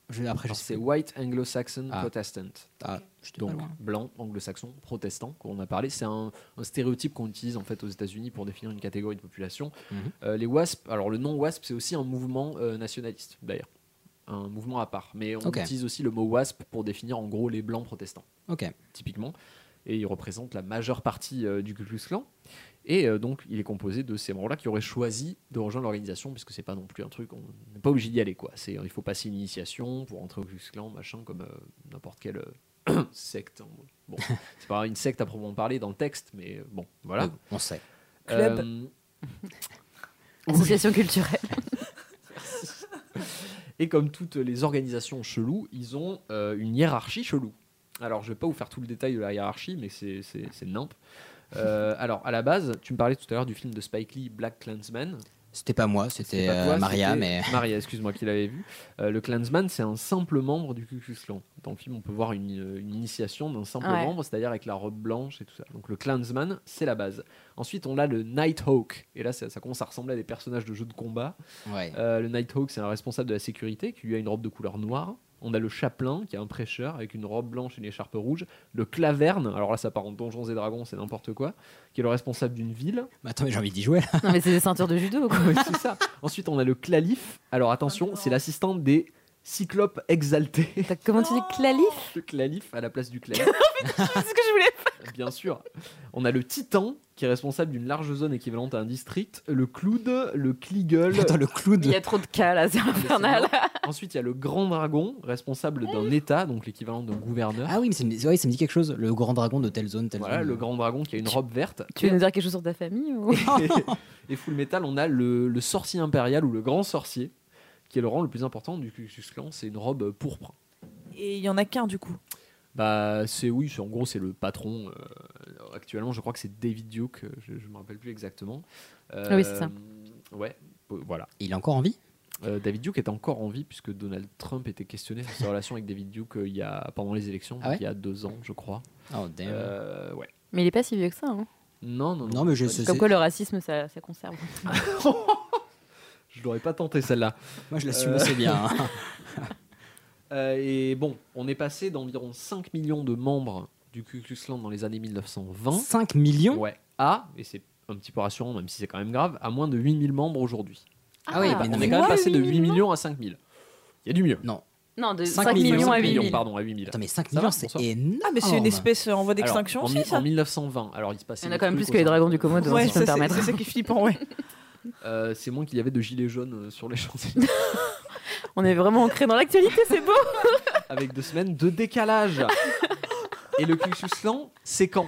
[SPEAKER 4] je- après, je
[SPEAKER 2] Alors,
[SPEAKER 4] sais
[SPEAKER 2] C'est
[SPEAKER 4] plus.
[SPEAKER 2] White Anglo-Saxon
[SPEAKER 4] Ah.
[SPEAKER 2] Protestant.
[SPEAKER 4] Ah, j'étais pas
[SPEAKER 2] Donc,
[SPEAKER 4] loin.
[SPEAKER 2] blanc, anglo-saxon, protestant, qu'on a parlé. C'est un, un stéréotype qu'on utilise en fait aux États-Unis pour définir une catégorie de population.
[SPEAKER 4] Mhm.
[SPEAKER 2] Euh, les WASP, alors le nom WASP, c'est aussi un mouvement euh, nationaliste, d'ailleurs. Un mouvement à part. Mais on
[SPEAKER 4] Ok.
[SPEAKER 2] utilise aussi le mot WASP pour définir en gros les blancs protestants.
[SPEAKER 4] Ok.
[SPEAKER 2] typiquement, et il représente la majeure partie euh, du Ku Klux Klan. Et euh, donc, il est composé de ces membres-là qui auraient choisi de rejoindre l'organisation, puisque c'est pas non plus un truc, on n'est pas obligé d'y aller, quoi. C'est, il faut passer une initiation pour entrer au Ku Klux Klan, machin, comme euh, n'importe quelle euh, secte. hein. Bon, c'est pas une secte à proprement parler dans le texte, mais euh, bon, voilà.
[SPEAKER 4] Euh, On sait.
[SPEAKER 5] Club.
[SPEAKER 2] Euh,
[SPEAKER 11] Association culturelle.
[SPEAKER 2] Et comme toutes les organisations cheloues, ils ont euh, une hiérarchie chelou. Alors, je vais pas vous faire tout le détail de la hiérarchie, mais c'est c'est- c'est nimp. Euh, alors, à la base, tu me parlais tout à l'heure du film de Spike Lee, Black Clansman.
[SPEAKER 4] C'était pas moi, c'était
[SPEAKER 2] pas
[SPEAKER 4] euh,
[SPEAKER 2] toi,
[SPEAKER 4] Maria,
[SPEAKER 2] c'était-
[SPEAKER 4] mais
[SPEAKER 2] Maria, excuse-moi, qui l'avait vu. Euh, le Clansman, c'est un simple membre du Ku Klux Klan. Dans le film, on peut voir une, une initiation d'un simple
[SPEAKER 11] Ouais.
[SPEAKER 2] membre, c'est-à-dire avec la robe blanche et tout ça. Donc, le Clansman, c'est la base. Ensuite, on a le Nighthawk. Et là, ça, ça commence à ressembler à des personnages de jeux de combat.
[SPEAKER 4] ouais.
[SPEAKER 2] Euh, le Nighthawk, c'est un responsable de la sécurité qui lui a une robe de couleur noire. On a le chaplain qui est un prêcheur avec une robe blanche et une écharpe rouge. Le claverne, alors là ça part en donjons et dragons, c'est n'importe quoi, qui est le responsable d'une ville.
[SPEAKER 4] Mais attends, mais j'ai envie d'y jouer. Là.
[SPEAKER 11] Non, mais c'est des ceintures de judo, quoi.
[SPEAKER 2] Ouais, c'est ça. Ensuite on a le clalif. Alors attention, c'est l'assistant des cyclopes exaltés.
[SPEAKER 11] T'as- Comment tu dis clalif
[SPEAKER 2] le clalif à la place du clalif,
[SPEAKER 11] C'est ce que je voulais.
[SPEAKER 2] bien sûr. On a le titan qui est responsable d'une large zone équivalente à un district. Le cloud, le cleagle.
[SPEAKER 4] Attends, le clown.
[SPEAKER 11] Il y a trop de cas là, c'est
[SPEAKER 2] mais c'est
[SPEAKER 11] Ah, infernal.
[SPEAKER 2] Ensuite il y a le grand dragon, responsable d'un état, donc l'équivalent d'un gouverneur.
[SPEAKER 4] Ah oui, mais ça me- ouais, ça me dit quelque chose. Le grand dragon de telle zone, telle
[SPEAKER 2] Voilà,
[SPEAKER 4] zone.
[SPEAKER 2] le grand dragon qui a une robe verte.
[SPEAKER 11] Tu veux nous dire quelque chose sur ta famille ou...
[SPEAKER 2] et full metal, on a le, le sorcier impérial ou le grand sorcier, qui est le rang le plus important du Ku Klux Klan, c'est une robe pourpre.
[SPEAKER 5] Et il y en a qu'un du coup.
[SPEAKER 2] Bah, c'est oui, c'est- en gros, c'est le patron. euh, actuellement, je crois que c'est David Duke, euh, je, je me rappelle plus exactement. Euh,
[SPEAKER 11] Ah oui, c'est ça.
[SPEAKER 2] Ouais, euh, voilà.
[SPEAKER 4] Il est encore en vie
[SPEAKER 2] Euh, David Duke est encore en vie puisque Donald Trump était questionné sur sa relation avec David Duke euh, il y a, pendant les élections,
[SPEAKER 4] Ah ouais
[SPEAKER 2] il y a deux ans, je crois.
[SPEAKER 4] Oh damn.
[SPEAKER 2] Euh, ouais.
[SPEAKER 11] Mais il est pas si vieux que ça. Hein.
[SPEAKER 2] Non, non, non.
[SPEAKER 4] Non, mais je
[SPEAKER 11] Comme
[SPEAKER 4] c'est-
[SPEAKER 11] quoi le racisme, ça, ça conserve.
[SPEAKER 2] Je l'aurais pas tenté celle-là.
[SPEAKER 4] Moi, je l'assume
[SPEAKER 2] Euh.
[SPEAKER 4] assez bien. hein.
[SPEAKER 2] Euh, et bon, on est passé d'environ 5 millions de membres du Ku Klux Klan dans les années 1920
[SPEAKER 4] 5 millions
[SPEAKER 2] ouais, à, et c'est un petit peu rassurant même si c'est quand même grave, à moins de 8000 membres aujourd'hui.
[SPEAKER 4] Ah oui, mais
[SPEAKER 2] on
[SPEAKER 4] non,
[SPEAKER 2] est
[SPEAKER 4] mais-
[SPEAKER 2] quand même
[SPEAKER 11] Quoi,
[SPEAKER 2] passé de
[SPEAKER 11] 8
[SPEAKER 2] 8 millions à 5000. Il y a du mieux.
[SPEAKER 4] Non.
[SPEAKER 11] Non, de 5,
[SPEAKER 4] 5
[SPEAKER 11] millions, à 8
[SPEAKER 2] 8
[SPEAKER 11] 000.
[SPEAKER 2] pardon, à 8000.
[SPEAKER 4] Attends, mais 5
[SPEAKER 2] Ça va,
[SPEAKER 4] millions, c'est
[SPEAKER 2] bonsoir.
[SPEAKER 4] énorme.
[SPEAKER 5] Ah, mais c'est une espèce en voie
[SPEAKER 2] Alors,
[SPEAKER 5] d'extinction
[SPEAKER 2] en,
[SPEAKER 5] aussi,
[SPEAKER 2] mi-
[SPEAKER 5] ça
[SPEAKER 2] en 1920, alors il se passait.
[SPEAKER 11] Il y en a
[SPEAKER 2] des
[SPEAKER 11] quand même
[SPEAKER 2] trucs
[SPEAKER 11] plus que les
[SPEAKER 2] au sein-
[SPEAKER 11] dragons du hein, Komodo,
[SPEAKER 5] Ouais,
[SPEAKER 11] si je
[SPEAKER 5] ça,
[SPEAKER 11] peux me
[SPEAKER 5] c'est
[SPEAKER 11] permettre.
[SPEAKER 5] c'est ça qui est flippant, ouais.
[SPEAKER 2] Euh, c'est moins qu'il y avait de gilets jaunes euh, sur les Champs-Élysées.
[SPEAKER 11] On est vraiment ancré dans l'actualité, c'est beau.
[SPEAKER 2] Avec deux semaines de décalage. Et le Ku Klux Klan, c'est quand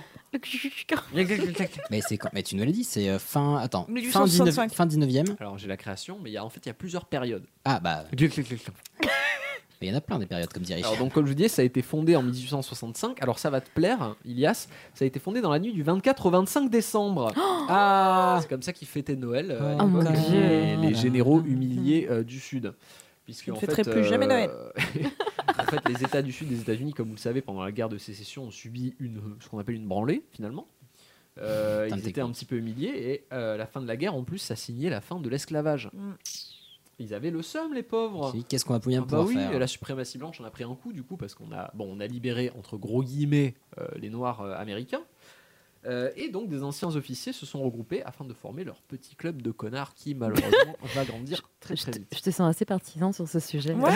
[SPEAKER 4] mais, c'est quand- mais tu nous l'as dit, c'est euh, fin. Attends. Fin, 19,
[SPEAKER 2] 1865.
[SPEAKER 4] fin 19e.
[SPEAKER 2] Alors j'ai la création, mais il y a, en fait il y a plusieurs périodes.
[SPEAKER 4] Ah bah.
[SPEAKER 2] Mais
[SPEAKER 4] il y en a plein des périodes, comme dirait
[SPEAKER 2] Alors donc comme je vous disais, ça a été fondé en 1865. Alors ça va te plaire, hein, Ilias. Ça a été fondé dans la nuit du 24 au 25 décembre. Oh ah C'est comme ça qu'ils fêtaient Noël. euh, à
[SPEAKER 11] Oh mon
[SPEAKER 2] l'époque,
[SPEAKER 11] Dieu.
[SPEAKER 2] les, les généraux humiliés euh, du Sud. Puisque
[SPEAKER 5] Je ne
[SPEAKER 2] en
[SPEAKER 5] fêterai
[SPEAKER 2] fait, euh,
[SPEAKER 5] plus jamais Noël.
[SPEAKER 2] en fait, les États du Sud des États-Unis, comme vous le savez, pendant la guerre de sécession, ont subi une, ce qu'on appelle une branlée finalement. Euh,
[SPEAKER 4] Putain,
[SPEAKER 2] ils étaient un petit peu humiliés et euh, la fin de la guerre, en plus, ça signait la fin de l'esclavage. Ils avaient le seum, les pauvres.
[SPEAKER 4] Si, qu'est-ce qu'on va bien
[SPEAKER 2] Ah bah
[SPEAKER 4] pouvoir
[SPEAKER 2] oui,
[SPEAKER 4] faire
[SPEAKER 2] la suprématie blanche, on a pris un coup du coup parce qu'on a, bon, on a libéré entre gros guillemets euh, les noirs euh, américains. Euh, et donc des anciens officiers se sont regroupés afin de former leur petit club de connards qui malheureusement va grandir très très vite.
[SPEAKER 11] Je te sens assez partisan sur ce sujet.
[SPEAKER 2] Moi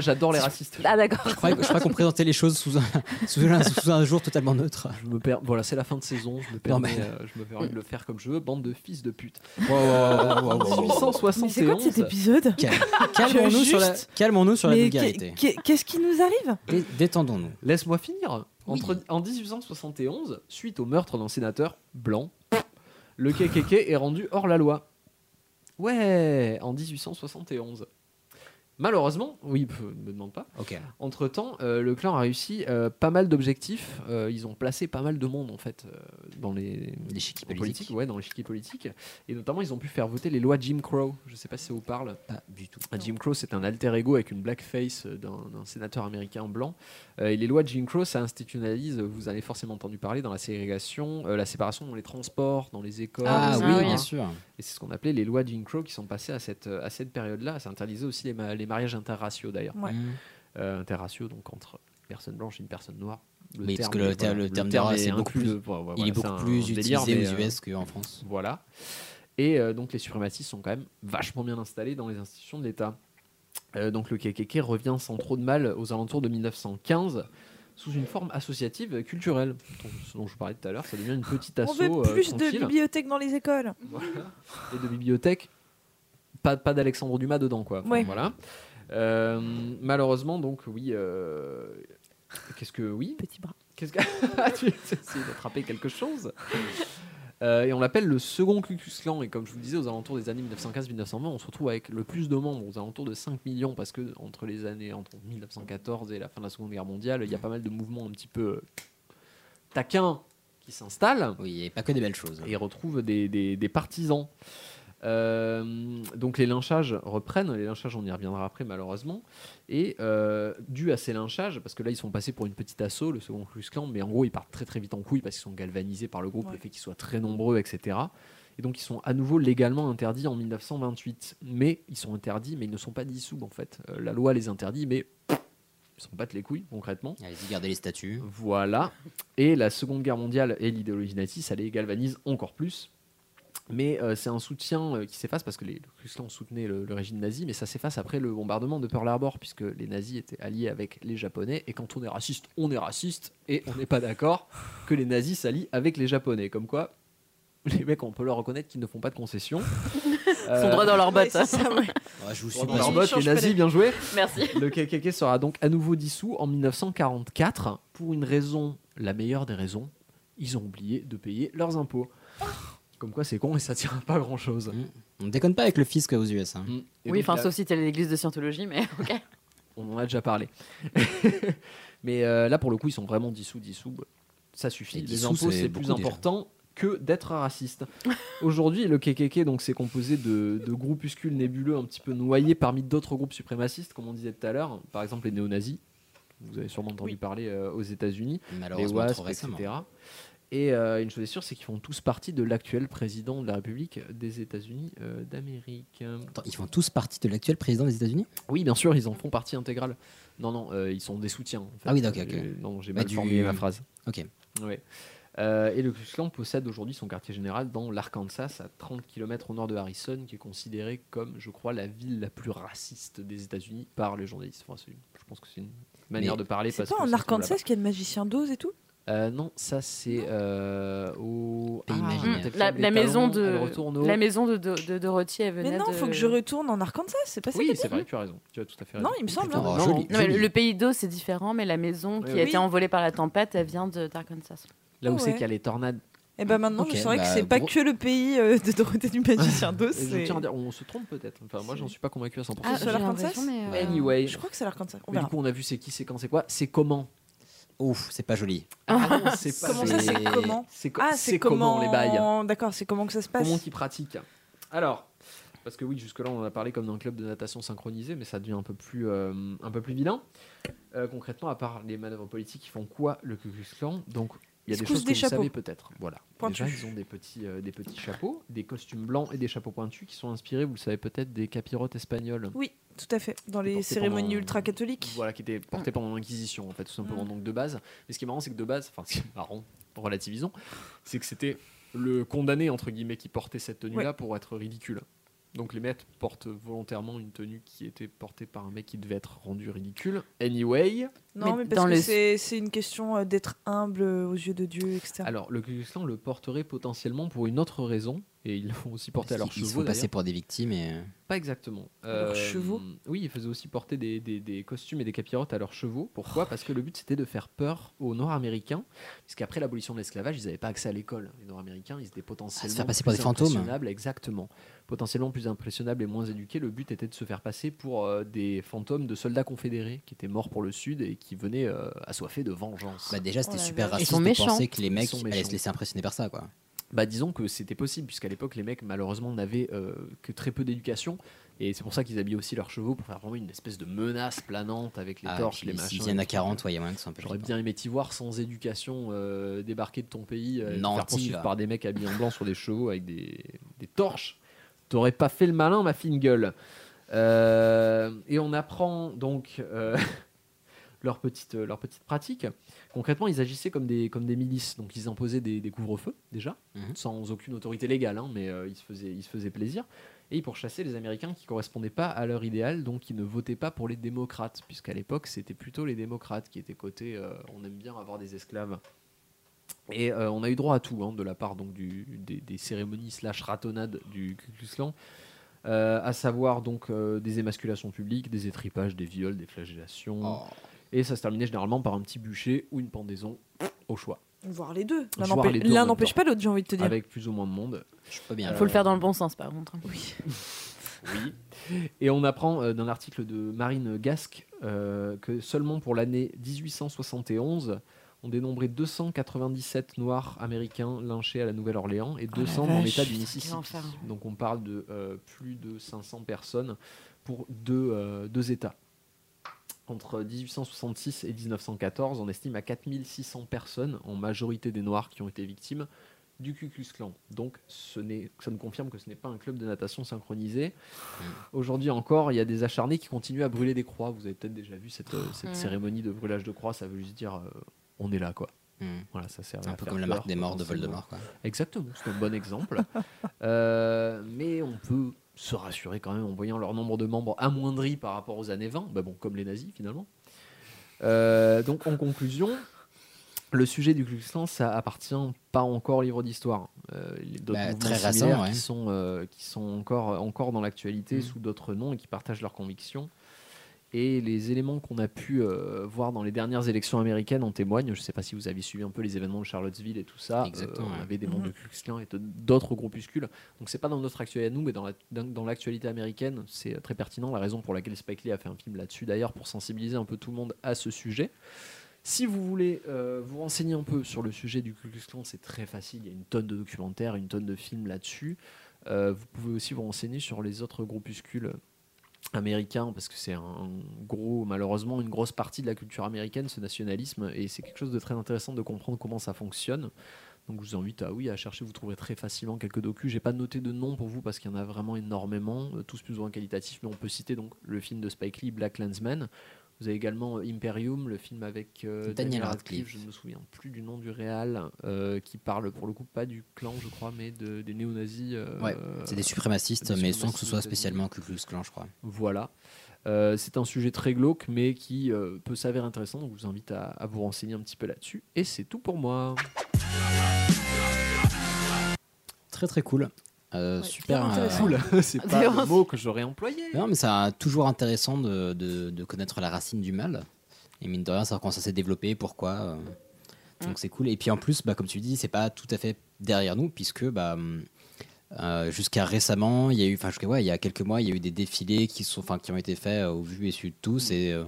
[SPEAKER 2] j'adore les racistes.
[SPEAKER 11] Ah d'accord.
[SPEAKER 4] Je crois, qu'on présentait les choses sous un, sous un- sous un jour totalement neutre.
[SPEAKER 2] Je me perds. Voilà, c'est la fin de saison. Je me
[SPEAKER 4] Non,
[SPEAKER 2] permets,
[SPEAKER 4] mais-
[SPEAKER 2] euh, je me permets de le faire comme je veux. Bande de fils de pute.
[SPEAKER 4] wow, wow, wow, wow.
[SPEAKER 2] 1871.
[SPEAKER 5] Mais c'est quoi cet épisode
[SPEAKER 4] Cal- calmons-nous sur la-
[SPEAKER 5] Juste.
[SPEAKER 4] calmons-nous sur la
[SPEAKER 5] Mais
[SPEAKER 4] vulgarité.
[SPEAKER 5] qu'est- qu'est- Qu'est-ce qui nous arrive
[SPEAKER 4] Dé- Détendons-nous.
[SPEAKER 2] Laisse-moi finir. Entre, En 1871, suite au meurtre d'un sénateur blanc, le KKK est rendu hors la loi. Ouais, en 1871. Malheureusement, oui, pff, ne me demande pas.
[SPEAKER 4] Ok.
[SPEAKER 2] Entre temps, le clan a réussi euh, pas mal d'objectifs. Euh, ils ont placé pas mal de monde en fait euh, dans les
[SPEAKER 4] l'échiquier
[SPEAKER 2] politique. ouais, dans l'échiquier politique. Et notamment, ils ont pu faire voter les lois Jim Crow. Je sais pas si ça vous parle. Ah,
[SPEAKER 4] Pas du tout.
[SPEAKER 2] Jim Crow, c'est un alter ego avec une blackface euh, d'un d'un sénateur américain blanc. Euh, et les lois de Jim Crow, ça institutionnalise, euh, vous avez forcément entendu parler, dans la ségrégation, euh, la séparation dans les transports, dans les écoles.
[SPEAKER 4] Ah
[SPEAKER 2] etc.
[SPEAKER 4] oui, bien sûr.
[SPEAKER 2] Et c'est ce qu'on appelait les lois de Jim Crow qui sont passées à cette, euh, à cette période-là. Ça interdisait aussi les, ma- les mariages interraciaux d'ailleurs.
[SPEAKER 5] Ouais.
[SPEAKER 4] Mm.
[SPEAKER 2] Euh, interraciaux, donc entre une personne blanche et une personne noire. Le
[SPEAKER 4] Mais
[SPEAKER 2] terme
[SPEAKER 4] parce que
[SPEAKER 2] est-
[SPEAKER 4] le, terme-
[SPEAKER 2] voilà,
[SPEAKER 4] le terme de race
[SPEAKER 2] est
[SPEAKER 4] est beaucoup
[SPEAKER 2] inclus
[SPEAKER 4] plus,
[SPEAKER 2] de- ouais, ouais, voilà, bah,
[SPEAKER 4] il est
[SPEAKER 2] c'est
[SPEAKER 4] beaucoup
[SPEAKER 2] un
[SPEAKER 4] plus
[SPEAKER 2] délire,
[SPEAKER 4] utilisé
[SPEAKER 2] mais, euh,
[SPEAKER 4] aux US qu'en France.
[SPEAKER 2] voilà. Et euh, donc les suprématistes sont quand même vachement bien installés dans les institutions de l'État. Euh, donc le KKK revient sans trop de mal aux alentours de 1915 sous une forme associative euh, culturelle. Donc, ce dont je vous parlais tout à l'heure, ça devient une petite asso
[SPEAKER 5] On veut
[SPEAKER 2] euh,
[SPEAKER 5] plus de
[SPEAKER 2] tranquille
[SPEAKER 5] bibliothèques dans les écoles.
[SPEAKER 2] et de bibliothèque. Pas, pas d'Alexandre Dumas dedans, quoi. Enfin,
[SPEAKER 5] Ouais.
[SPEAKER 2] Voilà. Euh, malheureusement, donc, oui. euh, Qu'est-ce que. Oui
[SPEAKER 11] Petit bras.
[SPEAKER 2] Qu'est-ce que. Ah, tu essayes d'attraper quelque chose Euh, et on l'appelle le second Ku Klux Klan. Et comme je vous le disais, aux alentours des années 1915-1920, on se retrouve avec le plus de membres, aux alentours de 5 millions, parce que entre les années entre 1914 et la fin de la Seconde Guerre mondiale, il y a pas mal de mouvements un petit peu euh, taquins qui s'installent.
[SPEAKER 4] Oui, et pas que des belles choses. hein.
[SPEAKER 2] Et ils retrouvent des, des- des partisans. Euh, donc les lynchages reprennent, les lynchages on y reviendra après malheureusement, et euh, dû à ces lynchages, parce que là ils sont passés pour une petite assaut, le second Ku Klux Klan, mais en gros ils partent très très vite en couille parce qu'ils sont galvanisés par le groupe, le fait qu'ils soient très nombreux, etc. Et donc ils sont à nouveau légalement interdits en 1928, mais ils sont interdits, mais ils ne sont pas dissous en fait. Euh, la loi les interdit, mais pff, ils s'en battent les couilles concrètement.
[SPEAKER 4] Allez-y, gardez les statues.
[SPEAKER 2] Voilà. Et la Seconde Guerre mondiale et l'idéologie nazie, ça les galvanise encore plus. Mais euh, c'est un soutien euh, qui s'efface parce que les Ruslands soutenaient le, le régime nazi, mais ça s'efface après le bombardement de Pearl Harbor, puisque les nazis étaient alliés avec les japonais. Et quand on est raciste, on est raciste, et on n'est pas d'accord que les nazis s'allient avec les japonais. Comme quoi, les mecs, on peut leur reconnaître qu'ils ne font pas de concessions.
[SPEAKER 11] Ils
[SPEAKER 2] Euh,
[SPEAKER 11] sont droits dans leurs bottes.
[SPEAKER 4] je vous
[SPEAKER 2] Droits dans leurs bottes, les nazis, bien joué.
[SPEAKER 11] Merci.
[SPEAKER 2] Le KKK sera donc à nouveau dissous en 1944 pour une raison, la meilleure des raisons, ils ont oublié de payer leurs impôts.
[SPEAKER 11] Oh.
[SPEAKER 2] Comme quoi c'est con et ça tient à pas grand chose.
[SPEAKER 4] On ne déconne pas avec le fisc aux US. hein.
[SPEAKER 2] Et
[SPEAKER 11] Mm.
[SPEAKER 2] donc,
[SPEAKER 11] oui, enfin,
[SPEAKER 2] la-
[SPEAKER 11] sauf si t'es à l'église de Scientologie, mais ok.
[SPEAKER 2] On en a déjà parlé. Mais euh, là pour le coup ils sont vraiment dissous, dissous. Ça suffit.
[SPEAKER 4] Et
[SPEAKER 2] Les
[SPEAKER 4] dissous,
[SPEAKER 2] impôts
[SPEAKER 4] c'est
[SPEAKER 2] c'est
[SPEAKER 4] beaucoup
[SPEAKER 2] plus
[SPEAKER 4] déjà.
[SPEAKER 2] important que d'être raciste. Aujourd'hui, le KKK, donc, c'est composé de, de groupuscules nébuleux un petit peu noyés parmi d'autres groupes suprémacistes, comme on disait tout à l'heure, par exemple les néo-nazis. Vous avez sûrement entendu parler euh, aux États-Unis, les
[SPEAKER 4] Malheureusement,
[SPEAKER 2] WASP,
[SPEAKER 4] trop récemment.
[SPEAKER 2] etc. Et euh, une chose est sûre, c'est qu'ils font tous partie de l'actuel président de la République des États-Unis euh, d'Amérique.
[SPEAKER 4] Ils font tous partie de l'actuel président des États-Unis
[SPEAKER 2] Oui, bien sûr, ils en font partie intégrale. Non, non, euh, ils sont des soutiens. en fait.
[SPEAKER 4] Ah oui, d'accord, ok.
[SPEAKER 2] Euh, Non, j'ai
[SPEAKER 4] Bah,
[SPEAKER 2] mal
[SPEAKER 4] du-
[SPEAKER 2] formulé ma phrase.
[SPEAKER 4] Ok.
[SPEAKER 2] Ouais. Euh, et le Ku Klux Klan possède aujourd'hui son quartier général dans l'Arkansas, à 30 km au nord de Harrison, qui est considérée comme, je crois, la ville la plus raciste des États-Unis par les journalistes. Enfin, c'est- je pense que c'est une manière de
[SPEAKER 5] Mais
[SPEAKER 2] parler.
[SPEAKER 5] C'est
[SPEAKER 2] parce
[SPEAKER 5] pas
[SPEAKER 2] que ça
[SPEAKER 5] en
[SPEAKER 2] se trouve
[SPEAKER 5] Arkansas
[SPEAKER 2] là-bas.
[SPEAKER 5] qu'il y a le magicien d'Oz et tout
[SPEAKER 2] Euh, Non, ça c'est euh, au Ah,
[SPEAKER 5] Mm.
[SPEAKER 4] imaginaire.
[SPEAKER 2] t'as fait
[SPEAKER 11] La,
[SPEAKER 2] des
[SPEAKER 11] la maison
[SPEAKER 2] talons, elle retourne au-
[SPEAKER 11] de la maison de, Do- de Dorothy, elle venait
[SPEAKER 5] Mais non,
[SPEAKER 11] de...
[SPEAKER 5] faut que je retourne en Arkansas, c'est pas ça
[SPEAKER 2] Oui,
[SPEAKER 5] qu'elle
[SPEAKER 2] c'est
[SPEAKER 5] dit
[SPEAKER 2] vrai, tu as raison. Tu as tout à fait raison.
[SPEAKER 5] Non, il me semble.
[SPEAKER 2] Putain,
[SPEAKER 5] hein.
[SPEAKER 2] joli,
[SPEAKER 11] Non, mais le-
[SPEAKER 2] joli.
[SPEAKER 11] le pays d'eau, c'est différent, mais la maison qui
[SPEAKER 2] Oui,
[SPEAKER 11] a
[SPEAKER 2] oui.
[SPEAKER 11] été envolée par la tempête, elle vient de d'Arkansas.
[SPEAKER 2] là où
[SPEAKER 5] Ouais.
[SPEAKER 2] c'est qu'il y a les tornades.
[SPEAKER 5] Et ben maintenant,
[SPEAKER 2] Ok,
[SPEAKER 5] je saurais
[SPEAKER 2] bah,
[SPEAKER 5] que c'est pas
[SPEAKER 2] gros-
[SPEAKER 5] que le pays euh, de Dorothée du Magicien d'Oz.
[SPEAKER 2] Et je
[SPEAKER 5] c'est-
[SPEAKER 2] tiens à dire, on se trompe peut-être. Enfin, moi, j'en suis pas convaincu à 100%.
[SPEAKER 5] Ah, c'est l'Arkansas
[SPEAKER 2] Anyway.
[SPEAKER 5] Je crois que c'est l'Arkansas. On
[SPEAKER 2] Mais du
[SPEAKER 5] verra.
[SPEAKER 2] coup, on a vu c'est qui, c'est quand, c'est quoi, c'est comment.
[SPEAKER 4] Ouf, c'est pas joli.
[SPEAKER 2] Ah non, c'est pas
[SPEAKER 5] Comment ça,
[SPEAKER 2] joli.
[SPEAKER 5] c'est comment
[SPEAKER 2] C'est co-
[SPEAKER 5] Ah,
[SPEAKER 2] c'est comment les bails
[SPEAKER 5] D'accord, c'est comment que ça se passe
[SPEAKER 2] Comment qui pratique Alors, parce que oui, jusque-là, on en a parlé comme dans un club de natation synchronisé, mais ça devient un peu plus, euh, un peu plus vilain. Euh, concrètement, à part les manœuvres politiques, ils font quoi le Ku Klux Klan Donc, il y a
[SPEAKER 5] Ils
[SPEAKER 2] des choses
[SPEAKER 5] se cousent
[SPEAKER 2] que
[SPEAKER 5] des
[SPEAKER 2] vous
[SPEAKER 5] chapeaux.
[SPEAKER 2] savez peut-être. Voilà.
[SPEAKER 5] Pointus.
[SPEAKER 2] Déjà, ils ont des petits, euh, des petits chapeaux, des costumes blancs et des chapeaux pointus qui sont inspirés, vous le savez peut-être, des capirotes espagnoles.
[SPEAKER 5] Oui, tout à fait. Dans les
[SPEAKER 2] porté
[SPEAKER 5] cérémonies
[SPEAKER 2] pendant-
[SPEAKER 5] ultra-catholiques.
[SPEAKER 2] Voilà, qui était porté pendant l'Inquisition, en fait, tout simplement.
[SPEAKER 5] Mm.
[SPEAKER 2] Donc de base. Mais ce qui est marrant, c'est que de base, enfin, ce qui est marrant, relativisons, c'est que c'était le condamné, entre guillemets, qui portait cette tenue-là
[SPEAKER 5] Ouais.
[SPEAKER 2] pour être ridicule. Donc les maîtres portent volontairement une tenue qui était portée par un mec qui devait être rendu ridicule. Anyway.
[SPEAKER 5] Non, mais, parce que c'est- c'est une question euh, d'être humble euh, aux yeux de Dieu, etc.
[SPEAKER 2] Alors, le Ku Klux Klan le porterait potentiellement pour une autre raison, et ils l'ont aussi porté à leurs
[SPEAKER 4] Ils se
[SPEAKER 2] chevaux.
[SPEAKER 4] font passer
[SPEAKER 2] d'ailleurs.
[SPEAKER 4] pour des victimes et. bah,
[SPEAKER 2] Pas exactement. Euh,
[SPEAKER 4] leurs chevaux
[SPEAKER 2] Oui, ils faisaient aussi porter des, des- des costumes et des capirotes à leurs chevaux.
[SPEAKER 4] Oh.
[SPEAKER 2] Pourquoi Parce que le but c'était de faire peur aux Noirs américains, puisqu'après l'abolition de l'esclavage, ils n'avaient pas accès à l'école. Les Noirs américains, ils étaient potentiellement
[SPEAKER 4] faire passer par
[SPEAKER 2] plus
[SPEAKER 4] des fantômes.
[SPEAKER 2] impressionnables, exactement. Potentiellement plus impressionnables et moins éduqués. Le but était de se faire passer pour euh, des fantômes de soldats confédérés qui étaient morts pour le Sud et qui venaient euh, assoiffés de vengeance.
[SPEAKER 4] Bah déjà, c'était
[SPEAKER 2] Oh la
[SPEAKER 4] super
[SPEAKER 2] vache.
[SPEAKER 4] raciste
[SPEAKER 2] Ils sont
[SPEAKER 4] de
[SPEAKER 2] méchants.
[SPEAKER 4] penser que les
[SPEAKER 2] Ils
[SPEAKER 4] mecs
[SPEAKER 2] sont
[SPEAKER 4] allaient
[SPEAKER 2] méchants.
[SPEAKER 4] se laisser impressionner par ça, quoi.
[SPEAKER 2] Bah, disons que c'était possible, puisqu'à l'époque, les mecs, malheureusement, n'avaient euh, que très peu d'éducation. Et c'est pour ça qu'ils habillaient aussi leurs chevaux pour faire vraiment une espèce de menace planante avec les
[SPEAKER 4] Ah,
[SPEAKER 2] torches,
[SPEAKER 4] puis
[SPEAKER 2] les machins.
[SPEAKER 4] S'ils viennent à
[SPEAKER 2] et tout.
[SPEAKER 4] 40, ouais, il y a moyen que c'est un peu.
[SPEAKER 2] J'aurais bien aimé t'y voir sans éducation, euh, débarquer de ton pays, euh, et te faire
[SPEAKER 4] Nanti,
[SPEAKER 2] poursuivre
[SPEAKER 4] là.
[SPEAKER 2] par des mecs habillés en blanc sur des chevaux avec des, des torches. T'aurais pas fait le malin, ma fine gueule. Euh, et on apprend donc euh, leur, petite, leur petite pratique. Concrètement, ils agissaient comme des, comme des milices. Donc, ils imposaient des, des couvre-feux, déjà, sans aucune autorité légale, hein, mais euh, ils, se faisaient, ils se faisaient plaisir. Et ils pourchassaient les Américains qui correspondaient pas à leur idéal, donc ils ne votaient pas pour les démocrates, puisqu'à l'époque, c'était plutôt les démocrates qui étaient cotés euh, on aime bien avoir des esclaves. Et euh, on a eu droit à tout, hein, de la part donc, du, des, des cérémonies slash ratonnades du Ku Klux Klan. Euh, à savoir donc euh, des émasculations publiques, des étripages, des viols, des flagellations.
[SPEAKER 4] Oh.
[SPEAKER 2] Et ça se terminait généralement par un petit bûcher ou une pendaison au choix.
[SPEAKER 5] Voir les deux. L'un
[SPEAKER 2] Voir
[SPEAKER 5] n'empê-
[SPEAKER 2] les deux en
[SPEAKER 5] L'un
[SPEAKER 2] même
[SPEAKER 5] n'empêche
[SPEAKER 2] temps.
[SPEAKER 5] pas l'autre, j'ai envie de te dire.
[SPEAKER 2] Avec plus ou moins de monde.
[SPEAKER 4] Je peux
[SPEAKER 2] Euh,
[SPEAKER 11] Il faut le faire dans le bon sens, par contre.
[SPEAKER 5] Oui.
[SPEAKER 2] Oui. Et on apprend euh, dans l'article de Marine Gasque euh, que seulement pour l'année 1871, on dénombrait 297 Noirs américains lynchés à la Nouvelle-Orléans et
[SPEAKER 11] Oh la
[SPEAKER 2] 200 dans
[SPEAKER 11] vache,
[SPEAKER 2] l'État du
[SPEAKER 11] putain, quel
[SPEAKER 2] Mississippi.
[SPEAKER 11] enfer.
[SPEAKER 2] Donc on parle de euh, plus de 500 personnes pour deux, euh, deux États. Entre 1866 et 1914, on estime à 4600 personnes, en majorité des Noirs, qui ont été victimes du Ku Klux Klan. Donc ce n'est- ça me confirme que ce n'est pas un club de natation synchronisé.
[SPEAKER 4] Mm.
[SPEAKER 2] Aujourd'hui encore, il y a des acharnés qui continuent à brûler des croix. Vous avez peut-être déjà vu cette, euh, cette
[SPEAKER 4] Mm.
[SPEAKER 2] cérémonie de brûlage de croix. Ça veut juste dire euh, on est là, quoi. Voilà, ça sert
[SPEAKER 4] Mm. Un peu comme la marque des morts de Voldemort,
[SPEAKER 2] Euh,
[SPEAKER 4] quoi.
[SPEAKER 2] Exactement, c'est un bon exemple. Euh, mais on peut se rassurer quand même en voyant leur nombre de membres amoindri par rapport aux années 20, bah bon, comme les nazis finalement. Euh, donc en conclusion, le sujet du Ku Klux Klan, ça appartient pas encore au livre d'histoire. Euh, les- d'autres
[SPEAKER 4] Bah,
[SPEAKER 2] mouvements
[SPEAKER 4] très récent,
[SPEAKER 2] similaires
[SPEAKER 4] ouais.
[SPEAKER 2] qui sont, euh, qui sont encore, encore dans l'actualité
[SPEAKER 4] Mhm.
[SPEAKER 2] sous d'autres noms et qui partagent leurs convictions. Et les éléments qu'on a pu euh, voir dans les dernières élections américaines en témoignent. Je ne sais pas si vous avez suivi un peu les événements de Charlottesville et tout ça. Euh,
[SPEAKER 4] Exactement,
[SPEAKER 2] on
[SPEAKER 4] ouais.
[SPEAKER 2] avait des membres
[SPEAKER 4] Mhm.
[SPEAKER 2] de Ku Klux Klan et de- d'autres groupuscules. Donc c'est pas dans notre actualité à nous, mais dans la- dans dans l'actualité américaine, c'est euh, très pertinent. La raison pour laquelle Spike Lee a fait un film là-dessus, d'ailleurs, pour sensibiliser un peu tout le monde à ce sujet. Si vous voulez euh, vous renseigner un peu sur le sujet du Ku Klux Klan, c'est très facile. Il y a une tonne de documentaires, une tonne de films là-dessus. Euh, vous pouvez aussi vous renseigner sur les autres groupuscules américains parce que c'est un gros malheureusement une grosse partie de la culture américaine ce nationalisme et c'est quelque chose de très intéressant de comprendre comment ça fonctionne donc je vous invite à oui à chercher vous trouverez très facilement quelques docus j'ai pas noté de nom pour vous parce qu'il y en a vraiment énormément euh, tous plus ou moins qualitatifs mais on peut citer donc le film de Spike Lee Black Landsman vous avez également euh, Imperium le film avec euh,
[SPEAKER 4] Daniel Radcliffe.
[SPEAKER 2] je ne me souviens plus du nom du réal euh, qui parle pour le coup pas du clan je crois mais de- des néo-nazis euh,
[SPEAKER 4] Ouais, c'est des suprémacistes,
[SPEAKER 2] des
[SPEAKER 4] mais sans que ce
[SPEAKER 2] suprémacistes
[SPEAKER 4] soit
[SPEAKER 2] aux États-Unis.
[SPEAKER 4] spécialement Ku Klux Klan, je crois.
[SPEAKER 2] Voilà. Euh, c'est un sujet très glauque, mais qui euh, peut s'avérer intéressant. Donc, je vous invite à, à vous renseigner un petit peu là-dessus. Et c'est tout pour moi.
[SPEAKER 4] Très très cool. Euh, super
[SPEAKER 2] intéressant.
[SPEAKER 4] euh,
[SPEAKER 2] Cool. C'est pas D'ailleurs, le mot que j'aurais employé.
[SPEAKER 4] Non, mais c'est euh, toujours intéressant de, de- de connaître la racine du mal. Et mine de rien, savoir comment ça s'est développé, pourquoi. euh. Donc c'est cool. Et puis en plus, bah, comme tu dis, c'est pas tout à fait derrière nous, puisque bah, euh, jusqu'à récemment, il y a eu, enfin jusqu'à ouais, il y a quelques mois, il y a eu des défilés qui sont, enfin qui ont été faits euh, au vu et su de tous, et euh,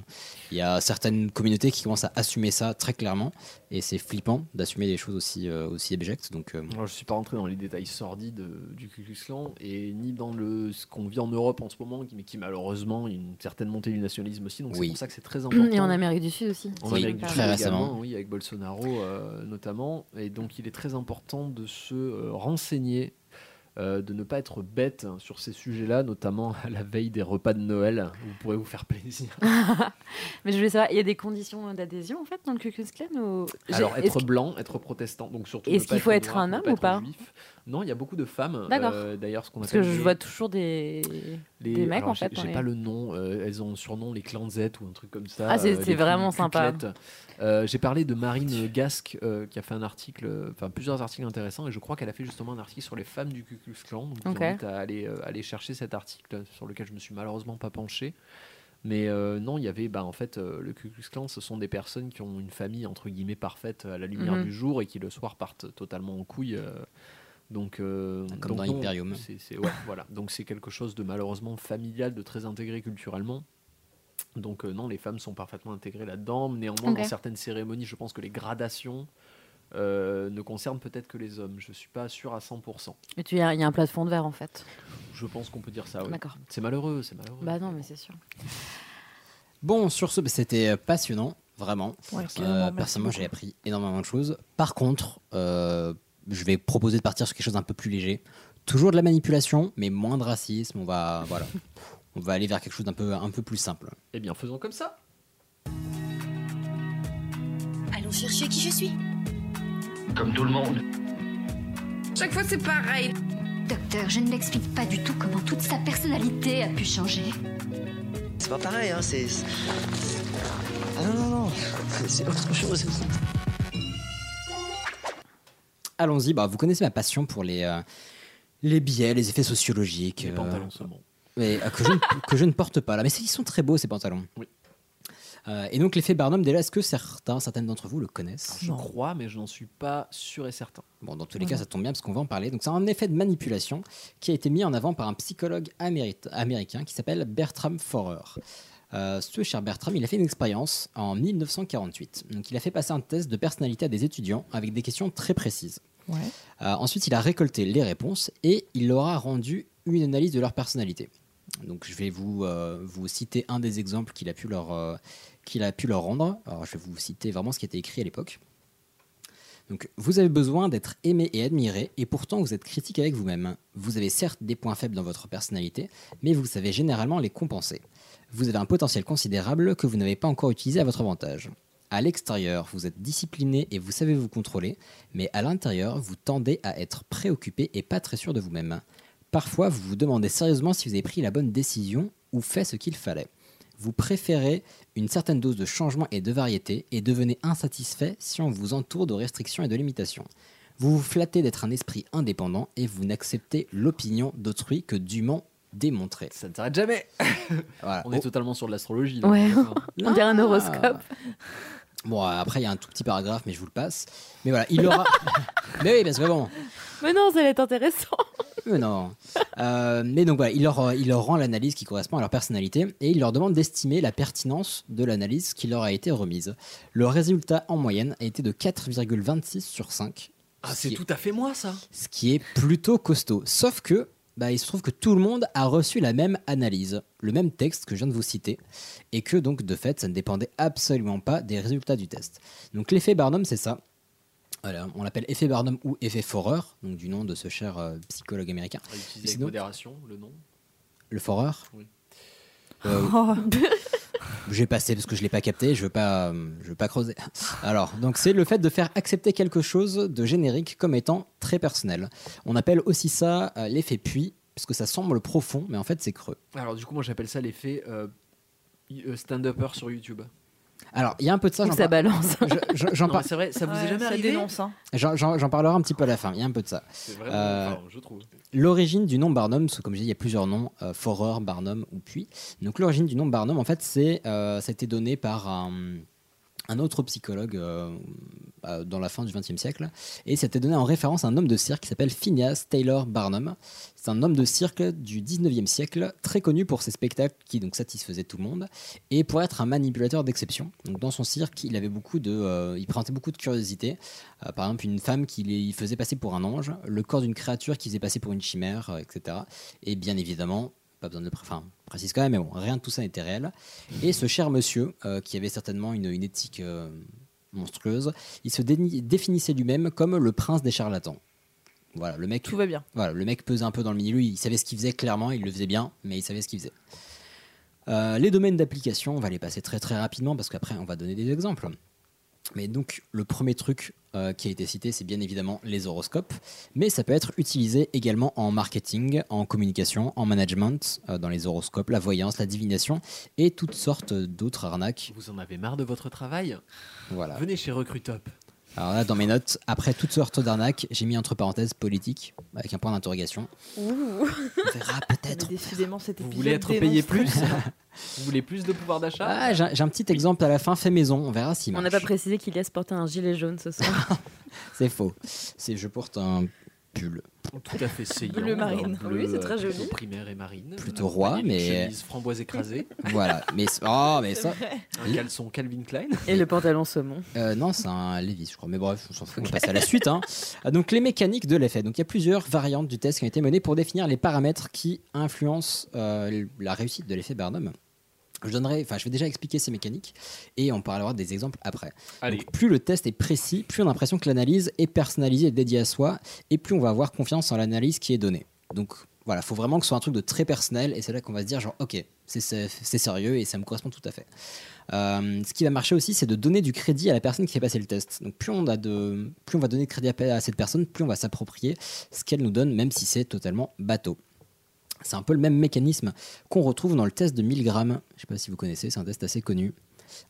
[SPEAKER 4] il y a certaines communautés qui commencent à assumer ça très clairement, et c'est flippant d'assumer des choses aussi euh, aussi abjectes. Donc euh,
[SPEAKER 2] Alors, je suis pas rentré dans les détails sordides euh, du Ku Klux Klan et ni dans le ce qu'on vit en Europe en ce moment, qui- mais qui malheureusement il y a une certaine montée du nationalisme aussi. Donc
[SPEAKER 4] Oui.
[SPEAKER 2] c'est pour ça que c'est très important.
[SPEAKER 11] Et en Amérique du Sud aussi.
[SPEAKER 2] En
[SPEAKER 4] Oui,
[SPEAKER 2] Amérique du
[SPEAKER 4] très
[SPEAKER 2] Sud
[SPEAKER 4] récemment.
[SPEAKER 2] également, oui, avec Bolsonaro euh, notamment. Et donc il est très important de se euh, renseigner. euh, de ne pas être bête hein, sur ces sujets-là, notamment à la veille des repas de Noël. Vous pourrez vous faire plaisir.
[SPEAKER 11] Mais je voulais savoir, il y a des conditions d'adhésion en fait dans le Ku Klux Klan ou... J'ai-
[SPEAKER 2] Alors,
[SPEAKER 11] est-ce
[SPEAKER 2] être
[SPEAKER 11] que-
[SPEAKER 2] blanc, être protestant, donc surtout.
[SPEAKER 11] Est-ce
[SPEAKER 2] ne pas
[SPEAKER 11] qu'il faut être
[SPEAKER 2] noir,
[SPEAKER 11] un
[SPEAKER 2] ne
[SPEAKER 11] homme ou pas
[SPEAKER 2] être juif. Non, il y a beaucoup de femmes.
[SPEAKER 11] D'accord.
[SPEAKER 2] euh, D'ailleurs, ce qu'on
[SPEAKER 11] Parce
[SPEAKER 2] appelle
[SPEAKER 11] que je
[SPEAKER 2] les-
[SPEAKER 11] vois toujours des,
[SPEAKER 2] les-
[SPEAKER 11] des mecs
[SPEAKER 2] alors,
[SPEAKER 11] en fait.
[SPEAKER 2] j'ai-
[SPEAKER 11] dans
[SPEAKER 2] J'ai
[SPEAKER 11] les-
[SPEAKER 2] pas le nom. euh, elles ont le surnom les clanzettes ou un truc comme ça.
[SPEAKER 11] Ah, c'est-
[SPEAKER 2] euh,
[SPEAKER 11] c'est
[SPEAKER 2] les cul-
[SPEAKER 11] vraiment sympa.
[SPEAKER 2] cuclettes. Euh, j'ai parlé de Marine Gasque euh, qui a fait un article, euh, enfin plusieurs articles intéressants, et je crois qu'elle a fait justement un article sur les femmes du Ku Klux Klan. Donc, je vous
[SPEAKER 11] Ok.
[SPEAKER 2] invite à aller, euh, aller chercher cet article sur lequel je me suis malheureusement pas penché. Mais euh, non, il y avait bah, en fait euh, le Ku Klux Klan, ce sont des personnes qui ont une famille entre guillemets parfaite à la lumière
[SPEAKER 4] Mhm.
[SPEAKER 2] du jour et qui le soir partent totalement en couille. euh, donc, euh,
[SPEAKER 4] Comme
[SPEAKER 2] donc
[SPEAKER 4] dans
[SPEAKER 2] non,
[SPEAKER 4] Imperium.
[SPEAKER 2] c'est- c'est- ouais, voilà. Donc c'est quelque chose de malheureusement familial, de très intégré culturellement. Donc euh, non, les femmes sont parfaitement intégrées là-dedans. Néanmoins,
[SPEAKER 11] Ok.
[SPEAKER 2] dans certaines cérémonies, je pense que les gradations euh, ne concernent peut-être que les hommes. Je suis pas sûr à 100%.
[SPEAKER 11] Mais tu il y a il y a un plafond de verre en fait.
[SPEAKER 2] Ah Je pense qu'on peut dire ça. ouais.
[SPEAKER 11] D'accord.
[SPEAKER 2] C'est malheureux, c'est malheureux.
[SPEAKER 11] Bah non, mais c'est sûr.
[SPEAKER 4] Bon, sur ce, bah, c'était euh, passionnant, vraiment.
[SPEAKER 11] Ouais,
[SPEAKER 4] Euh,
[SPEAKER 11] carrément, merci
[SPEAKER 4] personnellement,
[SPEAKER 11] beaucoup.
[SPEAKER 4] j'ai appris énormément de choses. Par contre, euh, je vais proposer de partir sur quelque chose d'un peu plus léger. Toujours de la manipulation, mais moins de racisme. On va, voilà, on va aller vers quelque chose d'un peu, un peu plus simple.
[SPEAKER 2] Eh bien, faisons comme ça.
[SPEAKER 16] Allons chercher qui je suis.
[SPEAKER 17] Comme tout le monde.
[SPEAKER 16] Chaque fois, c'est pareil. Docteur, je ne m'explique pas du tout comment toute sa personnalité a pu changer.
[SPEAKER 17] C'est pas pareil, hein, c'est. Ah non, non, non, c'est autre chose.
[SPEAKER 4] Allons-y. Bah, vous connaissez ma passion pour les, euh, les biais, les effets sociologiques.
[SPEAKER 2] Les
[SPEAKER 4] euh,
[SPEAKER 2] pantalons saumon.
[SPEAKER 4] mais, euh, que, je ne, que je ne porte pas là. Mais c'est- ils sont très beaux ces pantalons. Euh, et donc l'effet Barnum, déjà, est-ce que certains, certaines d'entre vous le connaissent
[SPEAKER 2] Je crois, mais je n'en suis pas sûr et certain.
[SPEAKER 4] Bon, dans tous les cas, ça tombe bien parce qu'on va en parler. Donc, c'est un effet de manipulation qui a été mis en avant par un psychologue améri- américain qui s'appelle Bertram Forer. Euh, ce cher Bertram, il a fait une expérience en 1948. Donc, il a fait passer un test de personnalité à des étudiants avec des questions très précises. Euh, ensuite, il a récolté les réponses et il leur a rendu une analyse de leur personnalité. Donc, je vais vous, euh, vous citer un des exemples qu'il a, pu leur, euh, qu'il a pu leur rendre. Alors, je vais vous citer vraiment ce qui était écrit à l'époque. Donc, vous avez besoin d'être aimé et admiré, et pourtant vous êtes critique avec vous-même. Vous avez certes des points faibles dans votre personnalité, mais vous savez généralement les compenser. Vous avez un potentiel considérable que vous n'avez pas encore utilisé à votre avantage. À l'extérieur, vous êtes discipliné et vous savez vous contrôler, mais à l'intérieur, vous tendez à être préoccupé et pas très sûr de vous-même. Parfois, vous vous demandez sérieusement si vous avez pris la bonne décision ou fait ce qu'il fallait. Vous préférez une certaine dose de changement et de variété et devenez insatisfait si on vous entoure de restrictions et de limitations. Vous vous flattez d'être un esprit indépendant et vous n'acceptez l'opinion d'autrui que dûment démontrée.
[SPEAKER 2] Ça ne s'arrête jamais
[SPEAKER 4] Voilà.
[SPEAKER 2] On est
[SPEAKER 4] Oh. Ah,
[SPEAKER 2] totalement sur de l'astrologie. là.
[SPEAKER 11] Ouais,
[SPEAKER 2] Enfin,
[SPEAKER 11] on dirait un horoscope.
[SPEAKER 4] Bon, après, il y a un tout petit paragraphe, mais je vous le passe. Mais voilà, il aura. mais oui, parce que bon.
[SPEAKER 11] Mais non, ça allait être intéressant.
[SPEAKER 4] Mais non. Euh, mais donc voilà, il leur, il leur rend l'analyse qui correspond à leur personnalité et il leur demande d'estimer la pertinence de l'analyse qui leur a été remise. Le résultat en moyenne a été de 4,26 sur 5.
[SPEAKER 2] Ah, c'est tout à fait moi ça.
[SPEAKER 4] Ce qui est plutôt costaud. Sauf que, bah, il se trouve que tout le monde a reçu la même analyse, le même texte que je viens de vous citer, et que donc, de fait, ça ne dépendait absolument pas des résultats du test. Donc, l'effet Barnum, c'est ça. Voilà, on l'appelle effet Barnum ou effet Forer, donc du nom de ce cher euh, psychologue américain.
[SPEAKER 2] On va utiliser
[SPEAKER 4] Et c'est
[SPEAKER 2] avec
[SPEAKER 4] donc
[SPEAKER 2] modération le nom.
[SPEAKER 4] le Forer
[SPEAKER 2] Oui.
[SPEAKER 4] Euh,
[SPEAKER 2] Oh,
[SPEAKER 4] J'ai passé parce que je l'ai pas capté, je veux pas, euh, je veux pas creuser. Alors, donc c'est le fait de faire accepter quelque chose de générique comme étant très personnel. On appelle aussi ça euh, l'effet puits, parce que ça semble profond, mais en fait c'est creux.
[SPEAKER 2] Alors du coup, moi j'appelle ça l'effet euh, y- euh, stand-upper sur YouTube.
[SPEAKER 4] Alors, il y a un peu de ça.
[SPEAKER 11] Ou
[SPEAKER 4] j'en
[SPEAKER 11] ça
[SPEAKER 4] par-
[SPEAKER 11] balance.
[SPEAKER 4] Je- je- J'en
[SPEAKER 2] Non,
[SPEAKER 4] par-
[SPEAKER 2] mais c'est vrai, ça vous est
[SPEAKER 5] Ouais,
[SPEAKER 2] jamais
[SPEAKER 5] ça
[SPEAKER 2] arrivé
[SPEAKER 5] dénonce, hein.
[SPEAKER 4] J'en- J'en j'en parlerai un petit peu à la fin, il y a un peu de ça.
[SPEAKER 2] C'est vraiment,
[SPEAKER 4] Euh,
[SPEAKER 2] enfin, je trouve.
[SPEAKER 4] L'origine du nom Barnum, parce que comme je dis, il y a plusieurs noms, euh, Forer, Barnum ou Puy. Donc l'origine du nom Barnum, en fait, c'est, euh, ça a été donné par un, un autre psychologue euh, euh, dans la fin du XXe siècle. Et c'était donné en référence à un homme de cirque qui s'appelle Phineas Taylor Barnum. C'est un homme de cirque du 19e siècle, très connu pour ses spectacles qui donc satisfaisaient tout le monde et pour être un manipulateur d'exception. Donc dans son cirque, il avait beaucoup de, euh, il présentait beaucoup de curiosité. Euh, par exemple, une femme qui les- il faisait passer pour un ange, le corps d'une créature qui faisait passer pour une chimère, euh, etc. Et bien évidemment, pas besoin de le pré- enfin, on précise quand même, mais bon, rien de tout ça n'était réel. Et ce cher monsieur, euh, qui avait certainement une, une éthique euh, monstrueuse, il se déni- définissait lui-même comme le prince des charlatans. Voilà, le mec.
[SPEAKER 5] Tout va bien.
[SPEAKER 4] Voilà, le mec pesait un peu dans le milieu. Il savait ce qu'il faisait clairement, il le faisait bien, mais il savait ce qu'il faisait. Euh, les domaines d'application, on va les passer très très rapidement parce qu'après on va donner des exemples. Mais donc le premier truc euh, qui a été cité, c'est bien évidemment les horoscopes, mais ça peut être utilisé également en marketing, en communication, en management, euh, dans les horoscopes, la voyance, la divination et toutes sortes d'autres arnaques.
[SPEAKER 2] Vous en avez marre de votre travail
[SPEAKER 4] Voilà.
[SPEAKER 2] Venez chez Recrutop.
[SPEAKER 4] Alors là, dans mes notes, après toutes sortes d'arnaques, j'ai mis entre parenthèses politique avec un point d'interrogation.
[SPEAKER 5] Ouh.
[SPEAKER 4] On verra peut-être.
[SPEAKER 5] Décidément, cet
[SPEAKER 2] Vous
[SPEAKER 5] épisode
[SPEAKER 2] voulez être payé
[SPEAKER 5] dénonce
[SPEAKER 2] plus
[SPEAKER 5] tout ça.
[SPEAKER 2] Vous voulez plus de pouvoir d'achat
[SPEAKER 4] Ah, j'ai j'ai un petit exemple à la fin fait maison, on verra si
[SPEAKER 11] On n'a pas précisé qu'il laisse porter un gilet jaune ce soir.
[SPEAKER 4] C'est faux. C'est je porte un pull
[SPEAKER 2] Tout à fait saillant.
[SPEAKER 11] Bleu marine.
[SPEAKER 2] bleu,
[SPEAKER 11] Oui, c'est très
[SPEAKER 2] euh, plutôt
[SPEAKER 11] joli.
[SPEAKER 2] Primaire et marine.
[SPEAKER 4] plutôt roi,
[SPEAKER 2] Une
[SPEAKER 4] mais
[SPEAKER 2] chemise framboise écrasée.
[SPEAKER 4] voilà. Mais c'est- oh, mais
[SPEAKER 2] C'est
[SPEAKER 4] ça.
[SPEAKER 2] vrai. Un caleçon Calvin Klein.
[SPEAKER 4] Ah,
[SPEAKER 11] Et le pantalon saumon.
[SPEAKER 4] Euh, non, c'est un Levis, je crois. Mais bref, on s'en fout, on passe à la suite. hein. Ah, Donc, les mécaniques de l'effet. Donc, il y a plusieurs variantes du test qui ont été menées pour définir les paramètres qui influencent euh, la réussite de l'effet Barnum. Je donnerai, enfin, je vais déjà expliquer ces mécaniques et on parlera des exemples après.
[SPEAKER 2] Allez.
[SPEAKER 4] Donc, plus le test est précis, plus on a l'impression que l'analyse est personnalisée et dédiée à soi, et plus on va avoir confiance en l'analyse qui est donnée. Donc voilà, faut vraiment que ce soit un truc de très personnel, et c'est là qu'on va se dire genre, ok, c'est- c'est c'est sérieux et ça me correspond tout à fait. Euh, ce qui va marcher aussi, c'est de donner du crédit à la personne qui fait passer le test. Donc plus on, a de, plus on va donner de crédit à à cette personne, plus on va s'approprier ce qu'elle nous donne, même si c'est totalement bateau. C'est un peu le même mécanisme qu'on retrouve dans le test de 1000 grammes. Je ne sais pas si vous connaissez, c'est un test assez connu.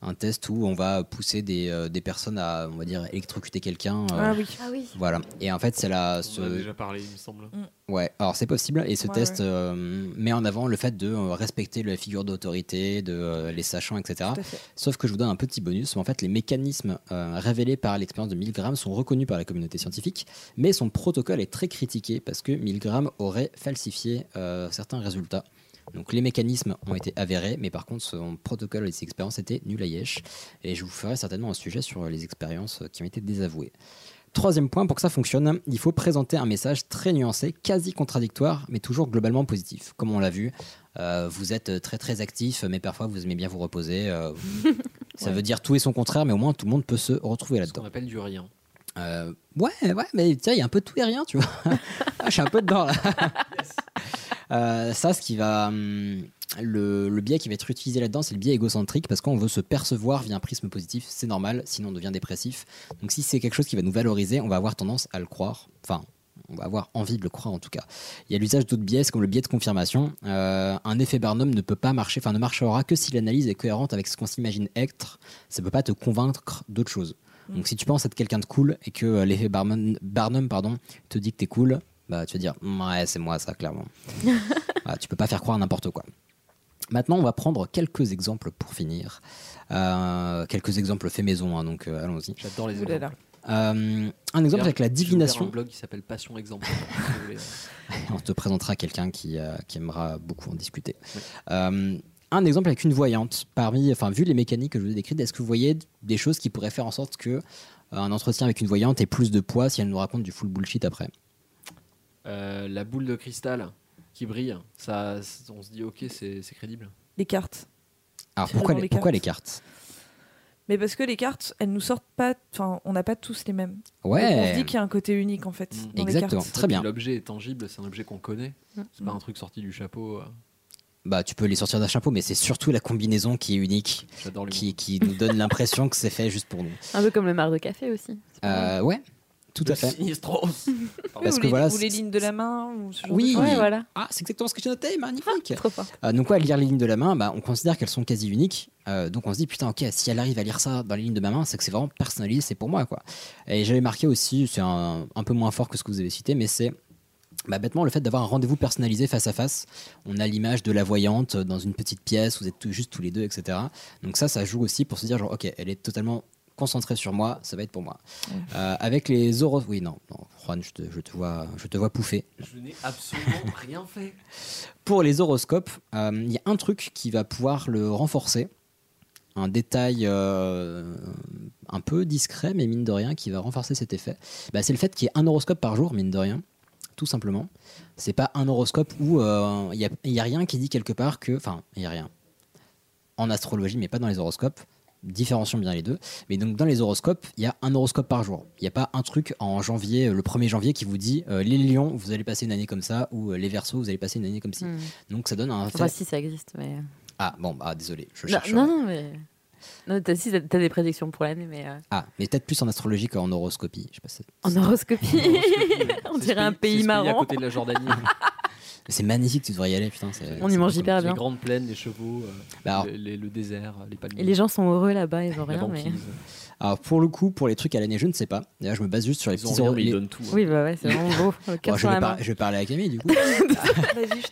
[SPEAKER 4] Un test où on va pousser des, euh, des personnes à, on va dire, électrocuter quelqu'un. euh,
[SPEAKER 5] Ah oui. Ah oui.
[SPEAKER 4] Voilà. Et en fait, c'est la.
[SPEAKER 2] On en a
[SPEAKER 4] ce-
[SPEAKER 2] déjà parlé, il me semble.
[SPEAKER 4] Ouais, alors c'est possible. Et ce
[SPEAKER 2] Ouais,
[SPEAKER 4] test
[SPEAKER 2] ouais.
[SPEAKER 4] euh, met en avant le fait de euh, respecter la figure d'autorité, de euh, les sachants, etc.
[SPEAKER 5] Tout à fait.
[SPEAKER 4] Sauf que je vous donne un petit bonus. En fait, les mécanismes euh, révélés par l'expérience de Milgram sont reconnus par la communauté scientifique, mais son protocole est très critiqué parce que Milgram aurait falsifié euh, certains résultats. Donc les mécanismes ont été avérés, mais par contre son protocole et ses expériences étaient nul à yesh. Et je vous ferai certainement un sujet sur les expériences euh, qui ont été désavouées. Troisième point, pour que ça fonctionne, il faut présenter un message très nuancé, quasi contradictoire, mais toujours globalement positif. Comme on l'a vu, euh, vous êtes très très actif, mais parfois vous aimez bien vous reposer. euh, ça
[SPEAKER 2] Ouais.
[SPEAKER 4] veut dire tout et son contraire, mais au moins tout le monde peut se retrouver là-dedans.
[SPEAKER 2] On appelle du rien.
[SPEAKER 4] Euh, ouais, ouais, mais tiens, il y a un peu de tout et rien, tu vois. Ah, je suis un peu dedans là. Euh, ça, ce qui va. hum, le, le biais qui va être utilisé là-dedans, c'est le biais égocentrique parce qu'on veut se percevoir via un prisme positif, c'est normal, sinon on devient dépressif. Donc si c'est quelque chose qui va nous valoriser, on va avoir tendance à le croire. Enfin, on va avoir envie de le croire en tout cas. Il y a l'usage d'autres biais, comme le biais de confirmation. Euh, un effet Barnum ne peut pas marcher, enfin ne marchera que si l'analyse est cohérente avec ce qu'on s'imagine être. Ça peut pas te convaincre d'autre chose. Donc si tu penses être quelqu'un de cool et que euh, l'effet Barnum, Barnum pardon, te dit que t'es cool, bah tu vas dire ouais c'est moi ça clairement. Voilà, tu peux pas faire croire à n'importe quoi. Maintenant, on va prendre quelques exemples pour finir. Euh, quelques exemples faits maison, hein, donc euh, allons-y.
[SPEAKER 2] J'adore les Ouh là exemples.
[SPEAKER 4] Euh, un exemple avec la
[SPEAKER 2] J'ai ouvert
[SPEAKER 4] divination.
[SPEAKER 2] un blog qui s'appelle Passion Exemple. si vous voulez.
[SPEAKER 4] On te présentera quelqu'un qui, euh, qui aimera beaucoup en discuter. Euh, un exemple avec une voyante. Parmi, enfin, vu les mécaniques que je vous ai décrites, est-ce que vous voyez des choses qui pourraient faire en sorte que euh, un entretien avec une voyante ait plus de poids si elle nous raconte du full bullshit après
[SPEAKER 2] Euh, la boule de cristal qui brille, ça, c'est- on se dit ok, c'est c'est crédible.
[SPEAKER 5] Les cartes.
[SPEAKER 4] Alors
[SPEAKER 5] C'est
[SPEAKER 4] pourquoi
[SPEAKER 5] dans
[SPEAKER 4] les,
[SPEAKER 5] les
[SPEAKER 4] pourquoi
[SPEAKER 5] cartes.
[SPEAKER 4] les cartes
[SPEAKER 5] Mais parce que les cartes, elles nous sortent pas. Enfin, on n'a pas tous les mêmes.
[SPEAKER 4] Ouais. Mm.
[SPEAKER 5] Donc, on se dit qu'il y a un côté unique en fait. Dans Les
[SPEAKER 4] Exactement.
[SPEAKER 5] cartes.
[SPEAKER 4] Très bien.
[SPEAKER 2] L'objet est tangible, c'est un objet qu'on connaît.
[SPEAKER 5] Mm.
[SPEAKER 2] C'est pas un truc sorti du chapeau. euh.
[SPEAKER 4] Bah, tu peux les sortir d'un chapeau, mais c'est surtout la combinaison qui est unique, qui, qui nous donne l'impression que c'est fait juste pour nous.
[SPEAKER 11] Un peu comme le marc de café aussi.
[SPEAKER 4] Euh, ouais, tout à fait.
[SPEAKER 2] Sinistros.
[SPEAKER 4] Parce
[SPEAKER 5] ou,
[SPEAKER 4] que
[SPEAKER 5] les,
[SPEAKER 4] voilà,
[SPEAKER 5] ou les
[SPEAKER 4] c'est-
[SPEAKER 5] lignes de la main. Ou ce genre
[SPEAKER 4] Oui.
[SPEAKER 5] de choses.
[SPEAKER 4] Ouais,
[SPEAKER 11] voilà.
[SPEAKER 4] Ah, c'est exactement ce que j'ai noté, magnifique.
[SPEAKER 11] trop fort.
[SPEAKER 4] Euh, donc, ouais, lire les lignes de la main, bah, on considère qu'elles sont quasi uniques. Euh, donc, on se dit, putain, ok, si elle arrive à lire ça dans les lignes de ma main, c'est que c'est vraiment personnalisé, c'est pour moi, quoi. Et j'avais marqué aussi, c'est un, un peu moins fort que ce que vous avez cité, mais c'est. bah, bêtement, le fait d'avoir un rendez-vous personnalisé face à face, on a l'image de la voyante euh, dans une petite pièce, vous êtes tous- juste tous les deux, etc. Donc ça, ça joue aussi pour se dire, genre, ok, elle est totalement concentré sur moi, ça va être pour moi. Euh, avec les Zoro. Oui, non, non, Juan, je te, je te vois, je te vois pouffer.
[SPEAKER 2] Je n'ai absolument rien fait.
[SPEAKER 4] Pour les horoscopes, euh, il y a un truc qui va pouvoir le renforcer. Un détail euh, un peu discret, mais mine de rien, qui va renforcer cet effet. Bah, c'est le fait qu'il y ait un horoscope par jour, mine de rien, tout simplement. C'est pas un horoscope où euh, il n'y a, rien qui dit quelque part que. Enfin, il n'y a rien. En astrologie, mais pas dans les horoscopes. Différencions bien les deux. Mais donc, dans les horoscopes, il y a un horoscope par jour. Il n'y a pas un truc en janvier, euh, le 1er janvier, qui vous dit euh, les lions, vous allez passer une année comme ça, ou euh, les versos, vous allez passer une année comme ci.
[SPEAKER 11] Hmm.
[SPEAKER 4] Donc, ça donne un.
[SPEAKER 11] Enfin, si ça existe, mais. euh,
[SPEAKER 4] Ah, bon, bah, désolé, je
[SPEAKER 11] non,
[SPEAKER 4] cherche.
[SPEAKER 11] non, non, mais. Non, t'as, si, t'as t'as des prédictions pour l'année, mais. euh,
[SPEAKER 4] Ah, mais peut-être plus en astrologie qu'en horoscopie. Je sais pas si-
[SPEAKER 11] En horoscopie, on dirait un pays
[SPEAKER 2] à
[SPEAKER 11] marrant.
[SPEAKER 2] côté de la Jordanie.
[SPEAKER 4] C'est magnifique, tu devrais y aller, putain. c'est-
[SPEAKER 11] On y
[SPEAKER 4] c'est
[SPEAKER 11] mange
[SPEAKER 4] comme-
[SPEAKER 11] hyper bien.
[SPEAKER 2] Les grandes plaines, les chevaux, euh,
[SPEAKER 4] Bah, alors-
[SPEAKER 2] les- les- le désert, les palmiers.
[SPEAKER 11] Et les gens sont heureux là-bas, ils ont
[SPEAKER 2] La
[SPEAKER 11] rien, mais.
[SPEAKER 2] banquise.
[SPEAKER 4] Alors, pour le coup, pour les trucs à l'année, je ne sais pas. D'ailleurs, je me base juste sur les
[SPEAKER 2] Ils ont
[SPEAKER 4] petits
[SPEAKER 2] rien,
[SPEAKER 4] horo-
[SPEAKER 2] mais ils
[SPEAKER 4] les-
[SPEAKER 2] donnent tout. hein.
[SPEAKER 11] Oui, bah ouais, c'est vraiment beau. Le cœur
[SPEAKER 4] Bon, je,
[SPEAKER 11] sur
[SPEAKER 4] vais
[SPEAKER 11] la
[SPEAKER 4] par-
[SPEAKER 11] main.
[SPEAKER 4] je vais parler à Camille du coup.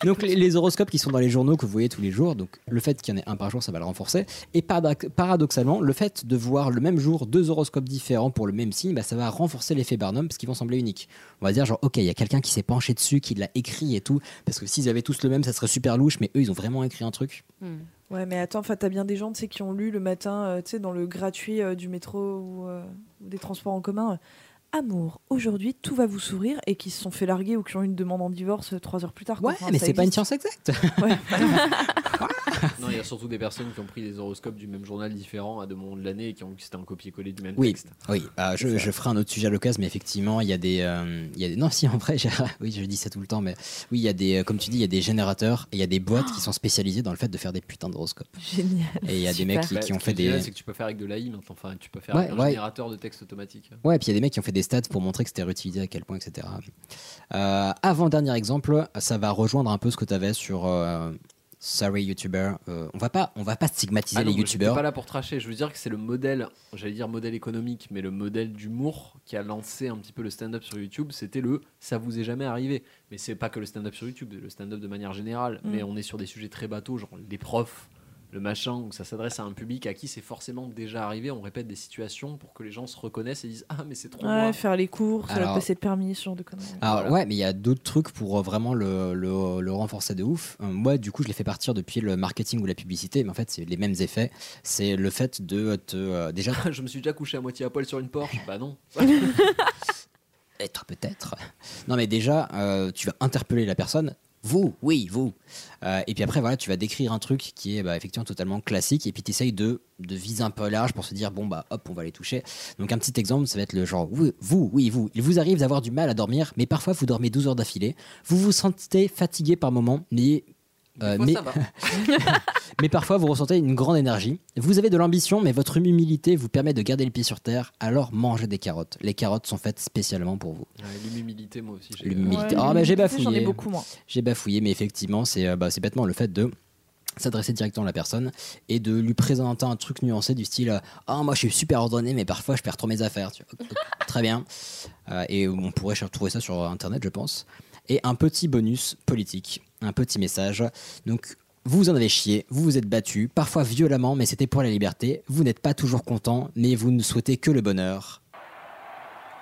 [SPEAKER 4] donc les, les horoscopes qui sont dans les journaux que vous voyez tous les jours, donc le fait qu'il y en ait un par jour, ça va le renforcer. Et paradox- paradoxalement, le fait de voir le même jour deux horoscopes différents pour le même signe, bah, ça va renforcer l'effet Barnum parce qu'ils vont sembler uniques. On va dire genre ok, il y a quelqu'un qui s'est penché dessus, qui l'a écrit et tout, parce que s'ils avaient tous le même, ça serait super louche, mais eux ils ont vraiment écrit un truc.
[SPEAKER 11] Hmm.
[SPEAKER 5] Ouais, mais attends, enfin, t'as bien des gens, tu sais, qui ont lu le matin, euh, tu sais, dans le gratuit euh, du métro ou, euh, ou des transports en commun. euh, Amour, aujourd'hui tout va vous sourire et qui se sont fait larguer ou qui ont eu une demande en divorce euh, trois heures plus tard. quoi.
[SPEAKER 4] Ouais,
[SPEAKER 5] Enfin,
[SPEAKER 4] mais
[SPEAKER 5] ça
[SPEAKER 4] c'est pas une
[SPEAKER 5] existe.
[SPEAKER 4] science exacte.
[SPEAKER 2] Non, il y a surtout des personnes qui ont pris les horoscopes du même journal différent à deux moments de l'année et qui ont vu que c'était un copier-coller du même
[SPEAKER 4] Oui,
[SPEAKER 2] texte.
[SPEAKER 4] oui. Ah, je, je ferai un autre sujet à l'occasion, mais effectivement, il y a des, euh, il y a des- non, si en vrai, j'ai- oui, je dis ça tout le temps, mais oui, il y a des, euh, comme tu dis, il y a des générateurs et il y a des boîtes qui sont spécialisées dans le fait de faire des putains d'horoscopes.
[SPEAKER 5] Génial.
[SPEAKER 4] Et il y a des mecs qui,
[SPEAKER 2] Bah,
[SPEAKER 4] qui
[SPEAKER 2] ce
[SPEAKER 4] ont
[SPEAKER 2] est
[SPEAKER 4] fait
[SPEAKER 2] génial,
[SPEAKER 4] des,
[SPEAKER 2] C'est que tu peux faire avec de l'AI maintenant. Enfin, tu peux faire
[SPEAKER 4] Ouais,
[SPEAKER 2] avec un
[SPEAKER 4] ouais.
[SPEAKER 2] générateur de texte automatique.
[SPEAKER 4] ouais, puis il y a des mecs qui ont fait des stats pour montrer que c'était réutilisé à quel point, etc. Euh, avant dernier exemple, ça va rejoindre un peu ce que tu avais sur. euh, Sorry YouTuber, Euh, on va pas, on va pas stigmatiser
[SPEAKER 2] Ah non,
[SPEAKER 4] les
[SPEAKER 2] mais j'étais
[SPEAKER 4] YouTubers.
[SPEAKER 2] pas là pour tracher. Je veux dire que c'est le modèle, j'allais dire modèle économique, mais le modèle d'humour qui a lancé un petit peu le stand-up sur YouTube, c'était le ça vous est jamais arrivé. Mais c'est pas que le stand-up sur YouTube, le stand-up de manière générale.
[SPEAKER 10] Mm.
[SPEAKER 2] Mais on est sur des sujets très bateaux, genre les profs, le machin, où ça s'adresse à un public à qui c'est forcément déjà arrivé. On répète des situations pour que les gens se reconnaissent et disent ah mais c'est trop
[SPEAKER 5] Ouais,
[SPEAKER 2] moi.
[SPEAKER 5] faire les courses,
[SPEAKER 4] Alors-
[SPEAKER 5] la PC de permis, ce genre de conneries.
[SPEAKER 4] Alors Ah ouais, mais il y a d'autres trucs pour euh, vraiment le, le- le renforcer de ouf. Euh, Moi, du coup, je l'ai fait partir depuis le marketing ou la publicité, mais en fait, c'est les mêmes effets. C'est le fait de te euh, déjà
[SPEAKER 2] Je me suis déjà couché à moitié à poil sur une Porsche. Bah non.
[SPEAKER 4] être peut-être. Non, mais déjà, euh, tu vas interpeller la personne. Vous, oui, vous. Euh, et puis après, voilà, tu vas décrire un truc qui est bah, effectivement totalement classique. Et puis tu essayes de, de viser un peu large pour se dire, bon, bah hop, on va les toucher. Donc un petit exemple, ça va être le genre, vous, vous, oui, vous. Il vous arrive d'avoir du mal à dormir, mais parfois vous dormez 12 heures d'affilée. Vous vous sentez fatigué par moment, mais. euh,
[SPEAKER 2] fois,
[SPEAKER 4] mais,
[SPEAKER 2] ça va.
[SPEAKER 4] mais parfois vous ressentez une grande énergie. Vous avez de l'ambition, mais votre humilité vous permet de garder le pied sur terre. Alors mangez des carottes. Les carottes sont faites spécialement pour vous.
[SPEAKER 2] Ouais, L'humilité, moi aussi. j'ai-
[SPEAKER 4] L'humilité. Ah, bah, j'ai
[SPEAKER 5] l'humilité,
[SPEAKER 4] bafouillé.
[SPEAKER 5] j'en ai beaucoup, moi.
[SPEAKER 4] J'ai bafouillé, mais effectivement, c'est euh, bah, c'est bêtement le fait de s'adresser directement à la personne et de lui présenter un truc nuancé du style euh, Ah, moi je suis super ordonné, mais parfois je perds trop mes affaires. Tu vois. Très bien. Euh, et on pourrait cher- trouver ça sur Internet, je pense. Et un petit bonus politique, un petit message. Donc, vous vous en avez chié, vous vous êtes battu, parfois violemment, mais c'était pour la liberté. Vous n'êtes pas toujours content, mais vous ne souhaitez que le bonheur.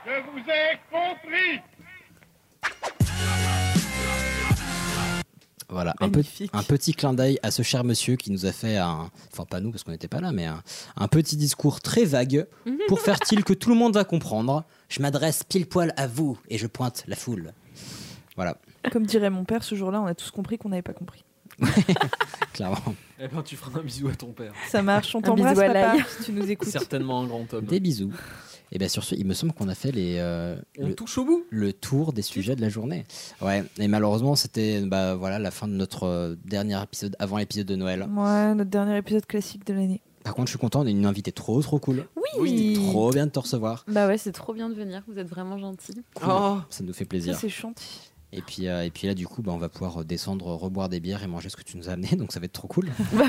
[SPEAKER 7] Je vous ai compris
[SPEAKER 4] Voilà, un, pe- un petit clin d'œil à ce cher monsieur qui nous a fait un, enfin pas nous parce qu'on n'était pas là, mais un, un petit discours très vague pour faire-t-il que tout le monde va comprendre. Je m'adresse pile poil à vous et je pointe la foule. Voilà,
[SPEAKER 5] Comme dirait mon père, ce jour-là, on a tous compris qu'on n'avait pas compris.
[SPEAKER 4] clairement.
[SPEAKER 2] Eh ben, tu feras un bisou à ton père.
[SPEAKER 5] Ça marche, on
[SPEAKER 2] Un
[SPEAKER 5] t'embrasse,
[SPEAKER 2] bisou à
[SPEAKER 5] papa,
[SPEAKER 2] l'ail.
[SPEAKER 5] si tu nous écoutes.
[SPEAKER 2] Certainement un grand homme.
[SPEAKER 4] Des bisous. Et bien sur ce, il me semble qu'on a fait les, euh,
[SPEAKER 2] On
[SPEAKER 4] le,
[SPEAKER 2] touche au bout.
[SPEAKER 4] le tour des sujets de la journée. Ouais, et malheureusement c'était bah, voilà, la fin de notre euh, dernier épisode avant l'épisode de Noël.
[SPEAKER 5] Ouais, notre dernier épisode classique de l'année.
[SPEAKER 4] Par contre, je suis content, on a une invitée trop trop cool.
[SPEAKER 11] Oui.
[SPEAKER 4] C'était trop bien de te recevoir.
[SPEAKER 11] Bah ouais, c'est trop bien de venir, vous êtes vraiment gentils.
[SPEAKER 4] Cool.
[SPEAKER 2] Oh.
[SPEAKER 4] Ça nous fait plaisir.
[SPEAKER 5] Ça, c'est gentil.
[SPEAKER 4] Et puis, euh, et puis là, du coup, bah, on va pouvoir descendre, reboire des bières et manger ce que tu nous as amené, donc ça va être trop cool.
[SPEAKER 11] Bah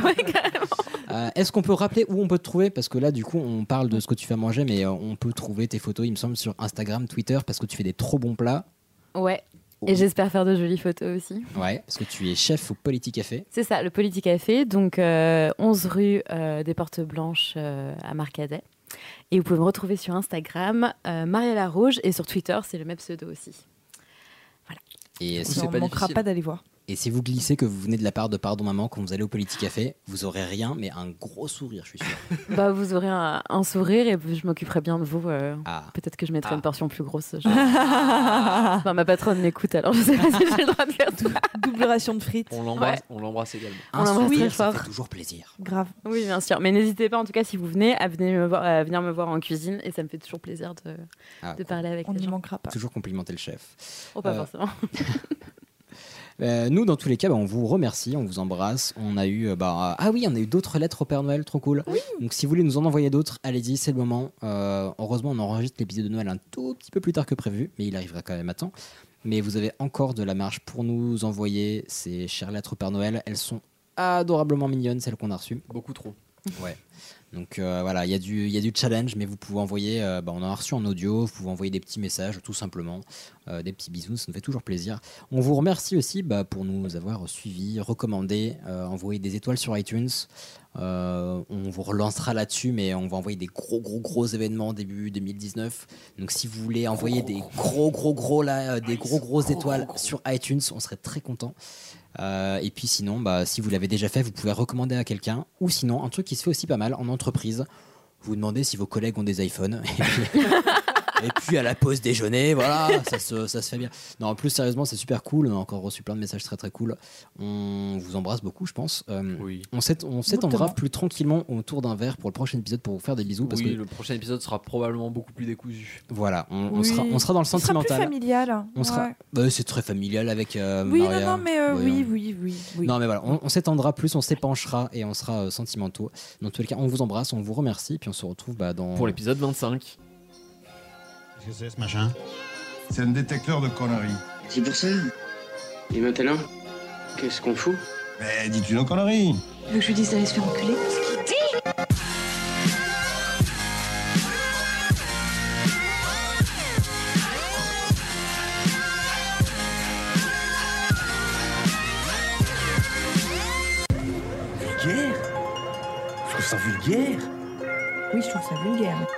[SPEAKER 4] Euh, Est-ce qu'on peut rappeler où on peut te trouver Parce que là, du coup, on parle de ce que tu fais manger, mais euh, on peut trouver tes photos, il me semble, sur Instagram, Twitter, parce que tu fais des trop bons plats.
[SPEAKER 11] Ouais.
[SPEAKER 4] Oh.
[SPEAKER 11] Et j'espère faire de jolies photos aussi.
[SPEAKER 4] Ouais, parce que tu es chef au Politicafé.
[SPEAKER 11] C'est ça, le Politicafé, donc euh, 11 rue euh, des Portes Blanches euh, à Marcadet. Et vous pouvez me retrouver sur Instagram, euh, Mariella Rouge, et sur Twitter, c'est le même pseudo aussi.
[SPEAKER 4] Et
[SPEAKER 5] On ne manquera pas d'aller voir.
[SPEAKER 4] Et si vous glissez que vous venez de la part de Pardon Maman quand vous allez au Politique Café, vous aurez rien, mais un gros sourire, je suis sûr.
[SPEAKER 11] Bah, vous aurez un, un sourire et je m'occuperai bien de vous. euh,
[SPEAKER 4] Ah,
[SPEAKER 11] Peut-être que je mettrai une portion plus grosse. genre. Enfin, ma patronne m'écoute, alors je sais pas si j'ai le droit de faire tout.
[SPEAKER 5] Double ration de frites.
[SPEAKER 2] On l'embrasse on l'embrasse également.
[SPEAKER 11] On l'embrasse très fort.
[SPEAKER 4] toujours plaisir.
[SPEAKER 5] Grave.
[SPEAKER 11] Oui, bien sûr. Mais n'hésitez pas, en tout cas, si vous venez, à venir me voir, à venir me voir en cuisine. Et ça me fait toujours plaisir de,
[SPEAKER 4] Ah,
[SPEAKER 11] de
[SPEAKER 4] cool.
[SPEAKER 11] parler avec
[SPEAKER 5] On
[SPEAKER 11] les
[SPEAKER 5] n'y
[SPEAKER 11] gens.
[SPEAKER 5] manquera pas.
[SPEAKER 4] Toujours complimenter le chef.
[SPEAKER 11] Oh, pas
[SPEAKER 4] Euh,
[SPEAKER 11] forcément.
[SPEAKER 4] Euh, nous, dans tous les cas, bah, on vous remercie, on vous embrasse. On a eu, euh, bah, euh, ah oui, on a eu d'autres lettres au Père Noël, trop cool. Donc, si vous voulez nous en envoyer d'autres, allez-y, c'est le moment. Euh, heureusement, on enregistre l'épisode de Noël un tout petit peu plus tard que prévu, mais il arrivera quand même à temps. Mais vous avez encore de la marge pour nous envoyer ces chères lettres au Père Noël. Elles sont adorablement mignonnes, celles qu'on a reçues.
[SPEAKER 2] Beaucoup trop.
[SPEAKER 4] Ouais. Donc euh, voilà, il y, a du- il y a du challenge, mais vous pouvez envoyer, euh, bah, on en a reçu en audio, vous pouvez envoyer des petits messages tout simplement, euh, des petits bisous, ça nous fait toujours plaisir. On vous remercie aussi bah, pour nous avoir suivis, recommandés, euh, envoyer des étoiles sur iTunes. Euh, on vous relancera là-dessus, mais on va envoyer des gros gros gros événements début 2019. Donc si vous voulez envoyer des gros gros gros là, euh, des gros grosses étoiles sur iTunes, on serait très content. Euh, et puis sinon, bah, si vous l'avez déjà fait, vous pouvez recommander à quelqu'un. Ou sinon, un truc qui se fait aussi pas mal en entreprise, vous demandez si vos collègues ont des iPhones. Et puis, et puis à la pause déjeuner, voilà, ça se, ça se fait bien. Non, en plus, sérieusement, c'est super cool. On a encore reçu plein de messages très très cool. On vous embrasse beaucoup, je pense. Euh, On s'est- on s'étendra
[SPEAKER 2] Exactement.
[SPEAKER 4] plus tranquillement autour d'un verre pour le prochain épisode pour vous faire des bisous. Parce
[SPEAKER 2] oui,
[SPEAKER 4] que
[SPEAKER 2] le prochain épisode sera probablement beaucoup plus décousu.
[SPEAKER 4] voilà, on, on sera, on sera dans le
[SPEAKER 5] Ce sera plus
[SPEAKER 4] sentimental.
[SPEAKER 5] familial. hein.
[SPEAKER 4] On sera.
[SPEAKER 5] Ouais.
[SPEAKER 4] Bah, c'est très familial avec euh,
[SPEAKER 5] Oui, non,
[SPEAKER 4] Maria.
[SPEAKER 5] non, mais euh,
[SPEAKER 4] Voyons.
[SPEAKER 5] oui, oui, oui, oui.
[SPEAKER 4] Non, mais voilà, on, on s'étendra plus, on s'épanchera et on sera euh, sentimentaux. Dans tous les cas, on vous embrasse, on vous remercie, puis on se retrouve bah, dans.
[SPEAKER 2] Pour l'épisode 25.
[SPEAKER 9] Qu'est-ce que c'est ce machin C'est un détecteur de conneries.
[SPEAKER 8] C'est pour ça. Et maintenant, qu'est-ce qu'on fout
[SPEAKER 9] Mais Eh, dis-tu nos conneries
[SPEAKER 16] que je lui dise d'aller se faire enculer
[SPEAKER 18] Vulgaire Je trouve ça vulgaire
[SPEAKER 5] Oui, je trouve ça vulgaire.